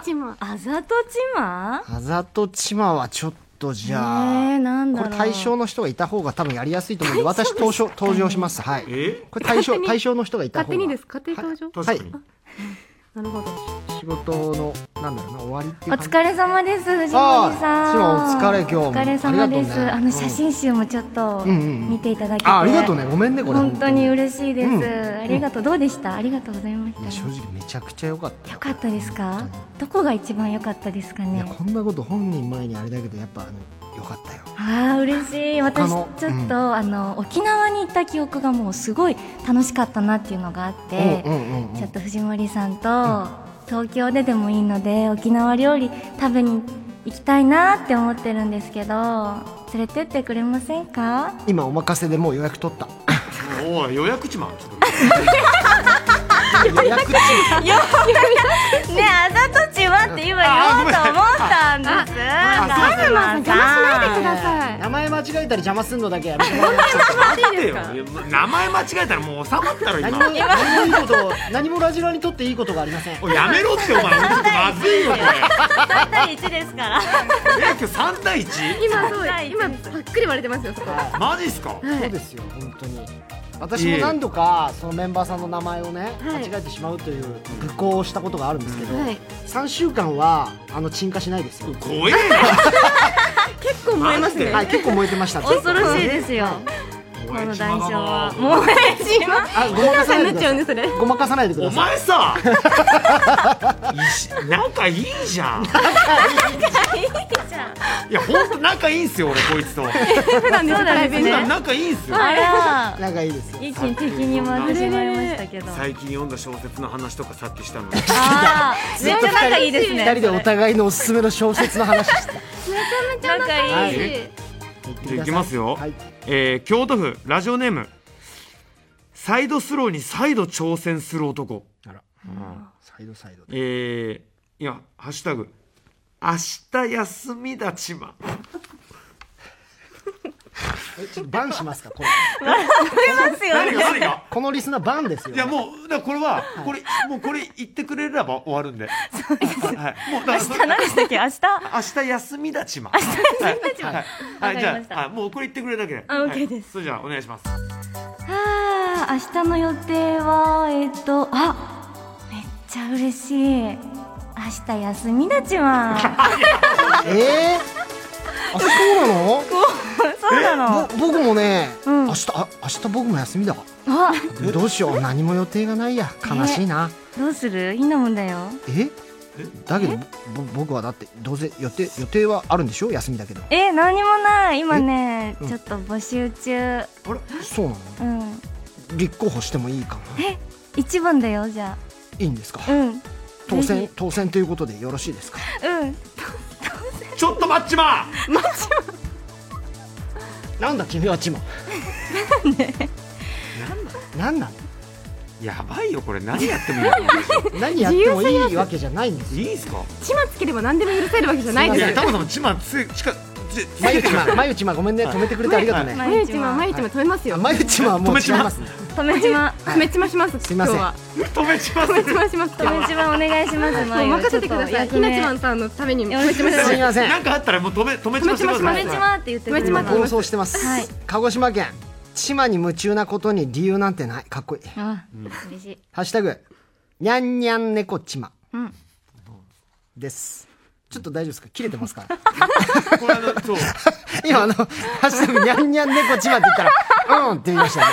Speaker 12: ざとちま。あざとちま
Speaker 1: あざとちまはちょっとじゃあ、
Speaker 12: えー、なんだ
Speaker 1: こ
Speaker 12: ろ
Speaker 1: れ
Speaker 12: う。
Speaker 1: 対象の人がいた方が多分やりやすいと思うんで私登場登場しますはい
Speaker 2: え
Speaker 1: これ対象
Speaker 5: 勝手に
Speaker 1: 対象の人がいた
Speaker 5: 勝手
Speaker 1: 方
Speaker 5: に
Speaker 1: が
Speaker 5: です家庭登場、
Speaker 2: 確か
Speaker 1: はい
Speaker 2: に、
Speaker 5: なるほど
Speaker 1: 仕事のなんだろうな終わりってい
Speaker 12: お
Speaker 1: う感じ
Speaker 12: 疲れ様です、藤森さん。
Speaker 1: あーそうお疲れ今日も
Speaker 12: お疲れ様で
Speaker 1: ありが
Speaker 12: す。
Speaker 1: とうね
Speaker 12: あの写真集もちょっと
Speaker 1: うんうんうん
Speaker 12: 見ていただけて。
Speaker 1: あありがとうねごめんねこれ
Speaker 12: 本当に嬉しいです。
Speaker 1: うん
Speaker 12: ありがとう。どうでしたありがとうございま
Speaker 1: いや
Speaker 12: し。
Speaker 1: 正直めちゃくちゃ良かった
Speaker 12: よかったですかどこが一番良かったですか
Speaker 1: たいや
Speaker 12: ね
Speaker 1: こんなこと本人前にあれだけどやっぱあの良かったよ
Speaker 12: ああ嬉しい私
Speaker 1: 他
Speaker 12: ちょ
Speaker 1: の
Speaker 12: っと、
Speaker 1: うん
Speaker 12: あの沖縄に行った記憶がもうすごい楽しかったなっていうのがあって、
Speaker 1: うんうんうんうん
Speaker 12: ちょっと藤森さんと、東京ででもいいので沖縄料理食べに行きたいなって思ってるんですけど連れてってくれませんか
Speaker 1: 今お任せでもう予約取った
Speaker 2: おい予約ちまんちょっと
Speaker 1: 予約中
Speaker 12: ねあざとちはって今言おうと思ったんです
Speaker 1: あ
Speaker 12: なんか
Speaker 5: ください
Speaker 1: 名前間違えたり邪魔すんのだけやめて
Speaker 2: 待ってよ名前間違えたらもう収まったろ
Speaker 1: 何
Speaker 2: 今
Speaker 1: も何もいいこと何もラジオにとっていいことがありません
Speaker 2: おいやめろってお前ちょっとまずいよこれ
Speaker 12: 3対1ですから
Speaker 2: え今日三対一
Speaker 5: 今そう今ばっくり割れてますよそこは
Speaker 2: マジっすか
Speaker 1: そうですよ本当に私も何度かそのメンバーさんの名前をね間違えてしまうという愚行をしたことがあるんですけど
Speaker 5: はい
Speaker 1: 3週間はあの沈下しないですよ
Speaker 2: 怖えよ
Speaker 5: 結構燃えますね
Speaker 1: はい結構燃えてました
Speaker 12: 恐ろしいですよこの代償はもう
Speaker 1: あごまかさ
Speaker 5: さ
Speaker 1: ない
Speaker 5: にな
Speaker 1: で
Speaker 5: っ
Speaker 1: く
Speaker 5: ちゃうん
Speaker 1: だ
Speaker 5: でそれ
Speaker 1: さいごまかさないでく
Speaker 2: お
Speaker 1: ださい
Speaker 2: 前さいし仲いいじゃんいや本当仲いいんすよ俺こいつと
Speaker 5: 普段ですプライベー
Speaker 2: 普
Speaker 5: トで
Speaker 2: 段仲いいんすよ
Speaker 12: あら
Speaker 1: 仲いいですよ
Speaker 12: 一気に回してしまいましたけど
Speaker 2: 最近読んだ小説の話とかさっきしたのに
Speaker 12: あーめっちゃ仲いいですね
Speaker 1: 二人でお互いのおすすめの小説の話して
Speaker 12: 仲いい
Speaker 2: え
Speaker 1: 言って
Speaker 2: じゃあい
Speaker 1: くださ
Speaker 2: き
Speaker 1: い
Speaker 2: ますよ、
Speaker 1: はい
Speaker 2: えー京都府ラジオネームサイドスローに再度挑戦する男
Speaker 1: あらサイドサイドで
Speaker 2: えー、いやハッシュタグ明日休みだちま
Speaker 1: えちょっとバンしますかこれ
Speaker 12: ますよ
Speaker 2: 何が何が
Speaker 1: このリスナーバンですよ
Speaker 2: いやもうだからこれはこれもうこれ言ってくれれば終わるんでそうですはいもうだから
Speaker 12: 何でしたっけ明日
Speaker 2: 明日休みだちま明日休みだちまはいはいはいじ
Speaker 12: わかりま
Speaker 2: ゃ
Speaker 12: した
Speaker 2: あはいもうこれ言ってくれるだけで
Speaker 12: あ
Speaker 2: はい
Speaker 12: OK です
Speaker 2: それじゃあお願いします
Speaker 12: あー明日の予定はえっとあめっちゃ嬉しい明日休みだちは
Speaker 1: えーあそうなの
Speaker 12: そうなの
Speaker 1: ぼ僕もね、
Speaker 12: うん
Speaker 1: 明日あ明日僕も休みだわ
Speaker 12: あ
Speaker 1: どうしよう何も予定がないや悲しいな
Speaker 12: どうするひなもんだよ
Speaker 1: えだけどぼ僕はだってどうせ予定予定はあるんでしょ休みだけど
Speaker 12: え何もない今ね
Speaker 1: うん
Speaker 12: ちょっと募集中
Speaker 1: あれそうなの
Speaker 12: うん
Speaker 1: 立候補してもいいかな
Speaker 12: え一番だよじゃ
Speaker 1: いいんですか
Speaker 12: あうん
Speaker 1: 当
Speaker 12: ぜ
Speaker 1: 選
Speaker 12: ひ
Speaker 1: 当選ということでよろしいですか
Speaker 12: うん
Speaker 2: ちょっと待っちま
Speaker 1: なんだ君はチマなんなの
Speaker 2: やばいよこれ何や ってもいいよ
Speaker 1: 何やってもいいわけじゃないんですよ
Speaker 2: いいんすか
Speaker 5: チマつければ何でも許せるわけじゃない
Speaker 1: や
Speaker 5: です
Speaker 2: いや
Speaker 5: よ
Speaker 2: タモさんもちまつ近つつ
Speaker 1: ま
Speaker 2: け
Speaker 1: ゆ
Speaker 2: て
Speaker 1: ち
Speaker 2: くだ
Speaker 1: ま
Speaker 2: さい
Speaker 1: まゆちまごめんね止めてくれてありがとうね
Speaker 5: 毎日は毎日も止めますよ
Speaker 1: まゆちまはもう違いますね
Speaker 12: 止めちま
Speaker 5: 止めちまします
Speaker 1: すい
Speaker 5: 今
Speaker 1: ま
Speaker 5: 日
Speaker 1: せん
Speaker 5: は
Speaker 2: 止めちま
Speaker 5: 止めちまします今日
Speaker 12: 止
Speaker 5: は
Speaker 12: めちまお願いします
Speaker 5: もう任せてくださいひなちま
Speaker 12: ん
Speaker 5: んさんのために
Speaker 12: よろしくお願いします
Speaker 1: すいません
Speaker 2: なんかあったらもう止め止めちましてくださ
Speaker 12: 止
Speaker 2: い
Speaker 12: めちまって言ってくれ
Speaker 5: 止めちま
Speaker 12: る
Speaker 5: っ
Speaker 12: の
Speaker 5: て
Speaker 1: 暴走してます、
Speaker 12: はい
Speaker 1: 鹿児島県チマに夢中なことに理由なんてないかっこいい
Speaker 12: あ嬉しい
Speaker 1: ハッシュタグ、にゃんにゃん猫ちま。
Speaker 12: うん
Speaker 1: です。ちょっと大丈夫ですか切れてますか
Speaker 2: これあのそう
Speaker 1: 今あの、ハッシュタグ、にゃんにゃん猫ちまって言ったら、うんって言いましたね。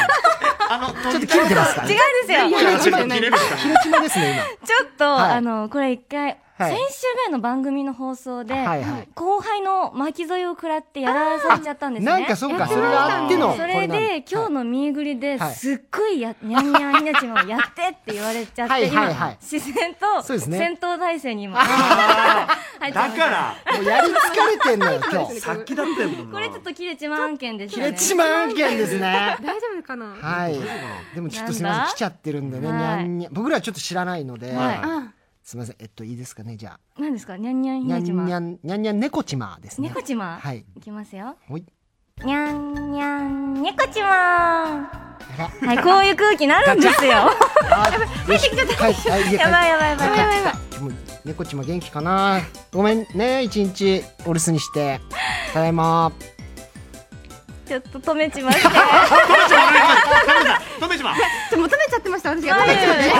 Speaker 2: あのちょ
Speaker 1: ちょっと切れてますか
Speaker 12: 違うん
Speaker 1: ね。
Speaker 12: ですよ
Speaker 2: 切れる切れる
Speaker 1: 切れちまですね、
Speaker 12: ちょっと、
Speaker 1: はい
Speaker 12: あの、これ一回、
Speaker 1: はい
Speaker 12: 先週ぐらいの番組の放送で、
Speaker 1: はいはい
Speaker 12: 後輩の巻き添えを食らってやらされちゃったんです
Speaker 1: 今。
Speaker 12: ね。
Speaker 1: なんかそうか、それがあっての、
Speaker 12: それで、今日
Speaker 1: の。
Speaker 12: の見ぐりで、
Speaker 1: はい
Speaker 12: すっごいや、にゃんにゃんにゃちまをやってって言われちゃっ
Speaker 1: はい
Speaker 12: て、
Speaker 1: はいはい
Speaker 12: 今、視線と、
Speaker 1: そうですね
Speaker 12: 戦闘態勢に今、入っ
Speaker 2: だ
Speaker 12: てます
Speaker 2: から
Speaker 1: もうやり疲れてんのよ、今日。
Speaker 2: さっきだったよもんな
Speaker 12: これちょっと切れちま案件です
Speaker 1: 切
Speaker 12: よね。
Speaker 1: れちま案件ですね。
Speaker 5: 大丈夫かな
Speaker 1: はい。でもちょっとすみま
Speaker 12: なん
Speaker 1: せん、
Speaker 12: だ
Speaker 1: 来ちゃってるんでね、に
Speaker 12: はい
Speaker 1: ゃんにゃん。僕らちょっと知らないので、
Speaker 2: は
Speaker 5: あ
Speaker 1: すみません、えっと、いいですかね、じゃあ。
Speaker 12: 何ですかにゃんにゃん
Speaker 1: に
Speaker 12: に
Speaker 1: ゃ
Speaker 12: ゃ
Speaker 1: ん
Speaker 12: ち
Speaker 1: に
Speaker 12: ま。
Speaker 1: ゃん、にゃんにゃん猫ちまですね
Speaker 12: 猫。ちま。
Speaker 1: はい。
Speaker 12: いきますよ。
Speaker 1: ほい。
Speaker 12: にゃんにゃんにこちまーんはいこういう空気になるんですよやばい入ってきちゃった
Speaker 1: はいはい家帰っ て
Speaker 12: やばいやばいやばいやばいやばい
Speaker 1: もう猫ちゃま元気かなごめんね一日お留守にしてただいま
Speaker 12: ちょっと止め ちまして
Speaker 2: 止めちま
Speaker 5: ちょもう止めちゃってました私
Speaker 1: いや
Speaker 5: が
Speaker 1: 止めちまね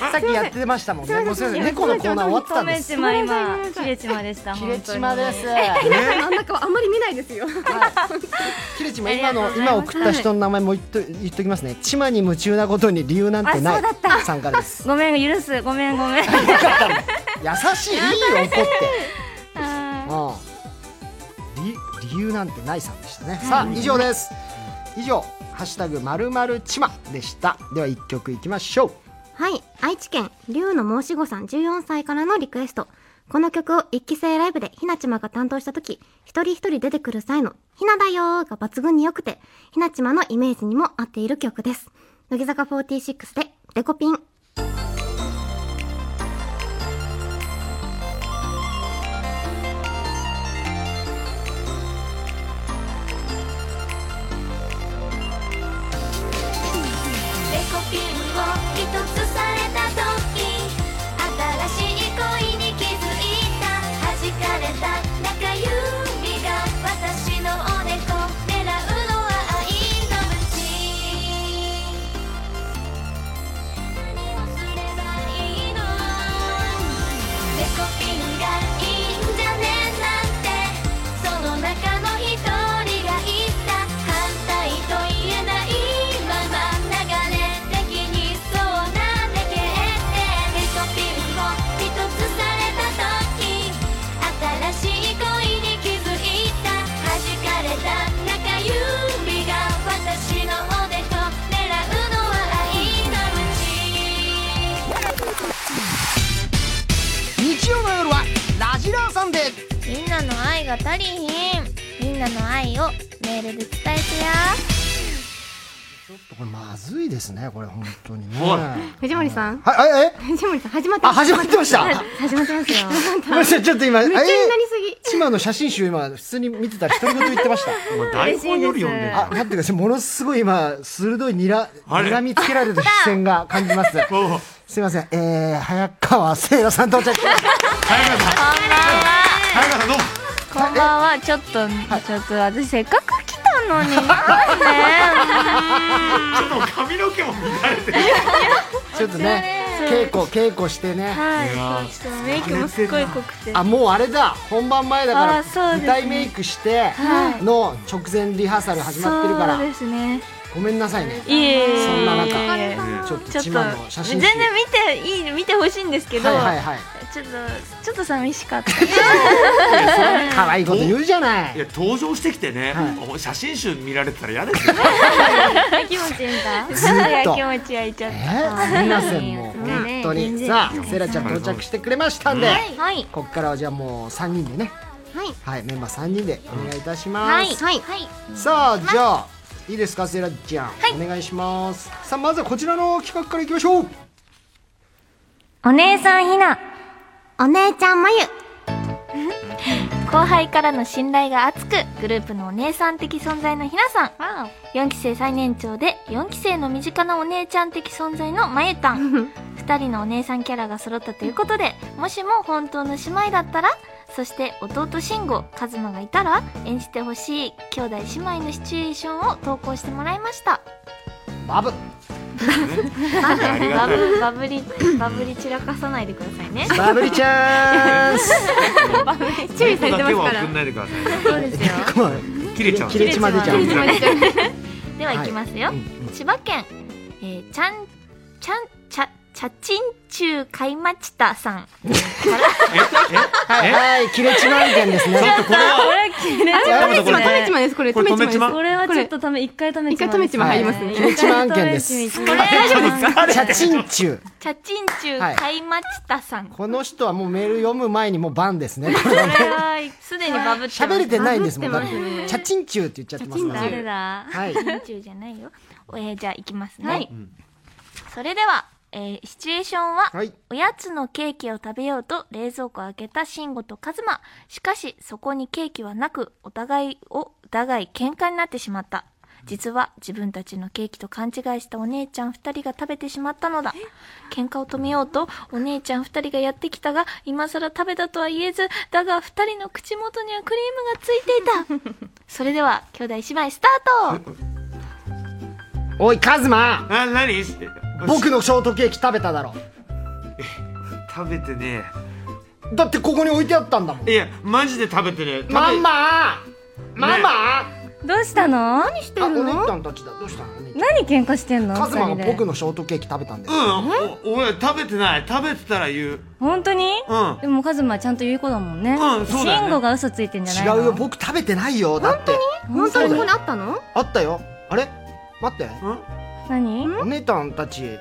Speaker 12: あ
Speaker 1: さっきやってましたもんねもうすい
Speaker 12: すい
Speaker 1: ません
Speaker 12: ません
Speaker 1: 猫のコーナー終わってたんです
Speaker 12: 止めちま今切れちまでした
Speaker 1: 切れちまです
Speaker 5: 皆さんのあんな顔あんまり見ないですよ
Speaker 1: キレちま今の今送った人の名前も言っと言っときますねちまに夢中なことに理由なんてな
Speaker 12: あ
Speaker 1: い
Speaker 12: そうだった
Speaker 1: さんから です
Speaker 12: ごめん許すごめんごめん
Speaker 1: 優しいいいよ怒ってうん理理由なんてないさんでしたね、さあ以上です以上「ハッシュタグまるまるちま」でしたでは一曲いきましょう
Speaker 7: はい愛知県龍の申し子さん14歳からのリクエストこの曲を一期生ライブでひなちまが担当した時一人一人出てくる際の「ひなだよー」が抜群に良くてひなちまのイメージにも合っている曲です乃木坂46で「デコピン」
Speaker 3: デコピンを一つされた時新しい恋に気づいた弾かれた中指が私のおでこ狙うのは愛の縁何をすればいいのデコピンがいいんじゃねなんてその中の一人が言った反対と言えないまま流れ的にそうなだけでコピンを一つされた時新しい恋に気づいた弾かれた中指が私のおでこ狙うのは愛のうち
Speaker 1: 日曜の夜はラジラーさんで
Speaker 14: みんなの愛が足りひんみんなの愛をメールで伝えてや
Speaker 1: これまずいですねこれ本当にね
Speaker 5: 藤森さん
Speaker 1: はいえ
Speaker 5: 藤森さん始まって
Speaker 1: あ始まってました
Speaker 5: はい始まってますよ
Speaker 1: ごめんなさいちょっと今
Speaker 5: 夢中になりすぎ
Speaker 1: ぎ今の写真集今普通に見てたら独り言言ってました
Speaker 2: 台本より読んでる
Speaker 1: あ待ってくださいものすごい今鋭いにらにらみつけられた視線が感じますすいませんえー、早川聖羅さん到着
Speaker 2: 早川さんどうも
Speaker 14: こんばんはちょっと、ちょっと私せっかく来た のにね
Speaker 2: ちょっともう髪の毛も乱れてる
Speaker 1: ちょっとね稽古稽古してね、
Speaker 14: はいちょっとメイクもすっごい濃くて
Speaker 1: あもうあれだ本番前だか
Speaker 14: あそう
Speaker 1: ら
Speaker 14: です
Speaker 1: 舞
Speaker 14: ね
Speaker 1: 台メイクして
Speaker 14: はい
Speaker 1: の直前リハーサル始まってるから
Speaker 14: そうですね
Speaker 1: ごめんなさいね
Speaker 14: いえいえ
Speaker 1: そんない
Speaker 14: えいえ
Speaker 1: 中ちょっと
Speaker 14: ちょっと
Speaker 1: 千葉の写真
Speaker 14: 全
Speaker 1: 集
Speaker 14: 然見ていい見てほしいんですけど、
Speaker 1: はいはいはい
Speaker 14: ちょっとちょっと寂し かった
Speaker 1: 可愛いこと言うじゃない
Speaker 2: いや登場してきてね、お写真集見られてたら嫌ですよ
Speaker 14: 気持ちいいんだ
Speaker 1: ずっと
Speaker 14: いや気持ち焼いちゃった、
Speaker 1: すみませんもう
Speaker 14: ね
Speaker 1: 本当
Speaker 14: 全
Speaker 1: に
Speaker 14: 然
Speaker 1: さあセラちゃん到着してくれましたんで
Speaker 14: はいはい
Speaker 1: こっからはじゃあもう三人でね
Speaker 7: はい
Speaker 1: はいメンバー三人でお願いいたしま
Speaker 14: はい
Speaker 1: す
Speaker 14: はい
Speaker 1: さあじゃあいいですかセラちゃんお願いしますさあまずはこちらの企画からいきましょう
Speaker 12: お姉さんひな
Speaker 7: お姉ちゃんまゆ
Speaker 14: 後輩からの信頼が厚くグループのお姉さん的存在のひなさん4期生最年長で4期生の身近なお姉ちゃん的存在のまゆたん2人のお姉さんキャラが揃ったということでもしも本当の姉妹だったらそして弟慎吾和馬がいたら演じてほしい兄弟姉妹のシチュエーションを投稿してもらいました
Speaker 1: バブ
Speaker 14: バブ
Speaker 1: ありが
Speaker 14: バ
Speaker 1: たい
Speaker 14: ブバブりバブり散らかさないでくださいね
Speaker 1: バブリチャンス
Speaker 14: バブり
Speaker 2: 注意されてますから。送んないでくださ
Speaker 14: そうですよ
Speaker 2: い。切れちゃう。
Speaker 1: 切れちま出ちゃう
Speaker 14: 切れちま出ちゃうでは
Speaker 1: はい
Speaker 14: 行きますよ、千葉県、えー、ちゃんちゃんちゃちゃちんちゅうかいまちたさん
Speaker 1: はいはい切れちま案件ですね
Speaker 2: ちょっとこ
Speaker 12: こ
Speaker 2: れは
Speaker 12: れ切れち
Speaker 2: や
Speaker 12: ま
Speaker 2: ばいこれ
Speaker 12: 止めちま
Speaker 5: ですこれ
Speaker 2: これ止めちま
Speaker 12: これはちょっとため一回止めちま
Speaker 5: 一回止めちま入りますね
Speaker 12: ね
Speaker 1: 切れちま案件です
Speaker 14: これ
Speaker 1: チャチンチュ
Speaker 14: ちゃちんちゅうかいまちたさん、こ
Speaker 1: この人はもうメール読む前にもうバンですね
Speaker 14: れはすでにバブってます
Speaker 1: 喋れてないんですもんだ
Speaker 14: バ
Speaker 1: っ
Speaker 14: ブ
Speaker 1: て
Speaker 14: ってますね
Speaker 1: チャチンチュって言っちゃってますから
Speaker 14: 誰だ
Speaker 1: はい
Speaker 14: チャチンちゅうじゃないよえー、じゃあ行きますね、
Speaker 1: はい
Speaker 14: それでは、えーシチュエーションは、
Speaker 1: はい
Speaker 14: おやつのケーキを食べようと冷蔵庫を開けた慎吾とカズマしかしそこにケーキはなくお互いをお互い喧嘩になってしまった。実は自分たちのケーキと勘違いしたお姉ちゃん二人が食べてしまったのだ。喧嘩を止めようとお姉ちゃん二人がやってきたが、今更食べたとは言えず、だが二人の口元にはクリームがついてい た。それでは、兄弟姉妹スタート
Speaker 1: おいカズマ
Speaker 2: あ何
Speaker 1: 僕のショートケーキ食べただろ
Speaker 2: 食べてね
Speaker 1: だってここに置いてあったんだもん
Speaker 2: いやマジで食べてね
Speaker 1: ママママ、
Speaker 12: どうしたの何して
Speaker 1: あお姉ちゃんたちだどうしたの
Speaker 12: 何喧嘩してんの
Speaker 1: カズマ
Speaker 12: 二
Speaker 1: が
Speaker 12: 人で
Speaker 1: 僕のショートケーキ食べたんだ
Speaker 2: う
Speaker 1: よ、
Speaker 2: んお俺食べてない食べてたら言う
Speaker 12: 本当に、
Speaker 2: うん
Speaker 12: でもカズマはちゃんと言う子だもんね、
Speaker 2: うんそうだよ
Speaker 12: シ
Speaker 2: ね
Speaker 12: ンゴが嘘ついてんじゃないの
Speaker 1: 違うよ僕食べてないよだって
Speaker 12: 本当にここにあった
Speaker 1: のあったよあれ待って
Speaker 12: 何
Speaker 1: お姉ちゃんたち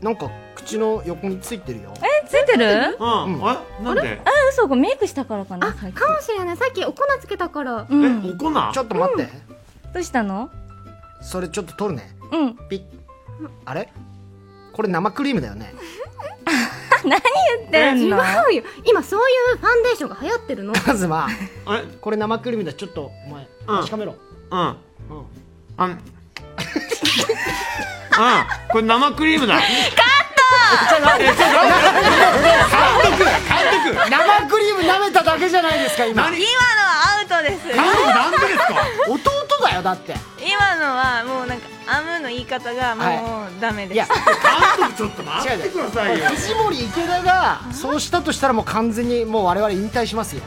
Speaker 1: なんか口の横についてるよ
Speaker 12: えついてる
Speaker 2: うん、あれなんで
Speaker 12: あ嘘ごメイクしたからかなあ
Speaker 5: かもしれないさっきお粉つけたから
Speaker 12: うん
Speaker 2: お粉
Speaker 1: ちょっと待って、
Speaker 12: どうしたの
Speaker 1: それちょっと取るね
Speaker 12: うん
Speaker 1: ピッあれこれ生クリームだよね
Speaker 12: 何言ってんの
Speaker 5: 違うよ今そういうファンデーションが流行ってるの
Speaker 1: カズマこれ生クリームだちょっとお前確かめろ、
Speaker 2: うんうんあん うんこれ生クリームだ
Speaker 1: ちょっと待ってちょっと待って
Speaker 2: 監督監督
Speaker 1: 生クリーム舐めただけじゃないですか今
Speaker 15: 今のはアウトです
Speaker 1: 監督なんでですか弟だよだって
Speaker 15: 今のはもうなんかアムの言い方がもうダメです、
Speaker 2: 監督ちょっと待ってくださいよ
Speaker 1: 藤森池田がそうしたとしたらもう完全にもう我々引退しますよ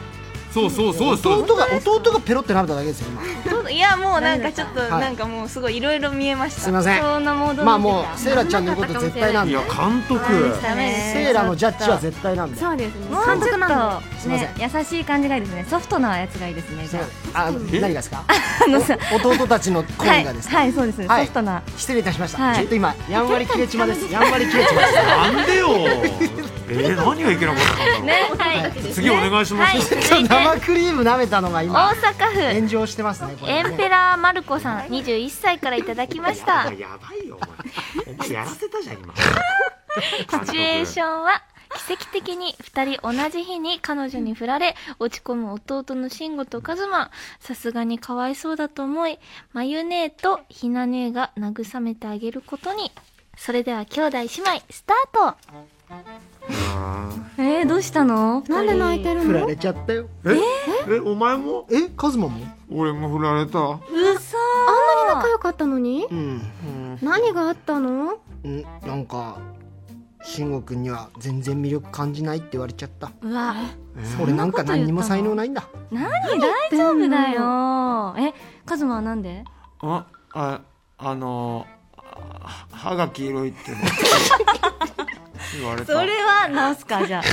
Speaker 2: そうそうそうそう
Speaker 1: 弟が弟がペロって舐めただけですよ今
Speaker 15: ちょっといやもうなんかちょっと
Speaker 1: はい
Speaker 15: なんかもうすごいいろいろ見えました
Speaker 1: すいませんまあもうセイラちゃんの言うこと絶対なんで
Speaker 2: いや監督
Speaker 15: ダメです
Speaker 1: セイラのジャッジは絶対なんで
Speaker 12: そうですねもう
Speaker 1: 監
Speaker 12: ちょ
Speaker 1: 督な
Speaker 12: っ
Speaker 1: んで
Speaker 12: と
Speaker 1: すいませ
Speaker 12: ね優しい感じがいいですねソフトなやつがいいですねじゃ
Speaker 1: あ何がですかお弟たちの
Speaker 12: あ
Speaker 1: 声がですか
Speaker 12: はい、はい、そうですね、
Speaker 1: はい
Speaker 12: ソフトな
Speaker 1: 失礼いたしました、
Speaker 12: はい
Speaker 1: ちょっと今やんわり切れちまですやんわり切れちまです
Speaker 2: なんでよえー、何がいけなかったんだろう、
Speaker 14: ね、はい。
Speaker 2: 次お願いします、
Speaker 1: そう生クリーム舐めたのが今
Speaker 14: 大阪府
Speaker 1: 炎上してますねこ
Speaker 14: エ
Speaker 1: れ
Speaker 14: ン
Speaker 1: ね
Speaker 14: ペラーマルコさん21歳からいただきました
Speaker 2: やばいよお前お前やらせたじゃん今
Speaker 14: シチュエーションは奇跡的に2人同じ日に彼女に振られ落ち込む弟の慎吾とカズマさすがにかわいそうだと思いマユネーとひな姉が慰めてあげることにそれでは兄弟姉妹スタート
Speaker 12: えー、どうしたの
Speaker 14: なんで泣いてるの
Speaker 1: 振られちゃったよ
Speaker 2: ええお前も
Speaker 1: えカズマも
Speaker 2: 俺も振られた
Speaker 5: うそあんなに仲良かったのに
Speaker 1: うん、
Speaker 5: 何があったの
Speaker 1: うん、なんか慎吾君には全然魅力感じないって言われちゃった
Speaker 12: うわ
Speaker 1: 俺なんか何にも才能ないんだ
Speaker 12: 何大丈夫だよえカズマはなんで
Speaker 2: あああのあ歯が黄 色いって言われた
Speaker 12: それは直すかじゃあ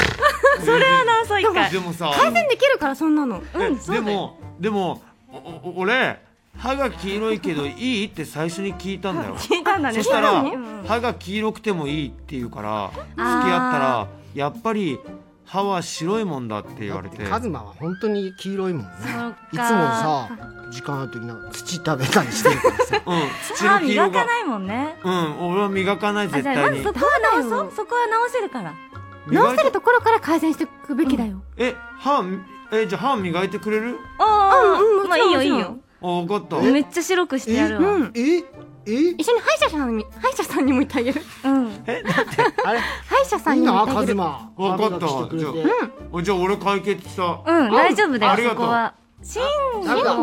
Speaker 12: それは直そう一回
Speaker 2: でもさ
Speaker 5: 改善できるからそんなの
Speaker 2: えでもでもおお俺歯が黄色いけどいいって最初に聞いたんだよ
Speaker 12: 聞いたんだね
Speaker 2: そしたら
Speaker 12: 聞いたの
Speaker 2: 歯が黄色くてもいいって言うから付き合ったらやっぱり歯は白いもんだって言われて
Speaker 1: カズマは本当に黄色いもんね
Speaker 12: そっ
Speaker 1: いつもさ時間ある時なんか土食べたりしてるから さ
Speaker 2: うん土
Speaker 12: 歯
Speaker 2: の黄
Speaker 12: 磨
Speaker 2: 色
Speaker 12: か
Speaker 2: が
Speaker 12: ないもんね
Speaker 2: うん俺は磨かない
Speaker 12: あ
Speaker 2: 絶
Speaker 12: じゃあ
Speaker 2: 対
Speaker 12: まず
Speaker 2: に
Speaker 12: そこは直そうそこは直せるから
Speaker 2: 磨いて
Speaker 5: るところから改善していくべきだよ
Speaker 2: え歯えじゃあ歯磨いてくれる
Speaker 12: あ
Speaker 5: うんうん
Speaker 12: まあいいよ
Speaker 5: も
Speaker 12: いい
Speaker 5: ちろん
Speaker 12: よ
Speaker 2: あ分かった
Speaker 12: めっちゃ白くしてやるわ
Speaker 1: えええ
Speaker 5: 一緒に歯医者さんに歯医者さんにも行ってあげる
Speaker 12: うん
Speaker 2: え
Speaker 1: あれ
Speaker 5: 歯医者さんにも行ってあげる
Speaker 2: 分かっ
Speaker 1: 歯磨きしてく
Speaker 2: た
Speaker 1: れ
Speaker 2: じゃ
Speaker 1: て
Speaker 2: あじゃあ俺解決した
Speaker 12: うん大丈夫だ
Speaker 2: あ
Speaker 12: よ
Speaker 2: りが
Speaker 12: そ
Speaker 2: とう
Speaker 12: こはシンゴ
Speaker 1: なんか
Speaker 12: は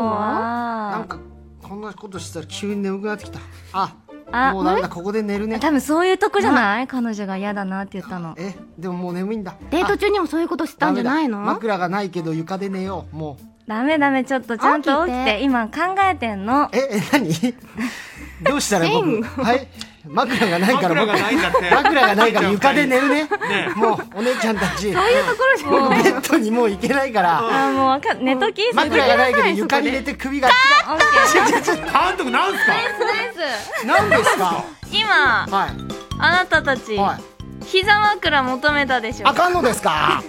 Speaker 1: なんかこんなことしたら急に眠くなってきたあ
Speaker 12: あ
Speaker 1: もうダメだここで寝るね
Speaker 12: 多分そういうとこじゃない彼女が嫌だなって言ったの
Speaker 1: えでももう眠いんだ
Speaker 5: デート中にもそういうことしたんじゃないの
Speaker 1: ダメだ枕がないけど床で寝ようも
Speaker 12: ダメダメちょっとちゃんと起き
Speaker 1: 起
Speaker 12: て
Speaker 1: きて
Speaker 12: 今考えてんの
Speaker 1: ええ何 うどうしたら
Speaker 12: シン
Speaker 1: 僕はい枕がないから
Speaker 2: 枕がないんだって
Speaker 1: 枕がないから床で寝るね
Speaker 2: ね
Speaker 1: もうお姉ちゃんたち
Speaker 12: そういうところじゃない
Speaker 1: ベッドにもう行けないから
Speaker 12: あもうわかん寝とき
Speaker 1: 枕がないけど床に寝て首が
Speaker 12: カッ
Speaker 1: ちょちょちょ
Speaker 2: 監督なん すか
Speaker 1: 何ですか
Speaker 15: 今
Speaker 1: はい
Speaker 15: あなたたち、膝枕求めたでしょ
Speaker 1: あかんのですか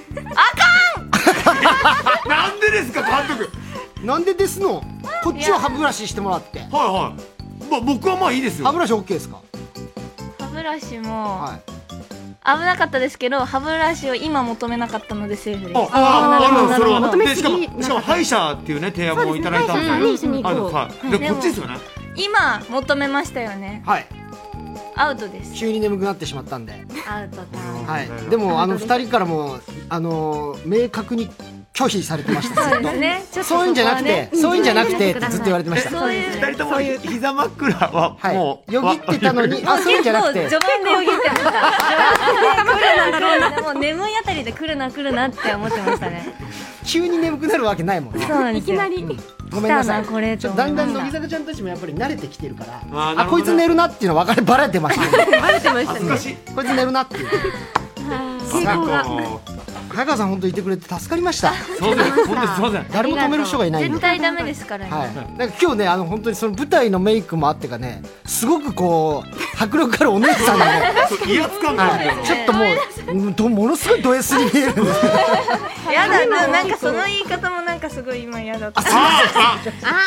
Speaker 2: なんでですか監督
Speaker 1: なんでですのこっちは歯ブラシしてもらってはい
Speaker 2: はいま僕はまあいいですよ
Speaker 1: 歯ブラシ OK ですか
Speaker 15: 歯ブラシも、
Speaker 1: はい
Speaker 14: 危なかったですけど歯ブラシを今求めなかったのでセーフです
Speaker 2: ああ、あるそれは。でしかも、しかも歯
Speaker 14: い
Speaker 2: 医者っていうね、提案もいただいたんで。
Speaker 14: そうですね
Speaker 2: あ
Speaker 14: 歯医者さんに一緒に行こう
Speaker 2: はい。で、
Speaker 14: はい
Speaker 2: こっちですよね。
Speaker 14: 今求めましたよね
Speaker 1: はい
Speaker 14: アウトです
Speaker 1: 急に眠くなってしまったんで
Speaker 14: アウトだ
Speaker 1: はい、でもあの2人からもあの明確に拒否されてました
Speaker 14: そうですね
Speaker 1: ずっとそういうんじゃなくてそういうんじゃなくてってずっと言われてました
Speaker 14: そういう
Speaker 2: 二人とも膝枕はもう、
Speaker 1: よぎってたのにあそういうんじゃなくて
Speaker 16: 結構序盤でよぎってました。
Speaker 1: なんだろうな
Speaker 16: もう眠いあたりで来るな来るなって思ってましたね。
Speaker 1: 急に眠くなるわけないもんね
Speaker 16: そうなんですよ。
Speaker 1: りごめんなさい
Speaker 16: 来たなこれ
Speaker 1: ち
Speaker 16: と
Speaker 1: ょっ
Speaker 16: 思
Speaker 1: と
Speaker 16: いま
Speaker 1: だ
Speaker 16: した
Speaker 1: んだん乃木坂ちゃんたちもやっぱり慣れてきてるから
Speaker 2: あ
Speaker 1: あこいつ寝るなっていうの分かればれてましたね
Speaker 2: バレてましたね恥ずかしい
Speaker 1: こいつ寝るなっていう
Speaker 2: 傾向が
Speaker 1: 早川さん本当いてくれて助かりました
Speaker 2: そうです本当にすいません
Speaker 1: 誰も止める人がいないん
Speaker 14: 絶
Speaker 1: で
Speaker 14: 対ダメですから
Speaker 1: はい、なんか今日ねあの本当にその舞台のメイクもあってかねすごくこう迫力あるお姉さんが ね
Speaker 2: そう威圧感があるんだよな
Speaker 1: ちょっともううんどものすごいド S に見えるんですけど
Speaker 14: やだななんかその言い方もなんかすごい今嫌だった
Speaker 1: あ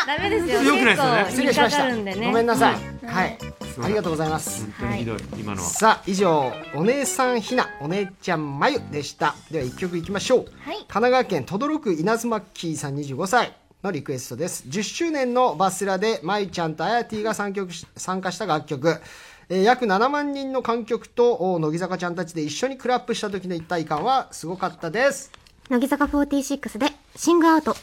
Speaker 14: ダメですよ
Speaker 1: 良くないですよね
Speaker 14: 結構
Speaker 1: 失礼しまし
Speaker 14: 引っかか
Speaker 1: た
Speaker 14: るんでね
Speaker 1: ごめんなさい
Speaker 14: うん
Speaker 1: はいありがとうございます
Speaker 2: 本当にひどい、今のは。
Speaker 1: さあ以上お姉さんひなお姉ちゃんまゆでしたでは一曲いきましょう、神奈川県等々力稲妻キーさん25歳のリクエストです10周年のバスラでまゆちゃんとあやてぃが参曲し参加した楽曲えー約7万人の観客とお乃木坂ちゃんたちで一緒にクラップした時の一体感はすごかったです
Speaker 17: 乃木坂46でシングアウト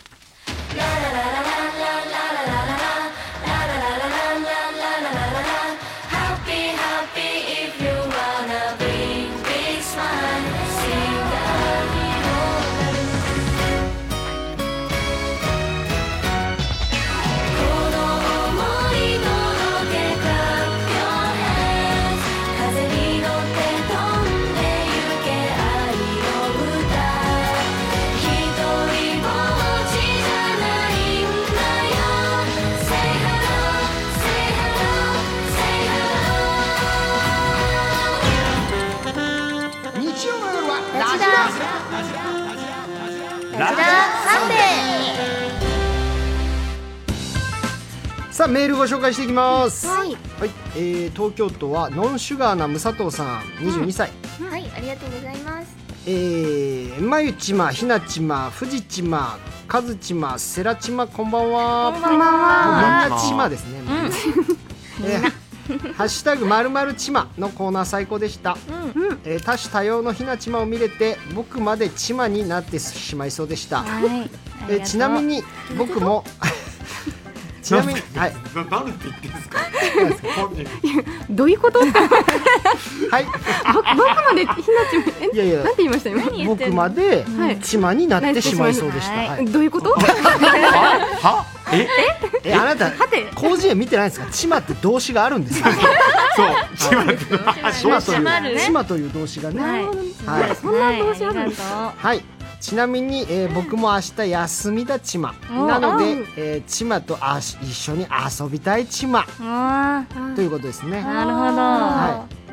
Speaker 3: 風に乗って飛んでゆけ愛の歌一人ぼっちじゃないんだよ Say hello, say hello, say hello
Speaker 1: 日曜の夜は
Speaker 3: ラジ
Speaker 1: ララジラサンデさあメールご紹介していきます
Speaker 18: はい
Speaker 1: はいえー東京都はノンシュガーな無佐藤さん22歳、
Speaker 18: はいありがとうございます
Speaker 1: えー、まゆちま、ひなちま、ふじちま、かずちま、せらちま、こんばんは。
Speaker 18: こんばんは
Speaker 1: こんばんはちまですね。えーハッシュタグまるまるちまのコーナー最高でした。えー多種多様のひなちまを見れて、僕までちまになってしまいそうでした。えーちなみに、僕 も。ちなみに、は
Speaker 2: 誰
Speaker 1: い。
Speaker 2: って言ってんですか。
Speaker 5: どういうこと
Speaker 1: はい
Speaker 5: 僕僕までひなちまえ
Speaker 1: いやいや
Speaker 5: なんて言いました今
Speaker 1: 僕まで
Speaker 5: はい
Speaker 1: ちまになってしまいそうでした。
Speaker 5: はい
Speaker 1: はい
Speaker 5: どういうこと
Speaker 2: はえ
Speaker 1: えあなた広辞苑見てないんですかちまって動詞があるんで すよそうちまというちまという動詞がねはい
Speaker 5: そんな動詞あるんですか
Speaker 1: はいちなみに、えー僕も明日休みだちま
Speaker 5: お
Speaker 1: なの
Speaker 5: う
Speaker 1: で
Speaker 5: ん、
Speaker 1: えー、ちまとあし一緒に遊びたいちま
Speaker 12: あー
Speaker 1: ということですね
Speaker 12: なる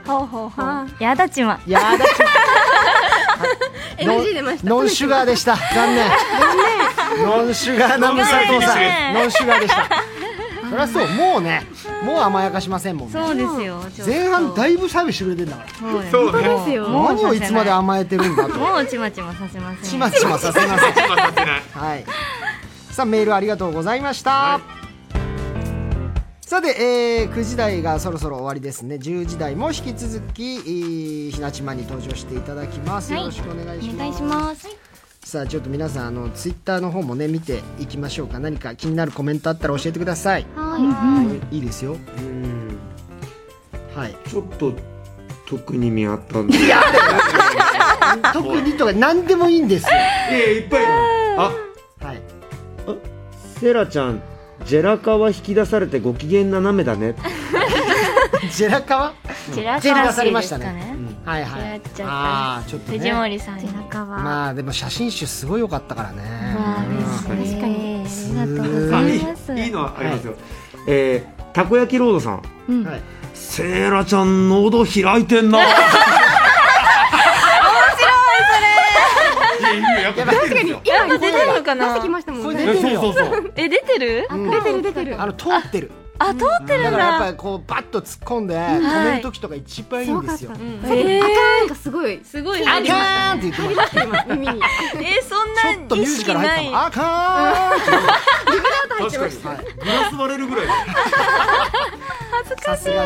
Speaker 12: ほどほ
Speaker 1: は
Speaker 12: うほうほうやだちま
Speaker 1: や だちい、ノン
Speaker 5: NG 出ました
Speaker 1: ノンシュガーでした残念ノンシュガーなむさとさ
Speaker 5: 残念
Speaker 1: んノンシュガーで したそりゃそうもうねもう甘やかしませんもんね
Speaker 12: そうですよちょっと
Speaker 1: 前半だいぶサービスしてくれてんだから
Speaker 12: そうですそうね本当ですよ
Speaker 1: 何をいつまで甘えてるんだと
Speaker 12: もうちまちまさせません
Speaker 1: ちまちまさせません
Speaker 12: ちまちまさせ
Speaker 1: はいさあメールありがとうございました、さて、えー9時台がそろそろ終わりですね10時台も引き続き、えーひなちまに登場していただきます、よろしくお願いします
Speaker 18: お願いします
Speaker 1: さあちょっと皆さんあのツイッターの方もね見ていきましょうか何か気になるコメントあったら教えてください
Speaker 18: はい
Speaker 1: いいですよはい
Speaker 2: ちょっと特に見合ったんで。い
Speaker 1: 特にとか何でもいいんですよ
Speaker 2: やいっぱい。あ、
Speaker 1: はい。
Speaker 2: セラちゃん、ジェラカは引き出されてご機嫌斜めだね。
Speaker 1: ジェラカワ
Speaker 18: ジェラ
Speaker 1: ジェラカされ
Speaker 18: カ
Speaker 1: ま
Speaker 18: で
Speaker 1: し
Speaker 18: すか
Speaker 1: たね
Speaker 18: ね
Speaker 1: はいはい
Speaker 18: やっちゃ
Speaker 1: ああーちょっ
Speaker 18: った
Speaker 1: とね
Speaker 18: 藤森さんジェラ
Speaker 12: カ
Speaker 1: まあでも写真集すごい良かったからね
Speaker 12: 確かに
Speaker 1: ありがとうご
Speaker 2: あ
Speaker 1: ざ
Speaker 2: い
Speaker 1: います
Speaker 2: いいいのはありますよ。えー、たこ焼きロードさん。
Speaker 1: はい
Speaker 2: セーラちゃん喉開いてんな。面白いそれ。やっぱ出てるんですよ
Speaker 14: やっぱ出てるのかな出てきましたも
Speaker 1: んねこれ出てるよ
Speaker 14: え出てる
Speaker 1: 出てる出てるあの通ってる
Speaker 3: あ通ってるんだ
Speaker 1: からやっぱりこうバッと突っ込んで
Speaker 3: はい
Speaker 1: 止める時とか一番いいんですよ、
Speaker 3: すご
Speaker 1: うん
Speaker 3: かったえー
Speaker 1: ち
Speaker 5: なんかすごい
Speaker 14: すごい
Speaker 1: あかーんって言ってました
Speaker 5: 張りました今耳に
Speaker 14: えそ
Speaker 1: ょっ
Speaker 14: ん
Speaker 1: と
Speaker 14: な
Speaker 1: ミュ
Speaker 14: 意
Speaker 1: ージ
Speaker 14: 識
Speaker 1: カル入っ
Speaker 14: な
Speaker 1: た
Speaker 14: い
Speaker 1: のあかーんっ
Speaker 2: 確
Speaker 1: て
Speaker 2: かにグラス割れるぐらいだ
Speaker 14: 恥ず
Speaker 1: かしい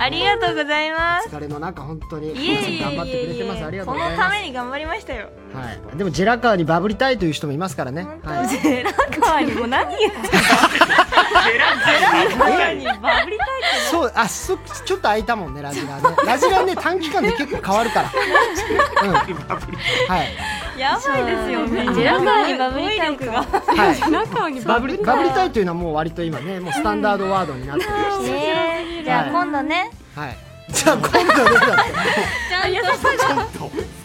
Speaker 14: ありがとうございます
Speaker 1: 疲れの中本当に
Speaker 14: いえいえいえいえ
Speaker 1: 頑張ってくれてますありがとう
Speaker 14: こ
Speaker 1: ご
Speaker 14: の
Speaker 1: ざい
Speaker 14: た
Speaker 1: ます
Speaker 14: めに頑張りましたよ
Speaker 1: はい、でもジェラカーにバブりたいという人もいますからね、はい、
Speaker 14: ジェラカーにも何やジェラカーにバブりたい
Speaker 1: そうあそちょっと空いたもんねラジラねラジラね短期間で結構変わる から、うん、はい
Speaker 14: やばいですよね
Speaker 1: ジェラカ
Speaker 14: ーにバブりたいか
Speaker 1: はい
Speaker 14: ジェラカーに
Speaker 1: バブりバブりたいというのはもう割と今ねもうスタンダードワードになってるし、
Speaker 3: えーじゃあ今度ね
Speaker 1: はいじゃあ今度はどうだって
Speaker 3: ちゃんと
Speaker 5: なっ
Speaker 1: 流したね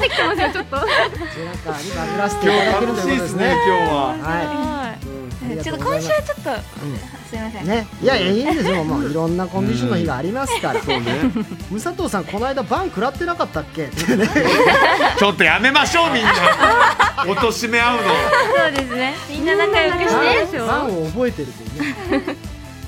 Speaker 5: てきてますよちょっと
Speaker 1: ジェラカーにバブらせていただけるということですね
Speaker 2: 今日は
Speaker 1: はい、
Speaker 14: ちょっと今週はちょっと
Speaker 1: うん
Speaker 14: すいません
Speaker 1: ね、いやいやいいんですよ、もういろんなコンディションの日がありますから、そうね、無佐藤さん、この間、バン食らってなかったっけってね、
Speaker 2: ちょっとやめましょうみんな貶としめ合うの
Speaker 14: そうですねみんな仲良くして
Speaker 1: バンを覚えてるというね。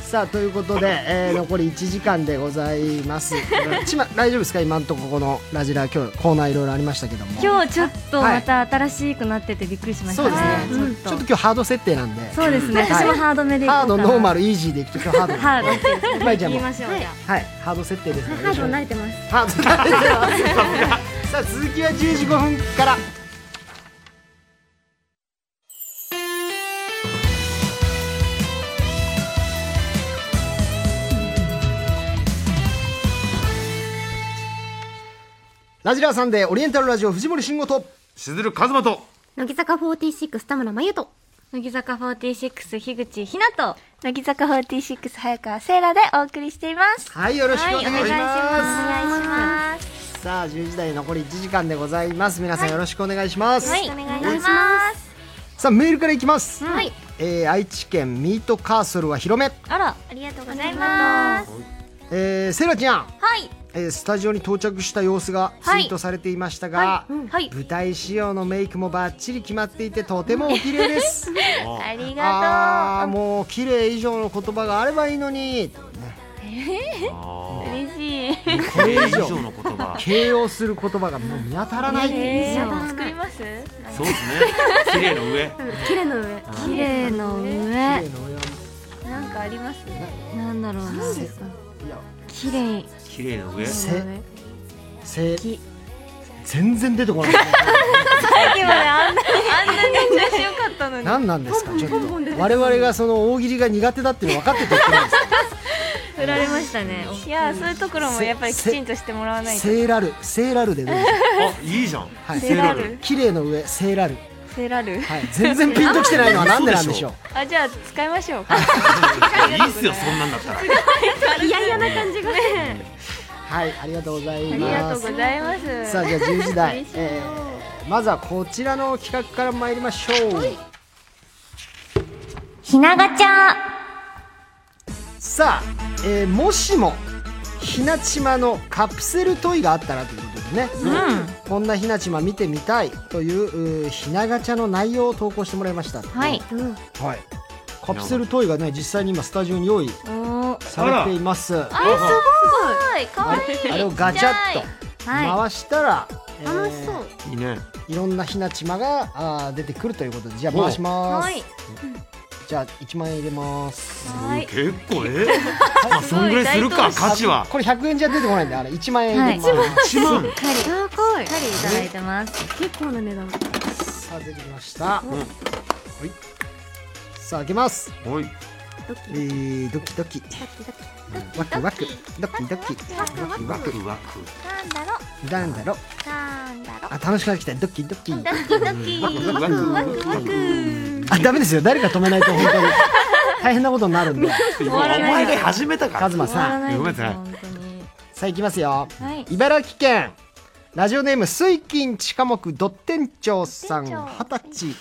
Speaker 1: さあということで、えー残り1時間でございます、 ちま大丈夫ですか、今んとここのラジラ、今日コーナーいろいろありましたけども、
Speaker 12: 今日ちょっと
Speaker 1: はい
Speaker 12: また新しくなっててびっくりしました
Speaker 1: そうですね、
Speaker 12: うん
Speaker 1: ちょっと今日ハード設定なんで、
Speaker 12: そうですね私もハードめでいこう
Speaker 1: ハ
Speaker 12: か
Speaker 1: ー
Speaker 12: な
Speaker 1: ド、ノーマル、イージーでいくと、今日ハードなんで、
Speaker 12: ハードって
Speaker 1: まいちゃん
Speaker 12: 言
Speaker 1: も
Speaker 12: いましょうじゃ
Speaker 1: はい、ハード設定ですので
Speaker 5: ハード慣れてます
Speaker 1: ハード慣れてますさあ続きは10時5分からラジラーさんでオリエンタルラジオ藤森慎吾と
Speaker 2: しずる和馬と
Speaker 19: 乃木坂46田村真由と
Speaker 12: 乃木坂46樋口ひなと
Speaker 3: 乃木坂46早川セイラでお送りしています
Speaker 1: はいよろしくお願いします,、
Speaker 3: はいお願いします
Speaker 1: さあ10時台残り1時間でございます皆さんよろしくお願いします、
Speaker 3: はいお願いします
Speaker 1: さあメールからいきます、
Speaker 3: はい
Speaker 1: えー愛知県ミートカーソルは広め、
Speaker 3: あらありがとうございます
Speaker 1: えー、セイラちゃん、
Speaker 3: はい
Speaker 1: えースタジオに到着した様子がツイートされていましたが、
Speaker 3: はい
Speaker 1: 舞台仕様のメイクもバッチリ決まっていてとてもお綺麗です
Speaker 3: あり
Speaker 1: あ
Speaker 3: が
Speaker 1: ーもう綺麗以上の言葉があればいいのに
Speaker 3: とうえー嬉しい
Speaker 1: これ以上
Speaker 2: 以上の言葉
Speaker 1: 形容する言葉がもう見当たらない、
Speaker 3: えー
Speaker 14: 作ります
Speaker 2: そうですね綺麗の上
Speaker 5: 綺麗の上
Speaker 12: 綺麗の上
Speaker 14: なんかあります
Speaker 12: なんだろうな綺麗
Speaker 2: 綺麗の上
Speaker 1: せせ全然出てこない
Speaker 14: でもねあんなにあんなに調子良かったのに
Speaker 1: 何なんですかちょっと我々がその大喜利が苦手だっていうの分かってて言ってるんですか
Speaker 12: 振られましたね
Speaker 14: いやそういうところもやっぱりきちんとしてもらわないと
Speaker 1: セーラルセーラルでどうですか
Speaker 2: あいいじゃん
Speaker 1: はい
Speaker 14: セーラル
Speaker 1: 綺麗の上セーラル
Speaker 14: セラル
Speaker 1: はい全然ピンときてないのはなんでなんでしょう
Speaker 14: あじゃあ使いましょう
Speaker 2: いやいいっすよそんなんだったら
Speaker 5: 嫌々な感じが
Speaker 1: はいありがとうござい
Speaker 14: ありが
Speaker 1: ま
Speaker 14: とう
Speaker 1: す
Speaker 14: ございます
Speaker 1: さあじゃあ10時台、 えーまずはこちらの企画から参りましょう
Speaker 3: ひながちゃん
Speaker 1: さあ、えーもしもひなちまのカプセルトイがあったらということでね、こんなひなちま見てみたいといううーひなガチャの内容を投稿してもらいました、
Speaker 3: はい
Speaker 1: はい、カプセルトイがね実際に今スタジオに用意
Speaker 3: お
Speaker 1: されていますあ
Speaker 3: あれすごいかわいい
Speaker 1: れをガチャッと回したら、
Speaker 3: 楽しそう
Speaker 2: いいね
Speaker 1: いろんなひなちまがあー出てくるということでじゃあ回します、
Speaker 3: はい
Speaker 1: じゃあ1万円入れます
Speaker 3: はい
Speaker 2: 結構えあそんぐらいするか価値は
Speaker 1: これ100円じゃ出てこないんであれ1万円入れます、
Speaker 2: 1万
Speaker 5: 高い
Speaker 12: しっかりいただいてます
Speaker 5: 結構な値段
Speaker 1: さあ出てきました、はいさあ開けます
Speaker 2: おい
Speaker 1: えー、ドキドキワクワクドキドキワクワク
Speaker 2: うわ
Speaker 3: なんだろ
Speaker 1: なんだろう
Speaker 3: なんだろ
Speaker 1: あ楽しくなってきたドキドキ
Speaker 3: ドキドキワクワクワクワク
Speaker 1: あダメですよ誰か止めないと本 当に大変なことになる んで
Speaker 2: お前が始めたから
Speaker 1: カズマさん
Speaker 2: ごめんなさい
Speaker 1: さあ行きますよ、
Speaker 3: はい
Speaker 1: 茨城県ラジオネーム水金地下木ど店長さん二十歳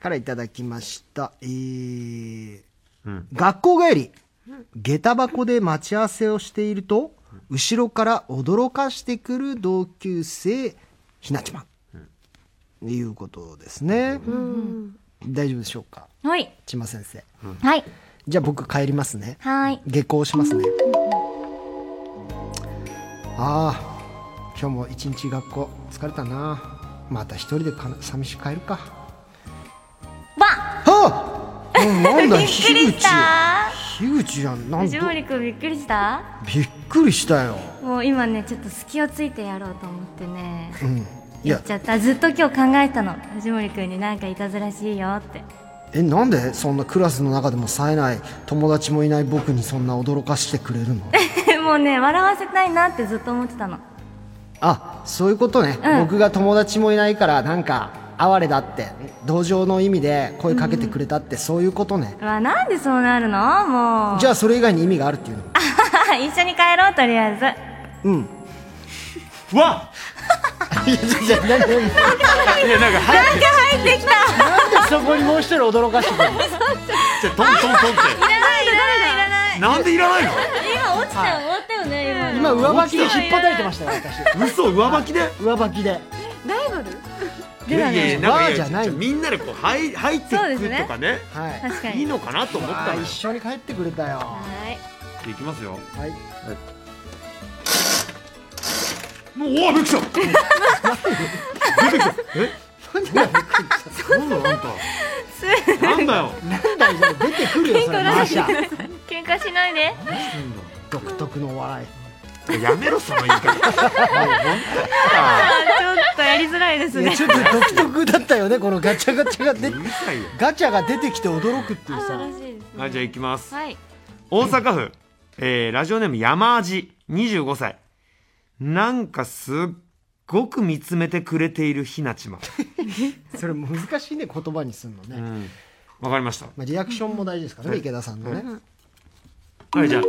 Speaker 1: からいただきましたえー
Speaker 2: うん
Speaker 1: 学校帰り下駄箱で待ち合わせをしていると後ろから驚かしてくる同級生ひなちまんということですね、大丈夫でしょうか
Speaker 12: はい
Speaker 1: 千葉先生、
Speaker 12: はい
Speaker 1: じゃあ僕帰りますね
Speaker 12: はい
Speaker 1: 下校しますねああ今日も一日学校疲れたなまた一人でか寂しく帰るかわっうんなん だ
Speaker 12: びっくりした
Speaker 1: 樋口樋口やんなん
Speaker 12: 藤
Speaker 1: だ
Speaker 12: 森君びっくりした
Speaker 1: びっくりしたよ
Speaker 12: もう今ねちょっと隙をついてやろうと思ってね
Speaker 1: うんい
Speaker 12: 言
Speaker 1: や
Speaker 12: っちゃったずっと今日考えたの藤森君になんかいたずらしいよって
Speaker 1: えなんでそんなクラスの中でも冴えない友達もいない僕にそんな驚かしてくれるの
Speaker 12: もうね笑わせたいなってずっと思ってたの
Speaker 1: あそういうことね、
Speaker 12: うん
Speaker 1: 僕が友達もいないからなんか哀れだって同情の意味で声かけてくれたって、そういうことね
Speaker 12: うわなんでそうなるのもう
Speaker 1: じゃあそれ以外に意味があるっていうの
Speaker 12: 一緒に帰ろうとりあえず
Speaker 1: うん
Speaker 2: わ
Speaker 1: いやいや何何何
Speaker 2: いやな
Speaker 12: な
Speaker 2: んか
Speaker 12: んか入ってきた
Speaker 1: なんでそこにもう一人驚かしてくるの
Speaker 2: じゃあトントントン
Speaker 12: な
Speaker 2: って
Speaker 12: いいら
Speaker 2: ないなんでいらないの
Speaker 12: 今落ちたよ終わったよね
Speaker 1: 今上履きで引っ叩いてま
Speaker 12: し
Speaker 1: したよ私
Speaker 2: 嘘上履きで
Speaker 1: 上履きで
Speaker 12: ライバル
Speaker 2: いやいやいやなんか
Speaker 1: バーじゃない
Speaker 2: やみんなでこう入入って
Speaker 12: そうで
Speaker 2: い
Speaker 12: す
Speaker 2: く
Speaker 12: ね
Speaker 2: とかね
Speaker 1: はい
Speaker 12: 確かに
Speaker 2: いいのかなと思った
Speaker 1: あ
Speaker 2: のよ
Speaker 1: 一緒に帰ってくれたよ
Speaker 12: はい
Speaker 2: いきますよ
Speaker 1: はい
Speaker 2: もうおおびっくり した出てきたえなんだあんた なんだよ
Speaker 1: なんだよ出てくるよそれマシャ
Speaker 14: 喧嘩しないで
Speaker 1: 独特の笑い
Speaker 2: やめろその言い方
Speaker 20: っとやりづらいで
Speaker 1: いやちょっと独特だったよねこのガチャガチャが出て
Speaker 2: さいよ
Speaker 1: ガチャが出てきて驚くっていうさ
Speaker 2: はいじゃあいきます
Speaker 14: はい
Speaker 2: 大阪府、えーラジオネーム山味25歳なんかすっごく見つめてくれているひなちま
Speaker 1: それ難しいね言葉にするのね、
Speaker 2: わかりました
Speaker 1: まあ、リアクションも大事ですからね、
Speaker 2: はい
Speaker 1: 池田さんのね、
Speaker 2: はいじゃあ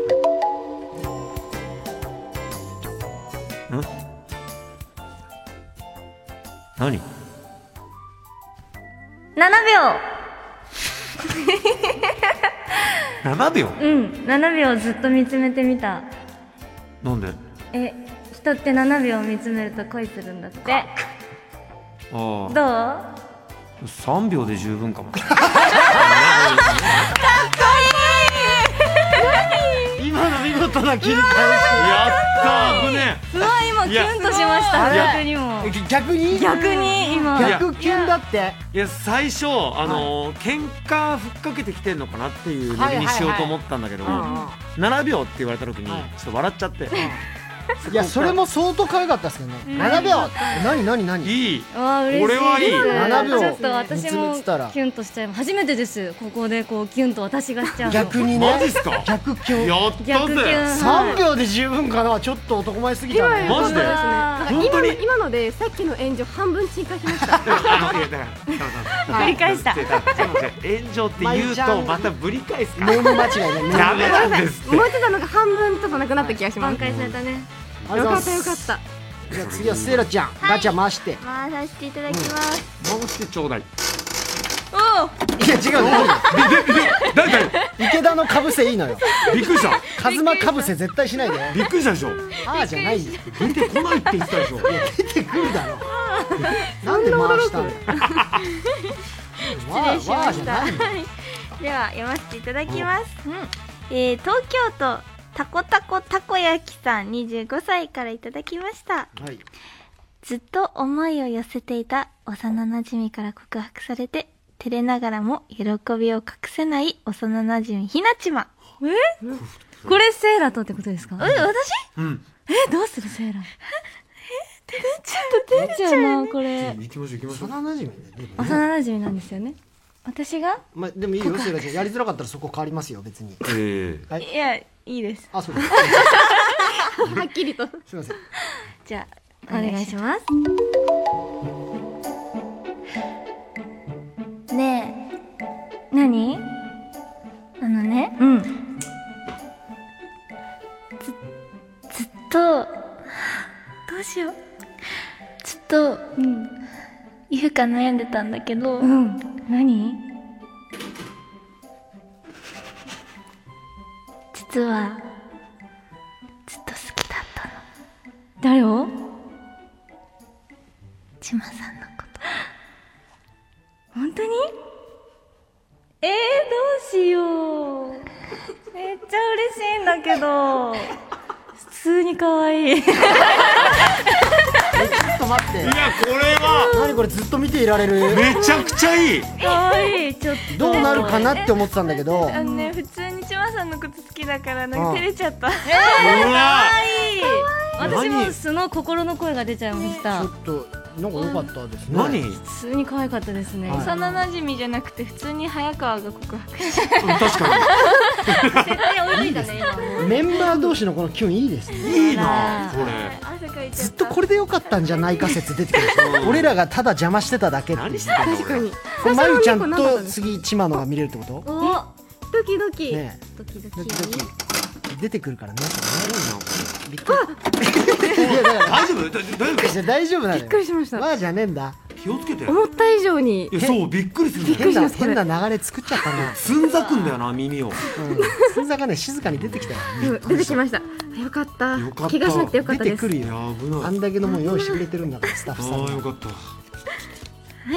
Speaker 2: ん
Speaker 12: 7
Speaker 2: 何7秒
Speaker 12: 秒うん7秒ずっと見つめてみた
Speaker 2: なんであ
Speaker 12: え人って7秒見つめると恋するんだってどう
Speaker 2: あ
Speaker 12: か
Speaker 2: 3秒で十 分かも
Speaker 12: っこいい
Speaker 1: 今の見事な切り返し
Speaker 2: やった危ね
Speaker 12: うわ今キュンとしました
Speaker 2: いや
Speaker 12: 逆にも
Speaker 1: 逆に
Speaker 12: 逆に今
Speaker 1: 逆キュンだって
Speaker 2: いや最初あのー喧嘩ふっかけてきてんのかなっていうノリにしようと思ったんだけど
Speaker 1: はいはいは
Speaker 2: 7
Speaker 1: い
Speaker 2: 秒って言われた時にちょっと笑っちゃって
Speaker 1: いやそれも相当可愛かったですけどね
Speaker 12: うん
Speaker 1: 7秒何何何
Speaker 2: いい
Speaker 12: わあ嬉しい
Speaker 2: 俺はいい
Speaker 1: 7秒
Speaker 12: ちょっと私
Speaker 1: 見つ
Speaker 12: も
Speaker 1: め
Speaker 12: キ
Speaker 1: てたら
Speaker 12: ュンとしちゃいます初めてですここでこうキュンと私がしちゃうの
Speaker 1: 逆にね
Speaker 2: マジっすか
Speaker 1: 逆キュン
Speaker 2: やったぜ
Speaker 12: 逆キュン
Speaker 1: 3秒で十分かなちょっと男前すぎちゃうね
Speaker 2: マジで
Speaker 5: なんか
Speaker 2: 本当
Speaker 5: 今の
Speaker 2: に
Speaker 5: 今のでさっきの炎上半分沈下しました
Speaker 2: あのいやだからだから
Speaker 5: ぶり返した
Speaker 2: ちょっと待って炎上って言うとまたぶり返すから
Speaker 1: ネーム間違いねネーム
Speaker 2: ダメなんですって
Speaker 5: 思ってたのが半分ちょっとなくなった気がします挽
Speaker 12: 回されたね
Speaker 1: あ
Speaker 5: よ
Speaker 1: りがとう
Speaker 5: か
Speaker 1: ご
Speaker 5: った
Speaker 1: ざ
Speaker 5: よかった
Speaker 1: いますじゃあ次はセイラちゃんガチャ回して
Speaker 14: 回させていただきます
Speaker 2: 戻してちょうだい
Speaker 20: お
Speaker 1: いや違うね
Speaker 2: だいた
Speaker 1: 池田のかぶせいいのよ
Speaker 2: いびっくりした
Speaker 1: カズマかぶせ絶対しないで
Speaker 2: びっくりしたでしょ
Speaker 1: ああじゃないよ
Speaker 2: 出てこないって言ってたでしょ
Speaker 1: 出てくるだろなんで回したの
Speaker 14: 失礼し
Speaker 1: わあわあ
Speaker 14: ま
Speaker 1: じ
Speaker 14: し
Speaker 1: ゃ
Speaker 14: た。は
Speaker 1: ないい
Speaker 14: では読ませていただきます。うんえー東京都たこたこたこ焼きさん25歳からいただきました。
Speaker 1: はい
Speaker 14: ずっと思いを寄せていた幼馴染から告白されて、照れながらも喜びを隠せない幼馴染ひなちま。
Speaker 12: えこれセーラとってことですか
Speaker 14: え、私
Speaker 2: うん
Speaker 12: えどうするセーラえ照れちゃう照れちゃうなこれ
Speaker 2: 行きましょう行きましょう
Speaker 1: 幼なじみで
Speaker 12: 幼馴染なんですよね私が
Speaker 1: まあでもいいよセイラちゃんやりづらかったらそこ変わりますよ別に
Speaker 2: ええ
Speaker 1: はい
Speaker 20: いや、いいです。
Speaker 1: あそうです
Speaker 5: はっきりと
Speaker 1: すい ません
Speaker 14: じゃあ、
Speaker 12: お願いします
Speaker 14: ね
Speaker 12: 何
Speaker 14: え、あのね、
Speaker 12: うん
Speaker 14: と、どうしよう。ちょっと、
Speaker 12: うん
Speaker 14: 言うか悩んでたんだけど、
Speaker 12: うん何
Speaker 14: 実はずっと好きだったの
Speaker 12: 誰を
Speaker 14: ちまさんのこ
Speaker 12: 本当にしようめっちゃ嬉しいんだけど普通に可愛い
Speaker 1: ちょっと待っていや
Speaker 2: これは
Speaker 1: 何これずっと見ていられる
Speaker 2: めちゃくちゃいい
Speaker 12: 可愛いちょっと
Speaker 1: どうなるかなって思ってたんだけど
Speaker 14: あのね、普通に千葉さんのこと好きだから、なん
Speaker 1: うん
Speaker 14: か照れちゃった。え
Speaker 1: うわ
Speaker 12: 可愛い私も
Speaker 1: 何
Speaker 12: 素の心の声が出ちゃいました
Speaker 1: ちょっとなんか良かったですね
Speaker 2: 何
Speaker 12: 普通に可愛かったですね、
Speaker 1: はい
Speaker 14: 幼馴染じゃなくて、普通に早川が告白し
Speaker 2: 確かに
Speaker 12: 絶対泳いだね
Speaker 1: メンバー同士のこのキュンいいですね
Speaker 2: いいなこれ
Speaker 14: 汗かいちゃった。
Speaker 1: ずっとこれで良かったんじゃないか説出てくる俺らがただ邪魔してただけっていう
Speaker 12: 確かに
Speaker 1: これまゆちゃんと次ちまのが見れるってこと
Speaker 12: おドキドキ、
Speaker 1: ねえ
Speaker 12: ドキドキ
Speaker 1: ドキドキ出てくるからねびっ
Speaker 2: 大丈夫だ大丈
Speaker 1: くりして大丈夫なのよびっく
Speaker 12: りしました
Speaker 1: まあじゃねえんだ
Speaker 2: 夫気をつけて
Speaker 12: 思った以上に
Speaker 2: いやそうびっくりするんだよ
Speaker 1: 変な変な流れ作っちゃったな
Speaker 2: つんざくんだよな耳を
Speaker 1: うん鈴鹿がね静かに出てきたよ
Speaker 12: うん出てきましたよかった
Speaker 2: よかった
Speaker 12: 怪我しなくてよかった
Speaker 1: 出
Speaker 12: です
Speaker 1: てく
Speaker 12: は
Speaker 1: る
Speaker 2: いや
Speaker 1: よ
Speaker 2: 危ない
Speaker 1: あんだけのもん用意してくれてるんだからスタッフさん
Speaker 2: ああ
Speaker 1: が
Speaker 2: よかった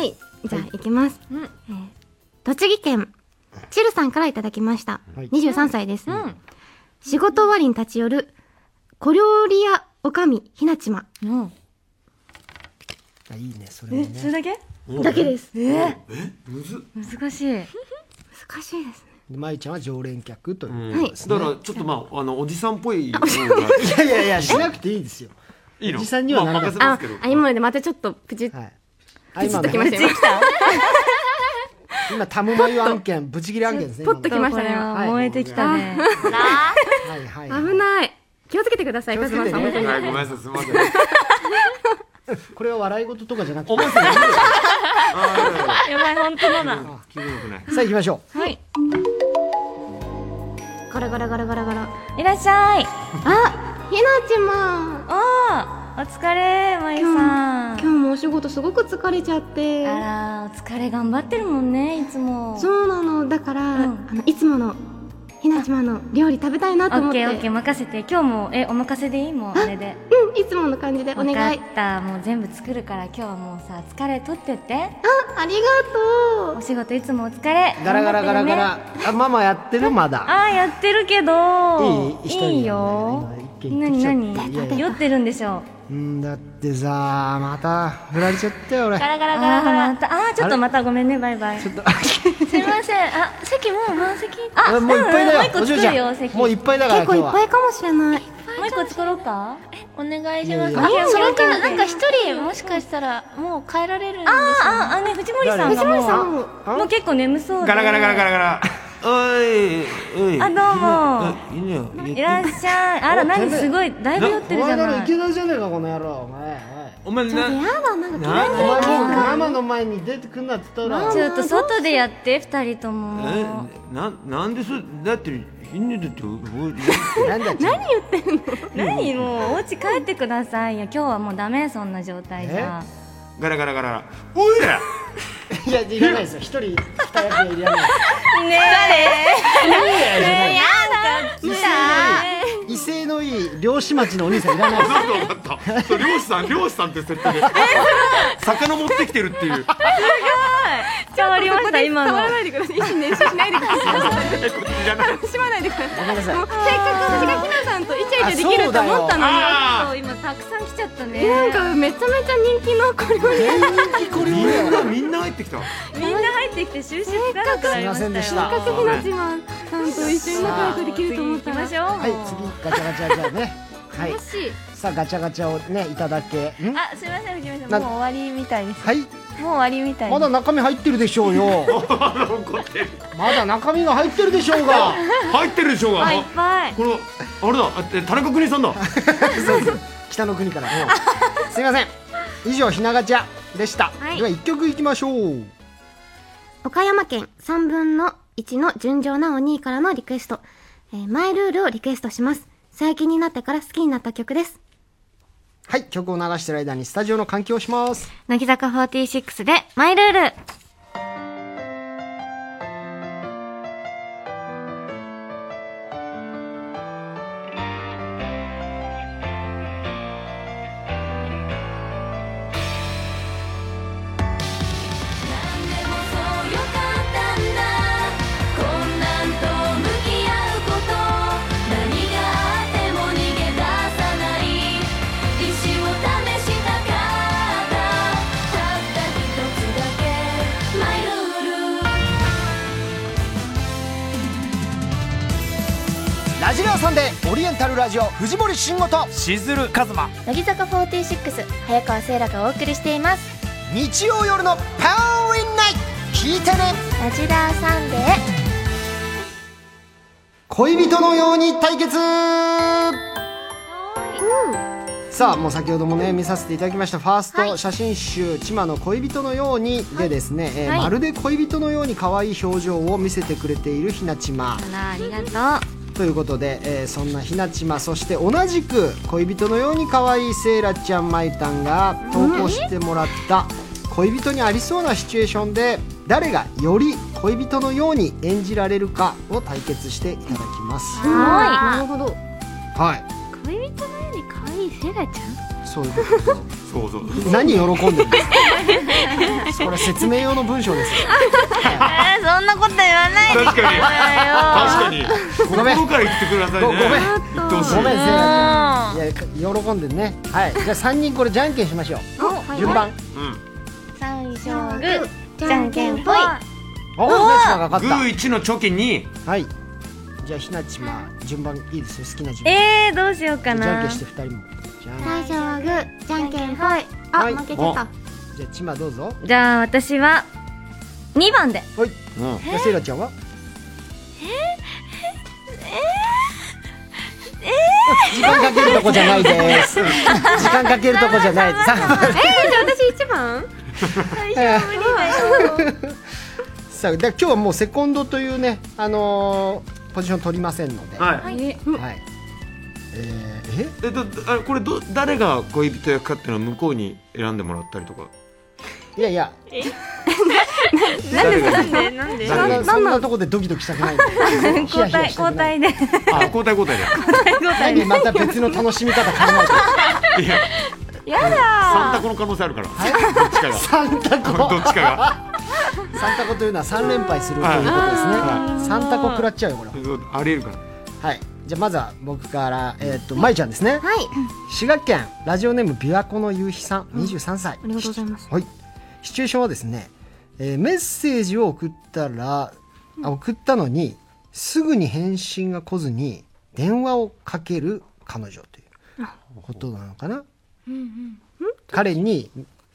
Speaker 7: いじゃあ行きます、えー栃木県チルさんからいただきました、
Speaker 1: はい
Speaker 7: 23歳です、仕事終わりに立ち寄る小料理屋おかみひなちま、
Speaker 1: あいいねそれも
Speaker 12: えそれ
Speaker 1: ね
Speaker 12: だけ
Speaker 7: だけです
Speaker 12: え
Speaker 2: えむずっ
Speaker 12: 難しい
Speaker 7: 難しいです
Speaker 1: まゆちゃんは常連客ということですね
Speaker 2: だからちょっとまああのおじさんっぽい
Speaker 1: いやいやいやしなくていいですよ
Speaker 2: いいの
Speaker 1: おじさんにはなら
Speaker 2: まあ
Speaker 1: ない
Speaker 2: 任せますけど
Speaker 5: あ今のでまたちょっとプチッ、
Speaker 1: あ
Speaker 5: プチ
Speaker 1: 今
Speaker 5: ッ
Speaker 1: ね
Speaker 5: ときましたよ
Speaker 1: 今タムマユ案件ブチギレ案件ですね
Speaker 5: ポッときましたね
Speaker 12: これは燃えてきたね
Speaker 1: 今のねはいはい
Speaker 5: 危ない気をつけてくださいカズマさん
Speaker 1: 気
Speaker 5: 本
Speaker 1: を
Speaker 5: 当
Speaker 1: つけて
Speaker 5: に
Speaker 1: ね
Speaker 2: はいごめんなさいすみません
Speaker 1: これは笑い事とかじゃなくて
Speaker 2: 思いついた
Speaker 12: やばい本当だな
Speaker 2: 気分よくない
Speaker 1: さあ行きましょ
Speaker 12: はい
Speaker 7: ガラガラガラガラガラ
Speaker 12: いらっしゃい
Speaker 7: あひなちま
Speaker 12: おーお疲れまゆさ
Speaker 7: 今
Speaker 12: ん
Speaker 7: 日もお仕事すごく疲れちゃって
Speaker 12: あらお疲れ頑張ってるもんねいつも
Speaker 7: そうなのだから、あのいつものひなちまの料理食べたい
Speaker 12: オ
Speaker 7: なと思
Speaker 12: ッ
Speaker 7: っ
Speaker 12: ケ
Speaker 7: て
Speaker 12: ーオッケー任せて今日もえお任せでいいもうあれで
Speaker 7: うんいつもの感じでお願い
Speaker 12: わ
Speaker 7: あ
Speaker 12: かったもう全部作るから今日はもうさ疲れ取ってって
Speaker 7: ありがと
Speaker 12: お仕事いつもお疲れ
Speaker 1: うガラガラガラガラあママやってるまだ
Speaker 12: あーやってるけど
Speaker 1: いい一人
Speaker 12: いよ
Speaker 1: 一軒行って
Speaker 12: 何
Speaker 1: きちゃったいやいや
Speaker 12: 何酔ってるんでしょ
Speaker 1: うんだってさまた振られちゃったよ俺
Speaker 12: ガラガラガラガラあーまたあーちょっとまたごめんねバイバイ
Speaker 1: ちょっと
Speaker 12: すいませんあ席もう満席
Speaker 1: あもういっぱいだよ
Speaker 12: もう一個
Speaker 1: お嬢
Speaker 12: 作
Speaker 1: ち
Speaker 12: るよ
Speaker 1: ゃん
Speaker 12: 席
Speaker 1: もういっぱいだから今日は
Speaker 7: かもしれない
Speaker 12: もう一個作ろうか
Speaker 3: お願いします
Speaker 1: いやいや
Speaker 3: あ
Speaker 1: いや
Speaker 3: それかなんか一人もしかしたらもう帰られるんですよ
Speaker 12: あーあーあね藤森さんがもう
Speaker 7: 藤森さんも
Speaker 12: あもう結構眠そうで
Speaker 2: ガラガラガラガラガラおいおい
Speaker 12: あど
Speaker 2: うもいいねよ
Speaker 12: いらっしゃいあら
Speaker 1: お
Speaker 12: 何
Speaker 1: 全然
Speaker 12: すごいだいぶ酔ってるじゃ
Speaker 1: お前な
Speaker 12: な
Speaker 1: ら
Speaker 12: い
Speaker 1: いけないじゃねえかこの野郎お前
Speaker 2: お前
Speaker 7: うや
Speaker 2: な
Speaker 7: だなんか
Speaker 1: お
Speaker 2: な
Speaker 1: 前お前ママの前に出てくんなって言ったら
Speaker 12: ちょっと外でやって二人とも
Speaker 2: えななんでそだってひんねだって覚
Speaker 1: なんだっけ
Speaker 12: 何もうお家帰ってくださいよ今日はもうダメそんな状態じゃ
Speaker 2: ガラガラガラガラおいら
Speaker 1: いやいらないですよ一人二役いらない
Speaker 12: ね
Speaker 1: ねえやだ威勢のいい漁師町のお兄さんいらないです
Speaker 2: 分かったそう漁師さん漁師さんって設定で魚持ってきてるっていう
Speaker 12: え変わりました今の
Speaker 5: ないでください一心練習しないでください
Speaker 2: えこっちじゃない
Speaker 5: しまないでください
Speaker 1: ごめんなさい
Speaker 5: もうせっかく私がひなさんとイチャイチャできると思ったのに
Speaker 2: あ
Speaker 12: そう今たくさん来ちゃったね
Speaker 5: なんかめちゃめちゃ人気のこれを
Speaker 1: 人気こ
Speaker 2: ー
Speaker 1: れ
Speaker 2: み
Speaker 1: ぐらい
Speaker 2: ん
Speaker 1: は
Speaker 2: なみんな入ってきた
Speaker 12: みんな入ってきて収集つかなくなりましたよ
Speaker 1: すいませんでした
Speaker 5: せっかくひなちまさんと一緒に仲良くできると思ったら
Speaker 12: 行きましょう
Speaker 1: はい次ガチャガチャじゃあねはい
Speaker 12: しい
Speaker 1: さあガチャガチャをねいただけん
Speaker 14: あ、すみません、藤森さん、
Speaker 1: な
Speaker 14: もう終わりみたいです。
Speaker 1: はい
Speaker 14: もう終わりみたい
Speaker 1: ま
Speaker 14: です。
Speaker 1: だ中身入ってるでしょうよ
Speaker 2: 残ってる
Speaker 1: まだ中身が入ってるでしょうが
Speaker 2: 入ってるでしょうが
Speaker 12: いっぱい
Speaker 2: このあれだあえ田中邦衛さんだ
Speaker 1: 北の国からうんすいません以上ひなガチャでした、
Speaker 7: はい
Speaker 1: では一曲いきましょう
Speaker 7: 岡山県3分の1の純情なお兄からのリクエスト、えーマイルールをリクエストします最近になってから好きになった曲です
Speaker 1: はい曲を流してる間にスタジオの換気をします
Speaker 7: 乃木坂46でマイルール
Speaker 21: でもそうよ簡単だこんな
Speaker 1: ジレオさんでオリエンタルラジオ藤森慎吾と
Speaker 22: しずるかずま
Speaker 14: 乃木坂46早川せいらがお送りしています
Speaker 1: 日曜夜のパワーウィンナイト聞いてね
Speaker 14: ラジラーサンデー
Speaker 1: 恋人のように対決さあもう先ほどもね見させていただきましたファースト写真集「チマの恋人のように」でですね、えー
Speaker 14: はい
Speaker 1: まるで恋人のように可愛い表情を見せてくれているひなちま
Speaker 14: ありがと
Speaker 1: ということで、えーそんなひなちまそして同じく恋人のように可愛いセイラちゃんまいたんが投稿してもらった恋人にありそうなシチュエーションで誰がより恋人のように演じられるかを対決していただきます。
Speaker 14: う
Speaker 1: は
Speaker 14: なるほど
Speaker 1: い、
Speaker 14: 恋人のように可愛いセラちゃん
Speaker 1: そういうことです。
Speaker 2: そうそう
Speaker 1: 何喜んでるんです か。これ説明用の文章ですよ。
Speaker 3: えーそんなこと言わないで
Speaker 2: 確か
Speaker 3: くれ
Speaker 2: に
Speaker 3: よ
Speaker 2: 確かに心から言ってくださいね
Speaker 1: ごめん
Speaker 2: 言って
Speaker 1: ご
Speaker 2: ほ
Speaker 1: めん
Speaker 2: し
Speaker 1: セ
Speaker 2: い
Speaker 1: イラちゃん。いや喜んでるね。はい。じゃあ三人これじゃんけんしましょう。順番。
Speaker 14: 三位勝負じゃんけんぽい
Speaker 1: おお
Speaker 2: お
Speaker 1: ひなちまが勝った
Speaker 2: グー一のチョキに
Speaker 1: はいじゃあひなちま順番いいですよ好きな順番
Speaker 12: えー、どうしようか
Speaker 1: じゃん
Speaker 12: な
Speaker 1: けんして二人もじゃん
Speaker 14: 最初はグーじゃんけんぽいあ、
Speaker 1: はい
Speaker 14: 負けてた
Speaker 1: じゃあちまどうぞ
Speaker 12: じゃあ私は2番で
Speaker 1: はいじゃあせいらちゃんは時間かけるとこじゃないです 時間かけるとこじゃないさ
Speaker 5: えー、じゃあ私一番
Speaker 1: あ
Speaker 5: 無理だよ
Speaker 1: さあで今日はもうセコンドというねあのーポジション取りませんので
Speaker 2: はい
Speaker 1: はいえ
Speaker 2: えどあこれど誰が恋人役かっていうのは向こうに選んでもらったりとか
Speaker 1: いやいや
Speaker 2: なんでなん
Speaker 3: でなんで
Speaker 1: そ
Speaker 2: なんで
Speaker 1: そんなとこでドキドキしたくないん でヒ
Speaker 12: 交
Speaker 1: ヤヒヤ
Speaker 12: 代
Speaker 1: した
Speaker 12: 交代で
Speaker 2: あ交代交代だ
Speaker 1: 何また別の楽しみ方考えて
Speaker 12: や
Speaker 2: サン
Speaker 12: だ
Speaker 2: タコの可能性あるからどっちかが
Speaker 1: サンタコ
Speaker 2: どっちかが
Speaker 1: 三タコというのは三連敗すると
Speaker 2: はい
Speaker 1: いうことですね
Speaker 2: は。い
Speaker 1: 三タコ食らっちゃうよこれ。
Speaker 2: ありえるから
Speaker 1: はい。じゃあまずは僕からえっとまいちゃんですね。はい。滋賀県ラジオネーム琵琶湖の夕日さん、二十三歳。ありがとうございます。はい。シチュエーションはですね、えーメッセージを送ったらあ送ったのにすぐに返信が来ずに電話をかける彼女ということなのかな。彼に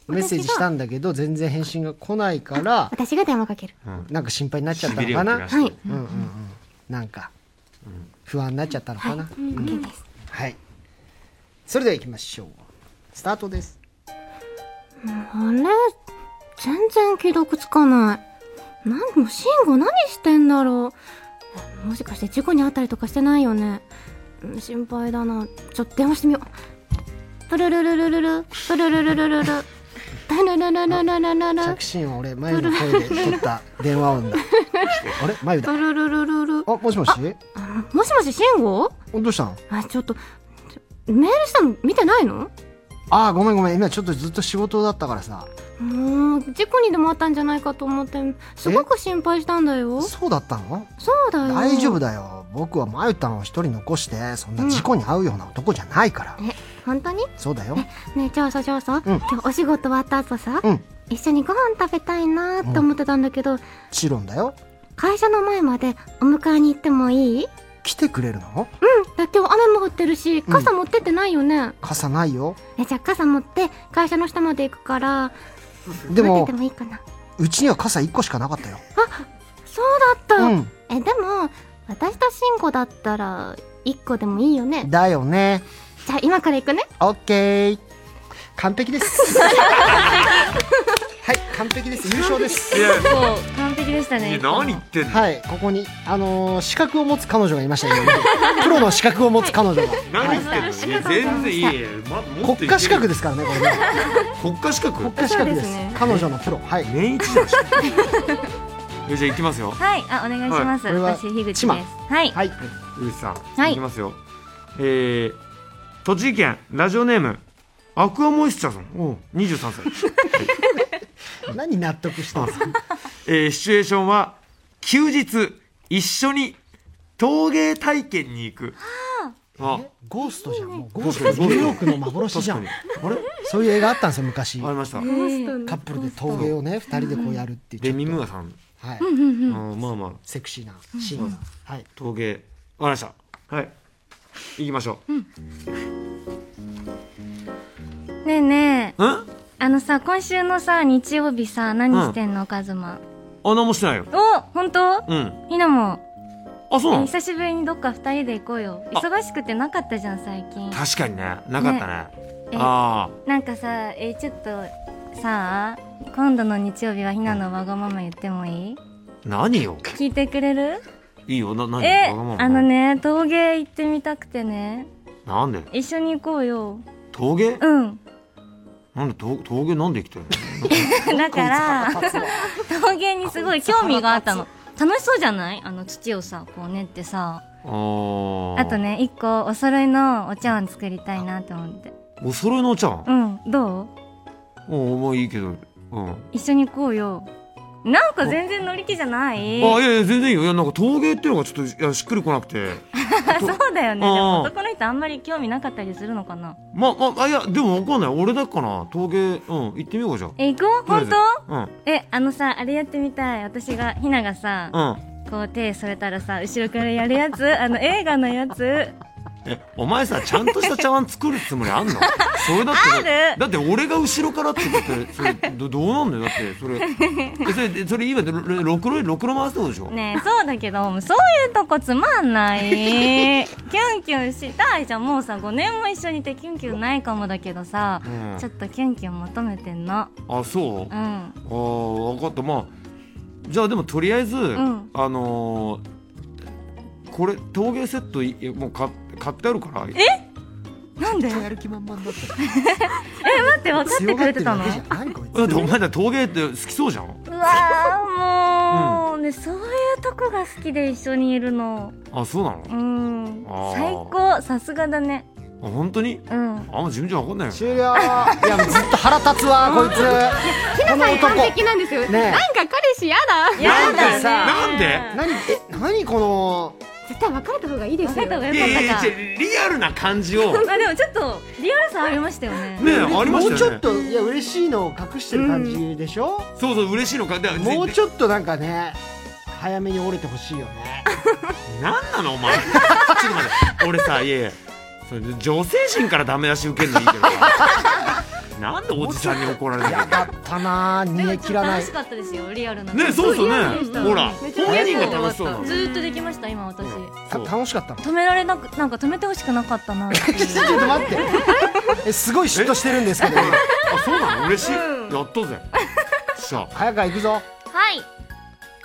Speaker 1: メッセージしたんだけど全然返信が来ないから
Speaker 5: 私が電話かける
Speaker 1: なんか心配になっちゃったのかな、
Speaker 5: しびれを切らして
Speaker 1: うんうんうん、なんか不安になっちゃったのかな、はい
Speaker 5: うん OK です
Speaker 1: はい、それではいきましょうスタートです
Speaker 7: あれ全然既読つかない。なんもう慎吾何してんだろう。もしかして事故に遭ったりとかしてないよね。うん心配だな。ちょっと電話してみよう。プルルルルルル、プルルルルルル、タルルルルルルルル、
Speaker 1: 着信音俺眉の声で取った電話 音だあれ眉だ
Speaker 7: プルルルルル。
Speaker 1: あもしもし
Speaker 7: もしもし慎吾
Speaker 1: おどうしたの
Speaker 7: あ、ちょっと、ちょメールしたの見てないの
Speaker 1: あーごめんごめん今ちょっとずっと仕事だったからさ
Speaker 7: もう、事故にでもあったんじゃないかと思って、すごく心配したんだよ。
Speaker 1: そうだったの
Speaker 7: そうだよ。
Speaker 1: 大丈夫だよ僕は眉たんを一人残してそんな事故に遭うような男じゃないから、
Speaker 7: え本当に
Speaker 1: そうだよ
Speaker 7: ねえじゃあさじゃあさ、今日お仕事終わった後さ、一緒にご飯食べたいなーって思ってたんだけど、
Speaker 1: チロンだよ
Speaker 7: 会社の前までお迎えに行ってもいいうん
Speaker 1: 来てくれるの
Speaker 7: だって今日雨も降ってるし
Speaker 1: うん
Speaker 7: 傘持ってってないよね、
Speaker 1: 傘ないよ
Speaker 7: えじゃあ傘持って会社の下まで行くから
Speaker 1: でも
Speaker 7: 待っててもいいかな
Speaker 1: うちには傘1個しかなかったよ
Speaker 7: そうだった、
Speaker 1: うん
Speaker 7: えでも私と慎吾だったら一個でもいいよね
Speaker 1: だよね
Speaker 7: じゃあ今から行くね
Speaker 1: オッケー完璧ですはい完璧です優勝です
Speaker 2: いや
Speaker 12: もう完璧でしたね
Speaker 2: ってんの
Speaker 1: はいここにあのー資格を持つ彼女がいましたよ今プロの資格を持つ彼女が、
Speaker 2: 何言ってんのいや全然いいよまもっといける
Speaker 1: 国家資格ですからねこれね
Speaker 2: 国家資格
Speaker 1: 国家資格で
Speaker 12: そ
Speaker 1: す
Speaker 12: うですね
Speaker 1: 彼女のプロはい
Speaker 2: 年一 えじゃあ行きますよ
Speaker 12: はいあお願いします、
Speaker 2: はいこれは
Speaker 12: 私樋口です
Speaker 2: ちま
Speaker 12: はい、
Speaker 1: はい、
Speaker 2: ゆうさん、
Speaker 12: はい
Speaker 2: い、きますよえー、栃木県ラジオネームアクアモイスチャーさんおう23歳
Speaker 1: 何納得したんですか
Speaker 2: えーシチュエーションは休日一緒に陶芸体験に行くあ
Speaker 1: ゴーストじゃんもうゴ
Speaker 2: ー
Speaker 1: ー
Speaker 2: ス
Speaker 1: ス
Speaker 2: ト
Speaker 1: トニューヨークの幻じゃんあれそういう映画あったんですよ昔あ
Speaker 2: りましたカ
Speaker 1: ップルで陶芸をね二人でこうやるっていう
Speaker 2: レミムーアさん
Speaker 1: は
Speaker 2: あ
Speaker 1: い
Speaker 2: ーまあまあ
Speaker 1: セクシーなシーンがはい
Speaker 2: 陶芸わかりましたはい行きましょ
Speaker 12: ねえね
Speaker 2: ううん
Speaker 12: えあのさ今週のさ日曜日さ何してんの、カズマ
Speaker 2: あ何もしてないよ
Speaker 12: お本当
Speaker 2: うん
Speaker 12: ひなも
Speaker 2: あそうな
Speaker 12: え
Speaker 2: の
Speaker 12: 久しぶりにどっか二人で行こうよ
Speaker 2: あ
Speaker 12: 忙しくてなかったじゃん最近
Speaker 2: 確かにねなかったね
Speaker 12: え
Speaker 2: あ
Speaker 12: なんかさえちょっとさあ今度の日曜日はひなのわがまま言ってもいい
Speaker 2: あ何よ
Speaker 12: 聞いてくれる
Speaker 2: いいよな何
Speaker 12: え
Speaker 2: わがまま
Speaker 12: あのね陶芸行ってみたくてね
Speaker 2: なんで
Speaker 12: 一緒に行こうよ
Speaker 2: 陶芸
Speaker 12: うん
Speaker 2: なんで陶陶芸なんで生きてるの
Speaker 12: だから陶芸にすごい興味があったの楽しそうじゃないあの土をさこう練ってさ
Speaker 2: あー
Speaker 12: あとね一個お揃いのお茶碗作りたいなと思って
Speaker 2: お揃いのお茶碗
Speaker 12: うんどう
Speaker 2: おもういいけどうん
Speaker 12: 一緒に行こうよなんか全然乗り気じゃない
Speaker 2: あいやいや全然いいよいやなんか陶芸っていうのがちょっといやしっくりこな くて
Speaker 12: そうだよねで
Speaker 2: うん
Speaker 12: も男の人あんまり興味なかったりするのかな
Speaker 2: まあまああいやでもわかんない俺だっかな陶芸うん行ってみようかじゃあ
Speaker 12: え行こう本当
Speaker 2: うん
Speaker 12: えあのさあれやってみたい私がひながさ、
Speaker 2: うん
Speaker 12: こう手添えたらさ後ろからやるやつあの映画のやつ
Speaker 2: えお前さちゃんとした茶碗作るつも りあんのそれだっ
Speaker 12: あ
Speaker 2: て
Speaker 12: る
Speaker 2: だって俺が後ろからって言ってそれどどうなんだよだって それえそれでそれ今でろろろくろろくろ回すってことでしょ
Speaker 12: ねえそうだけどもうそういうとこつまんないキュンキュンしたいじゃんもうさ5年も一緒にいてキュンキュンないかもだけどさ、
Speaker 2: うん
Speaker 12: ちょっとキュンキュン求めてんの
Speaker 2: あそう
Speaker 12: うんあ
Speaker 2: ああ分かったまあじゃあでもとりあえず、
Speaker 12: ん
Speaker 2: あのーこれ陶芸セットいいやもう買っ買ってあるから
Speaker 12: えなんで
Speaker 1: やる気満々だった
Speaker 12: え待って分かってくれてたの
Speaker 1: 強がってるわけじゃないこいつ
Speaker 2: だってお前ら陶芸って好きそうじゃん
Speaker 12: うわーもう、ねそういうとこが好きで一緒にいるの
Speaker 2: あそうなの
Speaker 12: うん
Speaker 2: あー
Speaker 12: 最高さすがだね
Speaker 2: あ本当に
Speaker 12: うん
Speaker 2: あんま自分じゃ分かんないよ
Speaker 1: 終了いやもうずっと腹立つわこいつ
Speaker 5: ひなさん完璧なんですよ、
Speaker 1: ね
Speaker 5: なん
Speaker 1: え
Speaker 5: か彼氏やだ
Speaker 1: なんでさ
Speaker 2: なんで
Speaker 1: 何え何この
Speaker 5: 絶対別れた方がいいですよ
Speaker 12: 別れた方が
Speaker 2: いやいやいや
Speaker 12: か
Speaker 2: リアルな感じを
Speaker 12: まあでもちょっとリアルさありましたよね
Speaker 2: ねえありましたよね
Speaker 1: もうちょっといや嬉しいのを隠してる感じでしょ、
Speaker 2: そうそう嬉しいのかで
Speaker 1: も
Speaker 2: も
Speaker 1: うちょっとなんかね早めに折れてほしいよね
Speaker 2: なんなのお前 ちょっと待って俺さいやいやそれ女性陣からダメ出し受けるのいいけどさなんでおじさんに怒られるんだよ
Speaker 1: たなあ逃げ切らない
Speaker 12: 楽しかったですよリアルな
Speaker 2: ねそうそう
Speaker 12: リ
Speaker 2: ね
Speaker 12: アルでした
Speaker 2: ほら
Speaker 12: めちゃめちゃ
Speaker 2: 本人が楽しそうなの
Speaker 12: ずーっとできました今私止
Speaker 1: た楽しかったの
Speaker 12: められなくなんか止めてほしくなかったなっていう
Speaker 1: ちょっと待ってえすごい嫉妬してるんですけど今
Speaker 2: あそうなの嬉しい、やったぜしゃ
Speaker 1: 早川行くぞ
Speaker 5: はい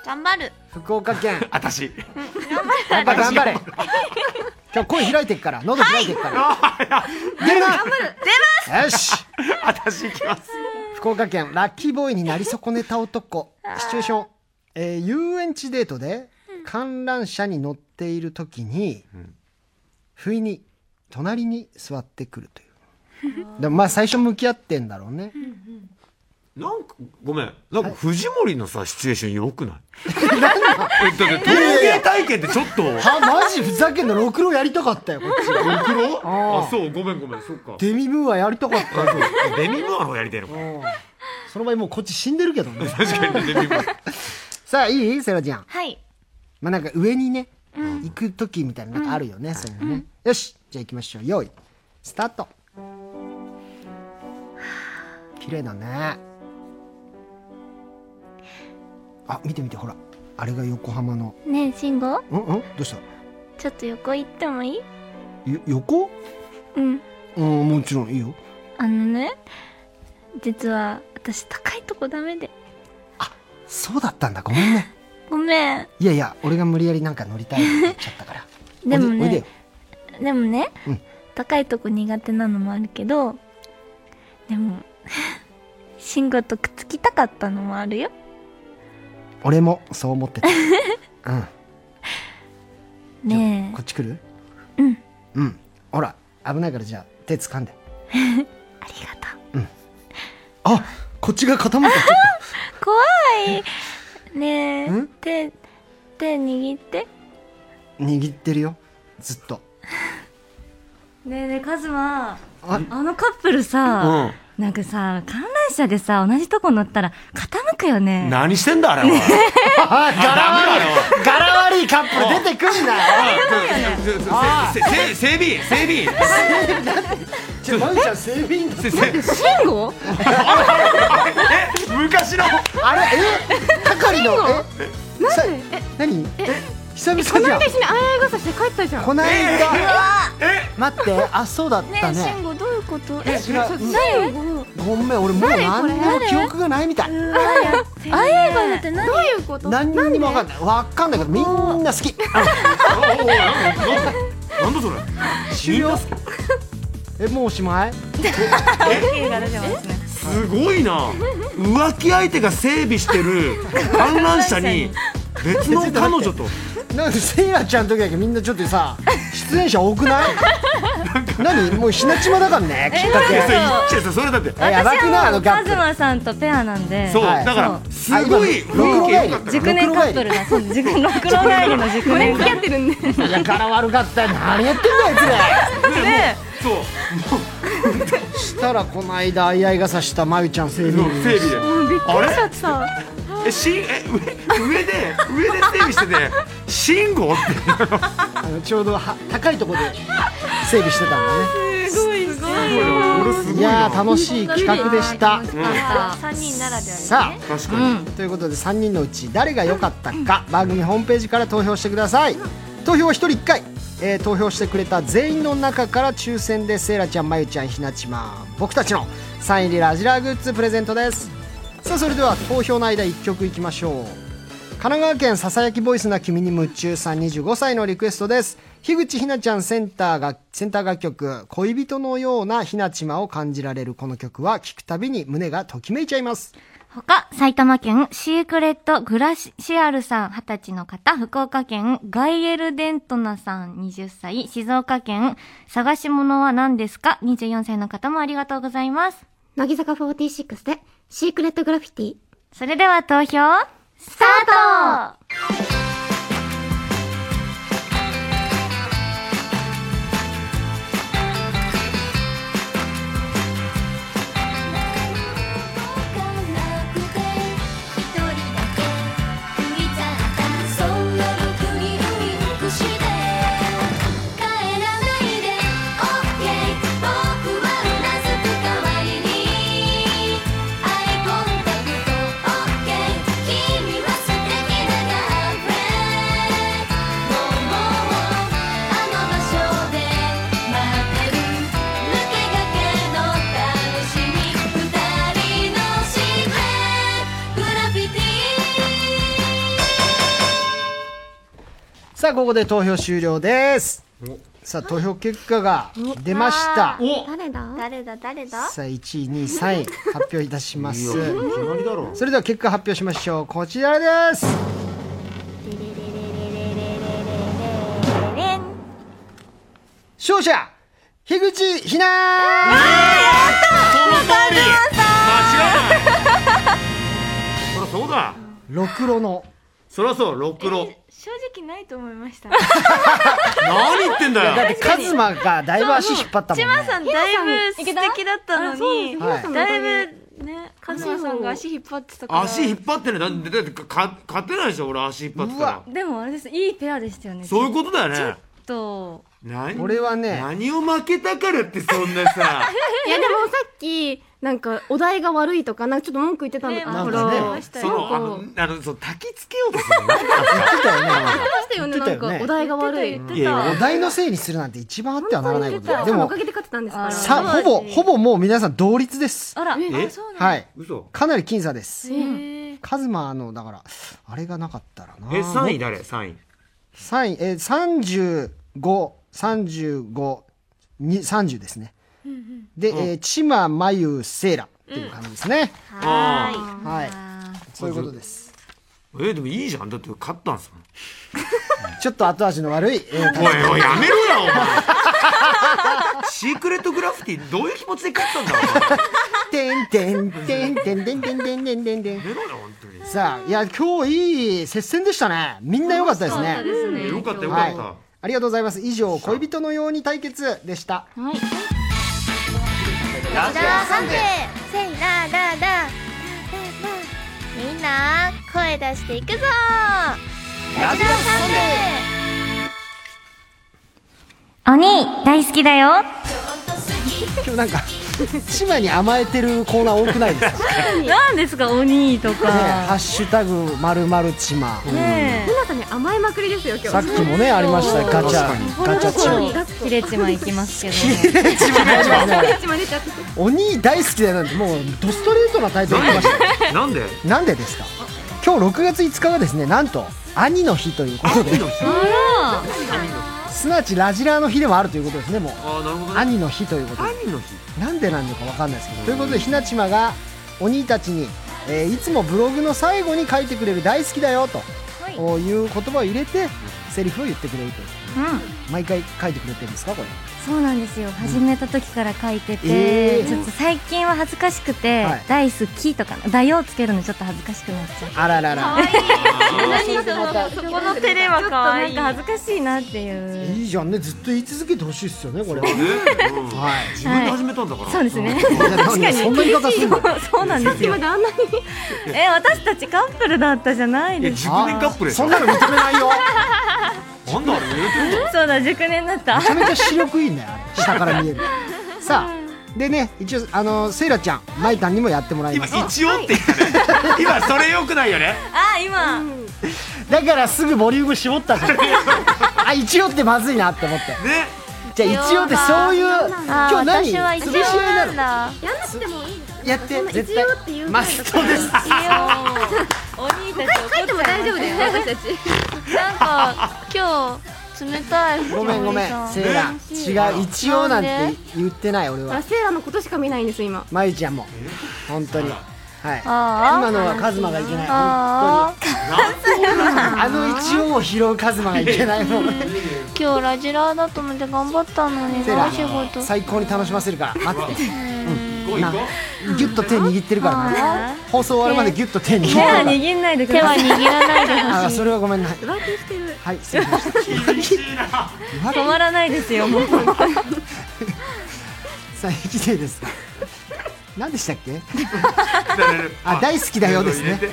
Speaker 5: 頑張る
Speaker 1: 福岡県
Speaker 2: あたし
Speaker 1: やっぱ頑張れ 今日声開いてっから喉開いてっから、出るなよし
Speaker 2: 私行きます
Speaker 1: 福岡県ラッキーボーイになり損ねた男シチュエーション、えー遊園地デートで観覧車に乗っている時に、不意に隣に座ってくるというでもまあ最初向き合ってんだろうね、
Speaker 2: なんかごめんなんか藤森のさシチュエーションよくない
Speaker 1: 何だ
Speaker 2: えだ って陶芸体験ってちょっと
Speaker 1: はマジふざけんなろくろやりたかったよこっち
Speaker 2: ろくろ
Speaker 1: あー
Speaker 2: あそうごめんごめんそっか
Speaker 1: デミムーアやりたかったよ
Speaker 2: デミムーアの方やりたいのか
Speaker 1: その場合もうこっち死んでるけどね
Speaker 2: 確かにねデミムー
Speaker 1: さあいいセラちゃん
Speaker 5: はい
Speaker 1: まあなんか上にね、行く時みたいなのなんかあるよね、そういうのね、よしじゃあ行きましょう用意スタート綺麗だねあ見て見てほらあれが横浜の
Speaker 14: ねえ慎吾
Speaker 1: うんうんどうした
Speaker 14: ちょっと横行ってもいい
Speaker 1: よ横
Speaker 14: うん
Speaker 1: うんもちろんいいよ
Speaker 14: あのね実は私高いとこダメで
Speaker 1: そうだったんだごめんね
Speaker 14: ごめん
Speaker 1: いやいや俺が無理やりなんか乗りたいって言っちゃったから
Speaker 14: でも
Speaker 1: おいでおいで
Speaker 14: ね
Speaker 1: よ
Speaker 14: でもね、
Speaker 1: うん
Speaker 14: 高いとこ苦手なのもあるけどでも 慎吾とくっつきたかったのもあるよ
Speaker 1: 俺もそう思ってたうん
Speaker 14: ね
Speaker 1: こっち来る
Speaker 14: うん
Speaker 1: うんほら危ないからじゃあ手掴んでありがとう、うん、あこっちが傾いたちょ
Speaker 14: え怖いねえ
Speaker 1: ん
Speaker 14: 手手握って
Speaker 1: っと握ってるよずっと
Speaker 12: ねえねえカズマあのカップルさ、なんかさ観覧車でさ同じとこ乗ったら傾くよね
Speaker 2: 何してんだあれは
Speaker 1: 柄悪いカップル出てくんな
Speaker 2: あせせせ整備整備
Speaker 1: よ。マミちゃん整備員
Speaker 2: せせ
Speaker 1: 慎吾？
Speaker 2: 昔の
Speaker 1: あれえ係のえ
Speaker 5: なんでえ
Speaker 1: 何？え久々
Speaker 5: この
Speaker 1: じゃん
Speaker 5: 間。一緒にあやい傘して帰ったじゃん
Speaker 1: この間
Speaker 5: うわ
Speaker 1: 待ってあそうだった
Speaker 5: ねえ
Speaker 1: ね
Speaker 5: 慎。吾どういうこと
Speaker 1: え違う
Speaker 5: そう
Speaker 1: うん
Speaker 5: 誰ど
Speaker 1: ごめん俺もう
Speaker 5: 誰これ
Speaker 1: 何にも記憶がないみたい。
Speaker 5: あやい傘って何どういうこと
Speaker 1: 何にもわかんない。わかんないけどみんな好き。
Speaker 2: なんだそれ。
Speaker 1: 終了。えもうおしまい？
Speaker 2: すごいな浮気相手が整備してる観覧車に別の彼 女と
Speaker 1: なんでセイラちゃんの時だけみんなちょっとさ出演者多くない？何もうひなちまだからねきっかけ。
Speaker 2: いやそれ言っちゃうそれだって
Speaker 1: えやばく
Speaker 12: 私
Speaker 1: ないあの
Speaker 12: は
Speaker 1: カッ
Speaker 12: カ
Speaker 1: プル
Speaker 12: ズマさんとペアなんで
Speaker 2: そう
Speaker 12: はい
Speaker 2: だから
Speaker 12: そう
Speaker 2: すごい
Speaker 1: ろくろ
Speaker 2: 雰囲気良かった
Speaker 12: 熟年カップルだそう熟年ろくろ帰りの熟年カップル
Speaker 5: んで
Speaker 1: いや柄悪かったよ何やってんだよあいつら
Speaker 5: ね
Speaker 1: そうしたらこの間あいあい傘したまゆちゃん整備員
Speaker 2: そう整備で
Speaker 5: うんびっくりしちゃった
Speaker 2: えしえ上上で上で整備してて信号って
Speaker 1: あのちょうどは高いところで整備してたんだね
Speaker 5: すごいすごい
Speaker 1: いやー楽しい企画でした
Speaker 14: 三人ならではですね
Speaker 1: さあ
Speaker 2: 確
Speaker 14: かに
Speaker 1: ということで3人のうち誰が良かったか番組ホームページから投票してください投票は1人1回、えー投票してくれた全員の中から抽選でセイラちゃんまゆちゃんひなちま僕たちのサイン入りラジラーグッズプレゼントですさあそれでは投票の間1曲いきましょう神奈川県ささやきボイスな君に夢中さん25歳のリクエストです樋口ひなちゃんセンターがセンター楽曲「恋人のようなひなちま」を感じられるこの曲は聴くたびに胸がときめいちゃいます
Speaker 12: 他、埼玉県シークレットグラシアルさん20歳の方、福岡県ガイエルデントナさん20歳、静岡県探し物は何ですか ?24 歳の方もありがとうございます。
Speaker 7: 乃木坂46でシークレットグラフィティ。
Speaker 12: それでは投票、スタート
Speaker 3: 一人だけ浮いちゃったそんな僕にウインクして帰らないで OK 僕はうなずく代わりにアイコンタクト OK 君は素敵なガールフレンドもうもうあの場所で待ってる抜け駆けの楽しみ二人のシークレットグラフィテ
Speaker 1: さあここで投票終了ですさあ投票結果が出ました
Speaker 7: 誰だ
Speaker 14: 誰だ誰だ
Speaker 1: さあ1位2位3位発表いたしま
Speaker 2: い
Speaker 1: す
Speaker 2: や決まりだろ
Speaker 1: それでは結果発表しましょうこちらです勝者樋口ひな
Speaker 2: そりゃそうだ
Speaker 1: ろくろの
Speaker 2: そりゃそうろくろ
Speaker 5: 正直ないと思いました
Speaker 2: 何言ってんだよ
Speaker 1: いやだってカズマがだいぶ 足引っ張ったもん
Speaker 5: 千葉
Speaker 1: ね
Speaker 5: さんだいぶ素敵だったのに
Speaker 1: いけたあそうです
Speaker 5: だいぶねカズマさんが足引っ張ってたから
Speaker 2: 足引っ張ってねだってだってか勝てないでしょ俺足引っ張ってたら
Speaker 12: でもあれです、いいペアでしたよね。
Speaker 2: そういうことだよね
Speaker 12: ちょっと、
Speaker 2: 何
Speaker 1: 俺はね
Speaker 2: 何を負けたからってそんなさ
Speaker 5: いやでもさっきなんかお題が悪いとかなんかちょっと文句言ってたんだけど
Speaker 2: なん
Speaker 5: なん
Speaker 2: か
Speaker 5: か
Speaker 2: ね
Speaker 5: そ
Speaker 2: そのあ
Speaker 5: う
Speaker 2: のあのその焚きつけようとするのなんか
Speaker 5: たよね
Speaker 1: 言って
Speaker 5: なん
Speaker 1: たよね
Speaker 5: かお題が悪い
Speaker 1: いやいやお題のせいにするなんて一番あってはならないことだよで
Speaker 5: でもお
Speaker 1: も
Speaker 5: かげで勝ってたんですから
Speaker 1: さほぼほぼもう皆さん同率です
Speaker 5: あらえあそうなんだ
Speaker 1: はい
Speaker 2: 嘘
Speaker 1: かなり僅差です
Speaker 5: へー
Speaker 1: カズマのだからあれがなかったらな
Speaker 2: え3位誰3位
Speaker 1: 三位えー、353530ですねで、えー、チママユセイラっていう感じですね、
Speaker 2: あ
Speaker 1: はいそういうことです
Speaker 2: あえでもいいじゃんだって勝ったんすもん
Speaker 1: ちょっと後味の悪い、えー
Speaker 2: おいおいやめろよお前シークレットグラフィティどういう気持ちで勝ったんだ
Speaker 1: てんてんてんてんてんてんてんてんてんてん
Speaker 2: やめろよ本当に
Speaker 1: さあいや今日いい接戦でしたねみんな良かったですね
Speaker 2: 楽しかったですねよかったよかった
Speaker 1: はいありがとうございます以上恋人のように対決でした
Speaker 12: はい
Speaker 3: ィ
Speaker 14: ラジラサンデーせいらららみんな声出していくぞラジラサンデー
Speaker 12: 鬼、大好きだよ。
Speaker 1: 今日なんか島に甘えてるコーナー多くないですか
Speaker 12: 何ですか、鬼と
Speaker 1: ね
Speaker 12: か。
Speaker 1: ハッシュタグまるまるちま
Speaker 12: ね
Speaker 5: ひなたに甘えまくりですよ今日
Speaker 1: さっきもねありましたよガチャガチャチマ
Speaker 12: 切れちまいきますけど。
Speaker 1: 鬼大好きだよなんてもうドストレートなタイトル言いま したよ
Speaker 2: なんで
Speaker 1: なんでですか今日6月5日はですねなんと兄の日ということですなわちラジラーの日でもあるということですねもう
Speaker 2: あなるほどね
Speaker 1: 兄の日ということで
Speaker 2: 兄の日
Speaker 1: なんでなんのかわかんないですけどということでひなちまが鬼たちに、えーいつもブログの最後に書いてくれる大好きだよと、
Speaker 12: い
Speaker 1: こういう言葉を入れてセリフを言ってくれるという毎回書いてくれてるんですかこれ
Speaker 12: そうなんですよ始めた時から書いてて、
Speaker 1: えー
Speaker 12: ちょっと最近は恥ずかしくて「
Speaker 1: はい
Speaker 12: 大好き」とか「だよ」つけるのちょっと恥ずかしくなっちゃう
Speaker 1: あららら
Speaker 12: そこの照れは可愛いちょっとなんか恥ずかしいなっていう
Speaker 1: いいじゃんねずっと言い続けてほしいですよねこれは
Speaker 2: ね
Speaker 1: はい
Speaker 2: 自分で始めたんだから、
Speaker 12: そうですね
Speaker 1: いや
Speaker 12: 確かに
Speaker 1: そんな言い方するの
Speaker 12: そうなんですよまであんなにえ私たちカップルだったじゃないですか
Speaker 2: いや熟年カップルでしょ
Speaker 1: そんなの認めないよ
Speaker 2: なんだあれ
Speaker 12: そうだ熟年だった
Speaker 1: めちゃめちゃ視力いいんだよあれ下から見えるさあでね一応あのセイラちゃんマイタンにもやってもらい
Speaker 2: 今
Speaker 1: ます
Speaker 2: 一応って言ったね今それ良くないよね
Speaker 12: あ今、
Speaker 1: だからすぐボリューム絞ったじゃんあ一応ってまずいなって思って
Speaker 2: ね
Speaker 1: じゃあ一応ってそういう今日何
Speaker 3: 私は一応
Speaker 1: 潰し合いなの
Speaker 3: なんだ
Speaker 5: やんなくてもいい
Speaker 1: やって
Speaker 5: そんな
Speaker 1: 絶
Speaker 5: 一
Speaker 1: 対
Speaker 5: 応っていうぐら
Speaker 1: マ
Speaker 5: いだ
Speaker 1: ス
Speaker 5: った
Speaker 1: ト
Speaker 5: ら
Speaker 1: です
Speaker 12: 鬼た
Speaker 5: 書いても大丈夫だよ私たち
Speaker 3: なんか今日冷たい藤
Speaker 1: ごめんごめ
Speaker 3: 森さ
Speaker 1: んセイラ違う一応なんて言ってない俺は
Speaker 5: あセイラのことしか見ないんです今
Speaker 1: まゆちゃんも本当にはい
Speaker 3: あー
Speaker 1: 今のはカズマがいけない
Speaker 3: あ
Speaker 1: 本当にあの一応を拾うカズマがいけないもん
Speaker 3: 今日ラジラーだと思って頑張ったのに
Speaker 1: セイ
Speaker 3: な
Speaker 1: ラ
Speaker 3: お仕事
Speaker 1: 最高に楽しませるから待って
Speaker 2: 行こう行こ
Speaker 1: ギュッと手握ってるからな放送終わるまでギュッと手握ってる
Speaker 12: 手
Speaker 1: か
Speaker 12: は
Speaker 1: ら
Speaker 12: 握んないでください
Speaker 3: 手は握らないでほしい
Speaker 1: あそれはごめんなさい
Speaker 5: 浮気してる
Speaker 1: はい失礼しました
Speaker 12: 止まらないですよもう
Speaker 1: さあ生きて ですか何でしたっけ
Speaker 2: うだね
Speaker 1: あ大好きだよですね
Speaker 2: そ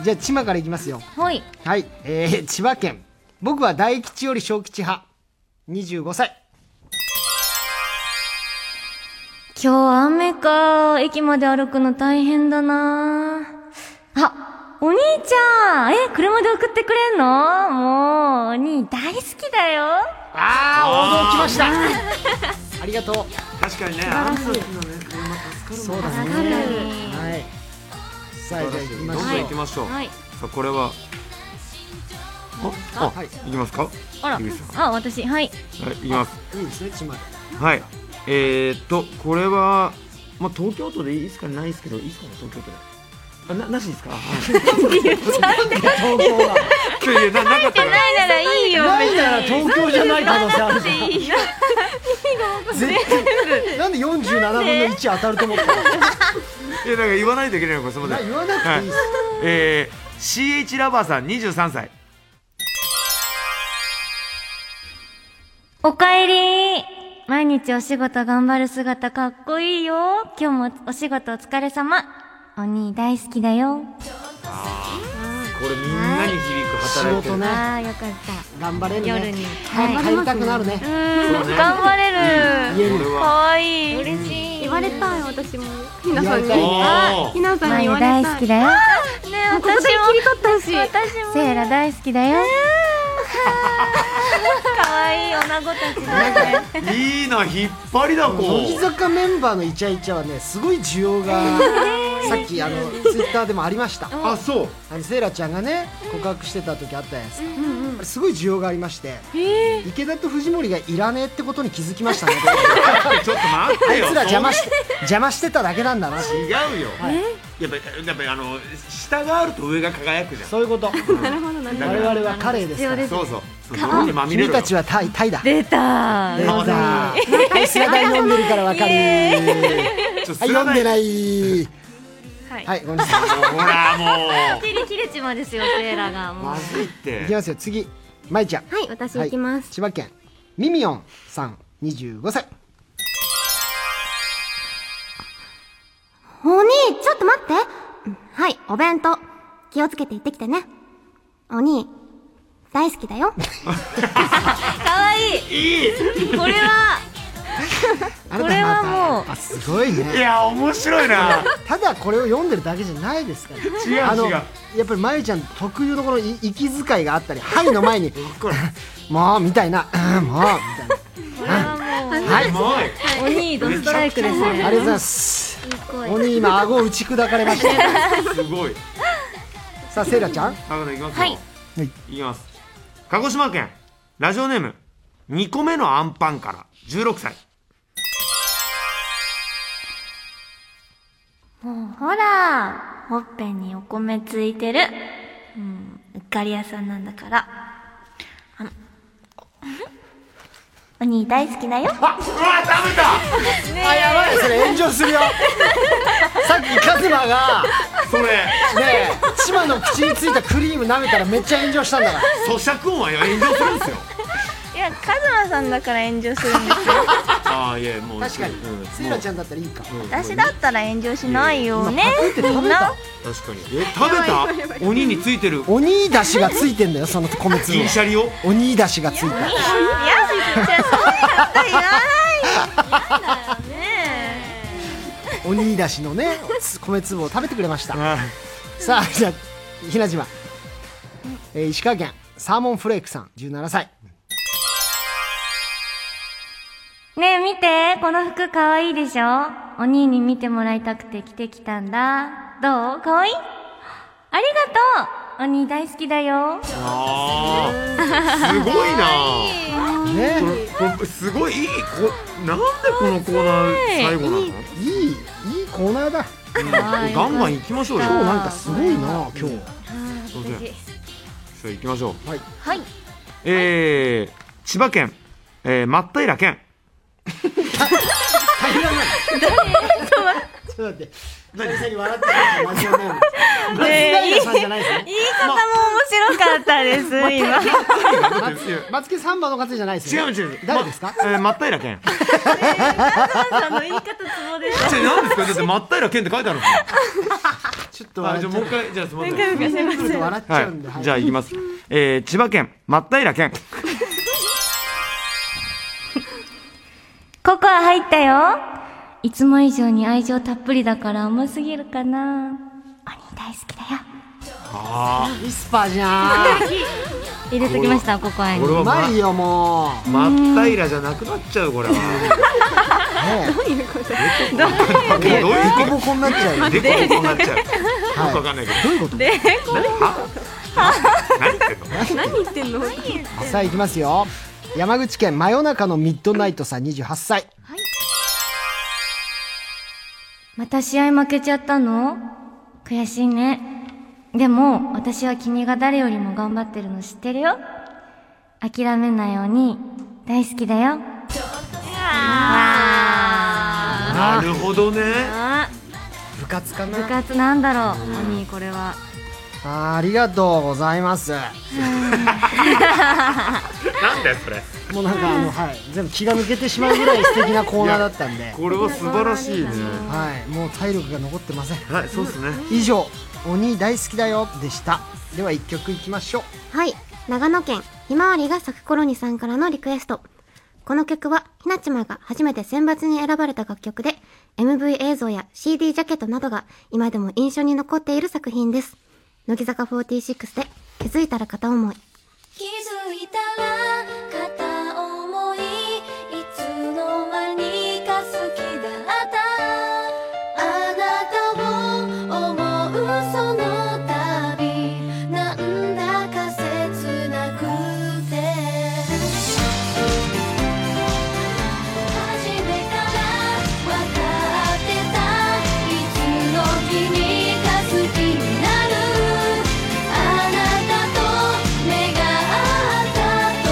Speaker 2: う
Speaker 1: じゃあ千葉からいきますよ
Speaker 12: はい
Speaker 1: はい、えー、千葉県僕は大吉より小吉派25歳
Speaker 12: 今日雨か。駅まで歩くの大変だな。あ、お兄ちゃんえ、車で送ってくれんのもう、お兄大好きだよ。
Speaker 1: ああ王道来ましたありがとう
Speaker 2: 確かにねあの時のね
Speaker 1: そうだねはいさあじゃあ行きま
Speaker 2: どんどん
Speaker 1: しょ
Speaker 2: 行き
Speaker 1: う
Speaker 2: ましょう、
Speaker 12: はい
Speaker 2: さあこれはあ、あ、い、きますか
Speaker 12: あら
Speaker 2: ゆうさ、
Speaker 12: あ、私、はい。
Speaker 2: んはい、いきます
Speaker 1: いいですね千葉
Speaker 2: はいえー、っとこれはまあ東京都でいいですかねないですけどいいですかね東京都であななしですかはい
Speaker 1: 東京だ
Speaker 2: いやいやななかったら
Speaker 12: ないならいいよ。
Speaker 1: ないなら東京じゃない可能性あるじゃん絶対なんで47分の1当たると思った
Speaker 2: いやなんか言わないといけないのかすみま
Speaker 1: な
Speaker 2: せん
Speaker 1: 言わなくていいっす
Speaker 2: えー、CH ラバーさん23歳
Speaker 12: おかえり。毎日お仕事頑張る姿かっこいいよ。今日もお仕事お疲れ様。お兄大好きだよ。
Speaker 2: これみんなに響く
Speaker 1: 仕
Speaker 2: 働いて
Speaker 1: 事
Speaker 2: る
Speaker 1: ね
Speaker 12: ああ、よかった。
Speaker 1: 頑張れるね
Speaker 12: 夜に
Speaker 1: 早く帰りたくなるね
Speaker 2: そうね
Speaker 3: 頑張れる
Speaker 1: 家に
Speaker 2: これは
Speaker 3: 可愛い
Speaker 5: 嬉しい言われたい私もひなさんに
Speaker 1: 言
Speaker 2: われたい
Speaker 5: ひなさんに
Speaker 12: 前
Speaker 5: 言われ
Speaker 12: 大
Speaker 5: た
Speaker 12: 好
Speaker 5: い
Speaker 12: きだよ。
Speaker 3: ね
Speaker 5: もうここで切り取ってほしい
Speaker 3: 私も
Speaker 12: セイラ大好きだよ。
Speaker 3: 可愛い女子たちだね
Speaker 2: いいな引っ張りだこ
Speaker 1: 乃木坂メンバーのイチャイチャはねすごい需要がさっきあのツイッターでもありました
Speaker 2: あそう
Speaker 1: あのセイラちゃんがね告白してた時あったじゃないですか、あれすごい需要がありまして、池田と藤森がいらねえってことに気づきましたね
Speaker 2: ちょっと待っ
Speaker 1: あ
Speaker 2: て
Speaker 1: い
Speaker 2: よ
Speaker 1: つら邪魔し邪魔してただけなんだなって
Speaker 2: 違うよ、やっぱやっぱあの下があると上が輝くじゃん
Speaker 1: そういうこと
Speaker 5: なるほどなるほど
Speaker 1: 我々はカレーですから
Speaker 2: そうそうそう泥にまみれ
Speaker 1: 君
Speaker 2: る
Speaker 1: たちはタイタイだ
Speaker 12: 出た。
Speaker 1: レオだはい砂田読んでるからわかる
Speaker 2: ちょ
Speaker 1: はい読んで
Speaker 2: い
Speaker 1: ないはいごめんなさい
Speaker 2: ほらも
Speaker 12: 切り切れちまですよ、セイラが。
Speaker 2: う
Speaker 12: もう
Speaker 2: まずいっ
Speaker 1: いき
Speaker 2: て
Speaker 1: ますよ次まいちゃん
Speaker 5: はい私行きます
Speaker 1: 千葉県ミミオンさん25歳
Speaker 7: お兄、ちょっと待って。はい、お弁当。気をつけて行ってきてね。お兄、大好きだよ。
Speaker 14: 可愛いいこれは
Speaker 1: あなた
Speaker 14: これは
Speaker 1: もうあすごいね
Speaker 2: いや面白いな
Speaker 1: ただこれを読んでるだけじゃないですから
Speaker 2: 違う違う
Speaker 1: あのやっぱりまゆちゃん特有のこのい息遣いがあ ったり「はい」の前に「もう」みたいな 「うんもう」みたいなはい
Speaker 14: お兄ドストライクです
Speaker 1: あり
Speaker 14: ね
Speaker 1: がとうございます
Speaker 14: いい声
Speaker 1: 鬼今顎打ち砕かれました
Speaker 2: すごい
Speaker 1: さあセイラちゃん
Speaker 2: 高田いきますよ
Speaker 14: はい
Speaker 2: いきます鹿児島県ラジオネーム2個目のアンパンから16歳
Speaker 14: もうほらほっぺにお米ついてる、うん、うっかり屋さんなんだからあのお兄大好きだよあ
Speaker 2: うわ食べた
Speaker 14: ね
Speaker 1: あやばいそれ炎上するよ さっきカズマが
Speaker 2: それね
Speaker 1: ねえ千葉の口についたクリーム舐めたらめっちゃ炎上したんだから
Speaker 2: 咀嚼音は炎上するんですよ
Speaker 9: いやカズマさんだから炎上するんですよ
Speaker 2: ああいやもう
Speaker 1: 確かに
Speaker 2: うん
Speaker 1: セイラちゃんだったらいいか
Speaker 9: 私だったら炎上しないよね
Speaker 1: 今パクって食べた
Speaker 2: 確かにえ食べた鬼についてる
Speaker 1: 鬼だしがついてんだよその米粒
Speaker 2: 銀シャリを
Speaker 1: 鬼だしがついた
Speaker 9: いやじゃあそういうこと言わないよね
Speaker 1: 鬼だしのね米粒を食べてくれましたさあじゃあひなじま、えー石川県サーモンフレークさん17歳
Speaker 12: ねえ見て、この服かわいいでしょお兄に見てもらいたくて着てきたんだ。どうかわいいありがとうお兄大好きだよ。
Speaker 2: あーすごいな
Speaker 1: ね
Speaker 2: これこれすごいいいこなんでこのコーナー最後なの
Speaker 1: いいいいいいコーナーだ
Speaker 2: うんガンガン行きましょうよ
Speaker 1: 今日なんかすごいな今日
Speaker 2: そうですねじゃあ行きましょう
Speaker 1: はい
Speaker 14: はい
Speaker 2: えー、千葉県、えー、松平健
Speaker 1: 大変だねちょっと待って先生に笑ってるマジオネーム松平さんじゃないですね
Speaker 9: 言い方も面白かったです 今
Speaker 1: マツケサンバの方じゃないです
Speaker 2: 違
Speaker 1: よ
Speaker 2: う
Speaker 1: ね
Speaker 2: 違う
Speaker 1: 誰ですか
Speaker 2: まえー、松平健
Speaker 9: さんの言い方ツボでし
Speaker 2: じゃ何ですかだって松平健って書いてあるんですよ
Speaker 1: ちょっと
Speaker 2: あ
Speaker 1: 笑っ
Speaker 2: じ
Speaker 1: ち
Speaker 2: ゃあもう
Speaker 1: ゃ
Speaker 2: 一回じゃあすみません
Speaker 9: もう一回
Speaker 1: うちょっと笑っち
Speaker 2: は
Speaker 1: ゃうんで
Speaker 2: い、じゃあ行きます、えー、千葉県松平健
Speaker 12: ココア入ったよいつも以上に愛情たっぷりだから甘すぎるかな。お兄大好きだよ。
Speaker 2: あ
Speaker 1: ウィスパーじゃ
Speaker 12: 入れてきました、ココア
Speaker 2: あ
Speaker 12: に
Speaker 2: こ。れ
Speaker 1: ん
Speaker 2: は
Speaker 1: うま
Speaker 2: ま
Speaker 1: いよもう
Speaker 2: 松平じゃなくなっちゃうこれは
Speaker 1: ね
Speaker 2: どう
Speaker 1: え
Speaker 2: い
Speaker 1: ボコボコになっちゃうよ
Speaker 2: うデコボコになっちゃうよくわかんないけど
Speaker 1: どういうこと
Speaker 2: 何言ってんの
Speaker 1: 何言ってんのさあ行きますよ山口県真夜中のミッドナイトさん28歳
Speaker 12: また試合負けちゃったの悔しいね。でも、私は君が誰よりも頑張ってるの知ってるよ。諦めないように、大好きだよ。
Speaker 2: なるほどね
Speaker 1: 部活か
Speaker 12: 部
Speaker 1: な
Speaker 12: 活なんだろう、お兄、これは。
Speaker 1: あーありがとうございます
Speaker 2: なんだよそれ
Speaker 1: もうなんかあのはい全部気が抜けてしまうぐらい素敵なコーナーだったんで
Speaker 2: これは素晴らしいね
Speaker 1: はいもう体力が残ってません
Speaker 2: はいそうですね
Speaker 1: 以上「鬼大好きだよ」でしたでは一曲いきましょう
Speaker 7: はい、長野県ひまわりが咲く頃にさんからのリクエスト。この曲は、ひなちまが初めて選抜に選ばれた楽曲で、MV 映像や CD ジャケットなどが今でも印象に残っている作品です。乃木坂46で、気づいたら片思い。
Speaker 3: 気づいたら片思いいつの間にか好きだったあなたを思うその度なんだか切なくて初めからわかってた一度君が好きになるあなたと目が合った時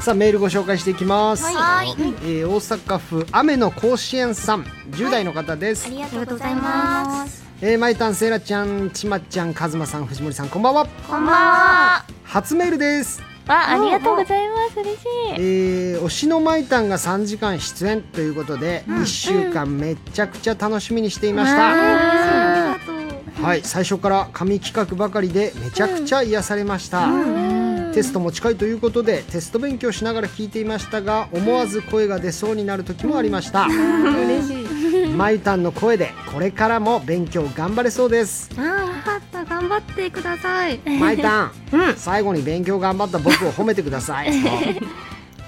Speaker 1: さあメールご紹介していきます、
Speaker 14: はいはい
Speaker 1: えー大阪府雨の甲子園さん10代の方です、
Speaker 14: ありがとうございます。
Speaker 1: えー、マイタンセイラちゃんちまちゃんかずまさん藤森さんこんばんは
Speaker 14: こんばんは。
Speaker 1: 初メールです
Speaker 14: わありがとうございます。嬉しい。
Speaker 1: えー推しのマイタンが3時間出演ということで、一1週間めちゃくちゃ楽しみにしていました、
Speaker 14: ありがとう。
Speaker 1: はい最初から神企画ばかりでめちゃくちゃ癒されました、テストも近いということでテスト勉強しながら聞いていましたが思わず声が出そうになる時もありました、
Speaker 23: 嬉しい
Speaker 1: マイタンの声でこれからも勉強頑張れそうです
Speaker 23: ああよかった頑張ってください
Speaker 1: マイタン、最後に勉強頑張った僕を褒めてください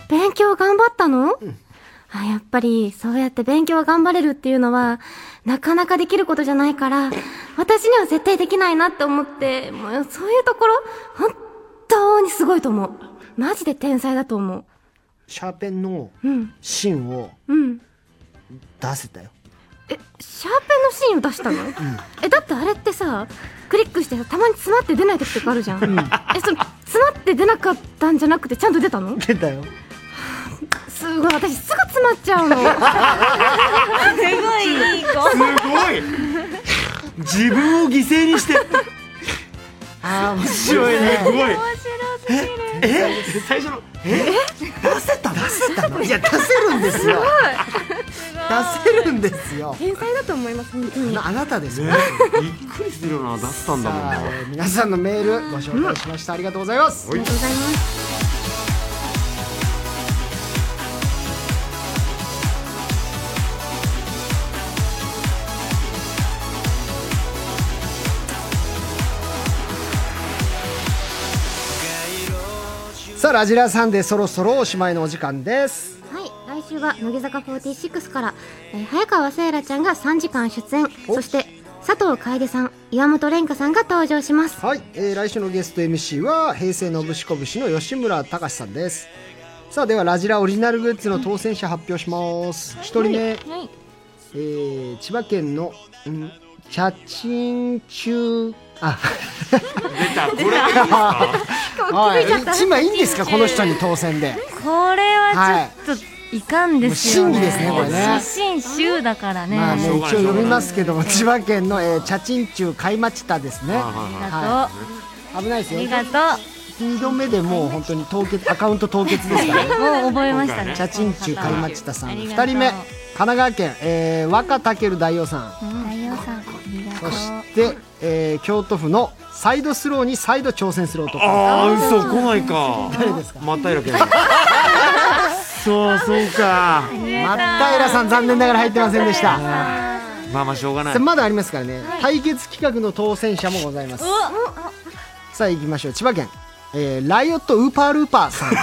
Speaker 7: 勉強頑張ったの、あやっぱりそうやって勉強頑張れるっていうのはなかなかできることじゃないから私には絶対できないなって思ってもうそういうところ本当にすごいと思うマジで天才だと思う
Speaker 1: シャーペンの
Speaker 7: うん
Speaker 1: 芯を
Speaker 7: うん
Speaker 1: 出せたよ
Speaker 7: シャーペンの芯を出したの、えだってあれってさクリックしてさたまに詰まって出ない時とかあるじゃん、えその詰まって出なかったんじゃなくてちゃんと出たの
Speaker 1: 出たよ
Speaker 7: すごい私すぐ詰まっちゃう の
Speaker 15: すごいいい子
Speaker 2: す自分を犠牲にして
Speaker 1: ああ面
Speaker 2: 白いねすごいえ最初のえ
Speaker 1: 出せた出せたのいや出せるんですよ出せるんですよ
Speaker 23: 天才だと思います本当に
Speaker 1: あなたですよ、
Speaker 2: ねびっくりするよな出したんだもんな
Speaker 1: さあえー皆さんのメールご紹介しました、ありがとうございます
Speaker 2: はいありがとうござい
Speaker 1: ますさあラジラさんでそろそろおしまいのお時間です
Speaker 7: はい来週は乃木坂46から、えー早川せいらちゃんが3時間出演そして佐藤楓さん岩本蓮香さんが登場します
Speaker 1: はい、えー来週のゲスト MC は平成のぶしこぶしの吉村隆さんですさあではラジラオリジナルグッズの当選者発表します一人
Speaker 14: は
Speaker 1: 目、
Speaker 14: い。
Speaker 1: えー千葉県のんチャチンチューあ
Speaker 2: 出たこれ
Speaker 1: 出
Speaker 2: いい
Speaker 1: た
Speaker 2: ですか
Speaker 1: はい 今いいんですかこの人に当選で
Speaker 12: これはちょっといかんですよね。
Speaker 1: もう真偽ですねこれね
Speaker 12: 写真集だからね。
Speaker 1: まあね、一応読みますけども千葉県の、えー、チャチンチュー海町田ですね
Speaker 12: あ
Speaker 1: りがとう、危ないですよ
Speaker 12: ありがと
Speaker 1: 2度目でもう本当に凍結アカウント凍結ですからね
Speaker 12: もう覚えましたね。
Speaker 1: チャチンチュー買いまちたさん
Speaker 12: ありがとう
Speaker 1: 2人目神奈川県、えー、若武大王さん
Speaker 14: 太陽さん、ありがと。
Speaker 1: そうして、えー、京都府のサイドスローに再度挑戦する男
Speaker 2: ああ嘘来ないか
Speaker 1: 誰ですか
Speaker 2: まったいらけそうそうか
Speaker 1: まったいらさん残念ながら入ってませんでした
Speaker 2: まあまあしょうがない
Speaker 1: さあまだありますからね、対決企画の当選者もございますさあ行きましょう千葉県、えー、ライオットウーパールーパーさんラ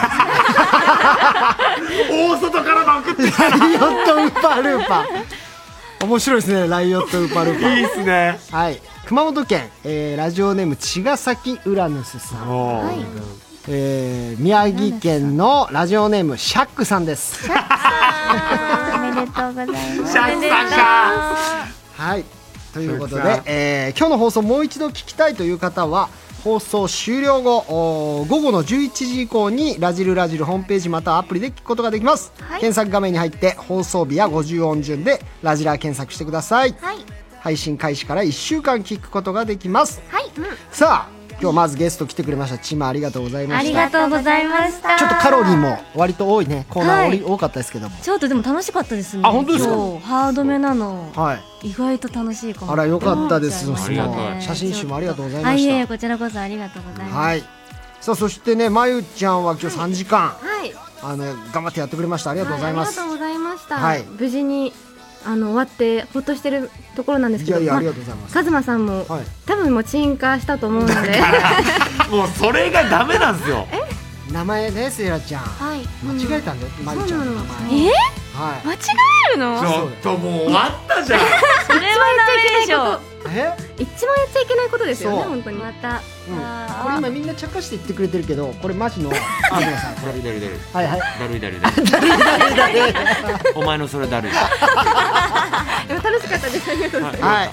Speaker 2: 大外からの送ってきた
Speaker 1: イオットウーパールーパー面白いですねライオットウーパールーパー
Speaker 2: いいっすね
Speaker 1: はい熊本県、えー、ラジオネーム茅ヶ崎ウラヌスさん、
Speaker 2: おー
Speaker 1: えー、宮城県のラジオネームシャックさんです
Speaker 14: おめでとうございます。
Speaker 2: シャッさんか
Speaker 1: はいというこ
Speaker 2: シ
Speaker 1: と
Speaker 2: ャッ
Speaker 1: で
Speaker 2: ク、さ
Speaker 1: えー今日の放送もう一度聞きたいという方は放送終了後おー午後の11時以降にラジルラジルホームページまたはアプリで聞くことができます、検索画面に入って放送日や50音順でラジラ検索してください、
Speaker 14: はい。
Speaker 1: 配信開始から1週間聞くことができます
Speaker 14: はい。
Speaker 1: さあ今日まずゲスト来てくれましたチマありがとうございました
Speaker 12: ありがとうございました。
Speaker 1: ちょっとカロリーも割と多いねコーナー多い多かったですけども
Speaker 12: ちょっとでも楽しかったですね。
Speaker 1: あ本当ですか
Speaker 12: 今日ハードめなの。
Speaker 1: はい
Speaker 12: 意外と楽しいかも。
Speaker 1: あらよかったです
Speaker 12: うん
Speaker 1: そ
Speaker 2: りが
Speaker 1: の
Speaker 2: たい
Speaker 1: 写真集もありがとうござい
Speaker 12: あ
Speaker 1: ま
Speaker 12: い
Speaker 1: し
Speaker 12: えい
Speaker 1: た
Speaker 12: えこちらこそありがとうございます。
Speaker 1: はいさあそしてねまゆちゃんは今日3時間
Speaker 7: はい
Speaker 1: あの頑張ってやってくれましたありがとうござ
Speaker 7: あ
Speaker 1: い
Speaker 7: り
Speaker 1: ま
Speaker 7: が
Speaker 1: す
Speaker 7: とうございました、
Speaker 1: はい
Speaker 7: 無事にあの終わってほっとしてるところなんです
Speaker 1: い
Speaker 7: けど
Speaker 1: やいや
Speaker 7: ま
Speaker 1: ありがとうございます
Speaker 7: カズマさんも、
Speaker 1: はい
Speaker 7: 多分もう鎮火したと思うの で
Speaker 2: もうそれがダメなんですよ
Speaker 1: 名前ねセイラちゃん
Speaker 7: はい
Speaker 1: 間違えたんだよまゆちゃんの名前
Speaker 7: え
Speaker 1: はい
Speaker 15: 間違えるの
Speaker 2: ちょっともう終わったじゃん
Speaker 15: それはダメ
Speaker 1: え
Speaker 7: 一番やっちゃいけないことですよね
Speaker 1: そう
Speaker 7: 本当にまた
Speaker 1: これ今みんな茶化して言ってくれてるけどこれマジのあごめんなさい
Speaker 2: だるいだるいだるい
Speaker 1: はいはい
Speaker 2: だるいだるいだるいお前のそれだるい
Speaker 7: でも楽しかったですありがとうございます
Speaker 1: はい、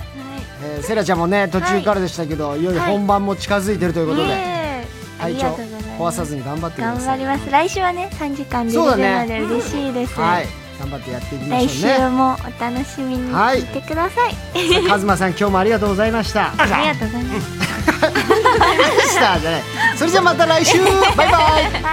Speaker 1: えー、セイラちゃんもね途中からでしたけど、い、よいよ本番も近づいてるということで、
Speaker 14: ええありがとうござい
Speaker 1: 壊さずに頑張ってくだ
Speaker 14: 頑
Speaker 1: さ
Speaker 14: 張
Speaker 1: い
Speaker 14: ります来週はね3時間で出
Speaker 1: そ
Speaker 14: る
Speaker 1: うだ
Speaker 14: の
Speaker 1: ね
Speaker 14: で嬉しいです、
Speaker 1: はい頑張ってやっていきま
Speaker 14: 来
Speaker 1: し
Speaker 14: 週
Speaker 1: ょうね
Speaker 14: もお楽しみに聞いてください、
Speaker 1: カズマさん今日もありがとうございました
Speaker 14: ありがとうございます
Speaker 1: したじゃないそれじゃまた来週バイバイ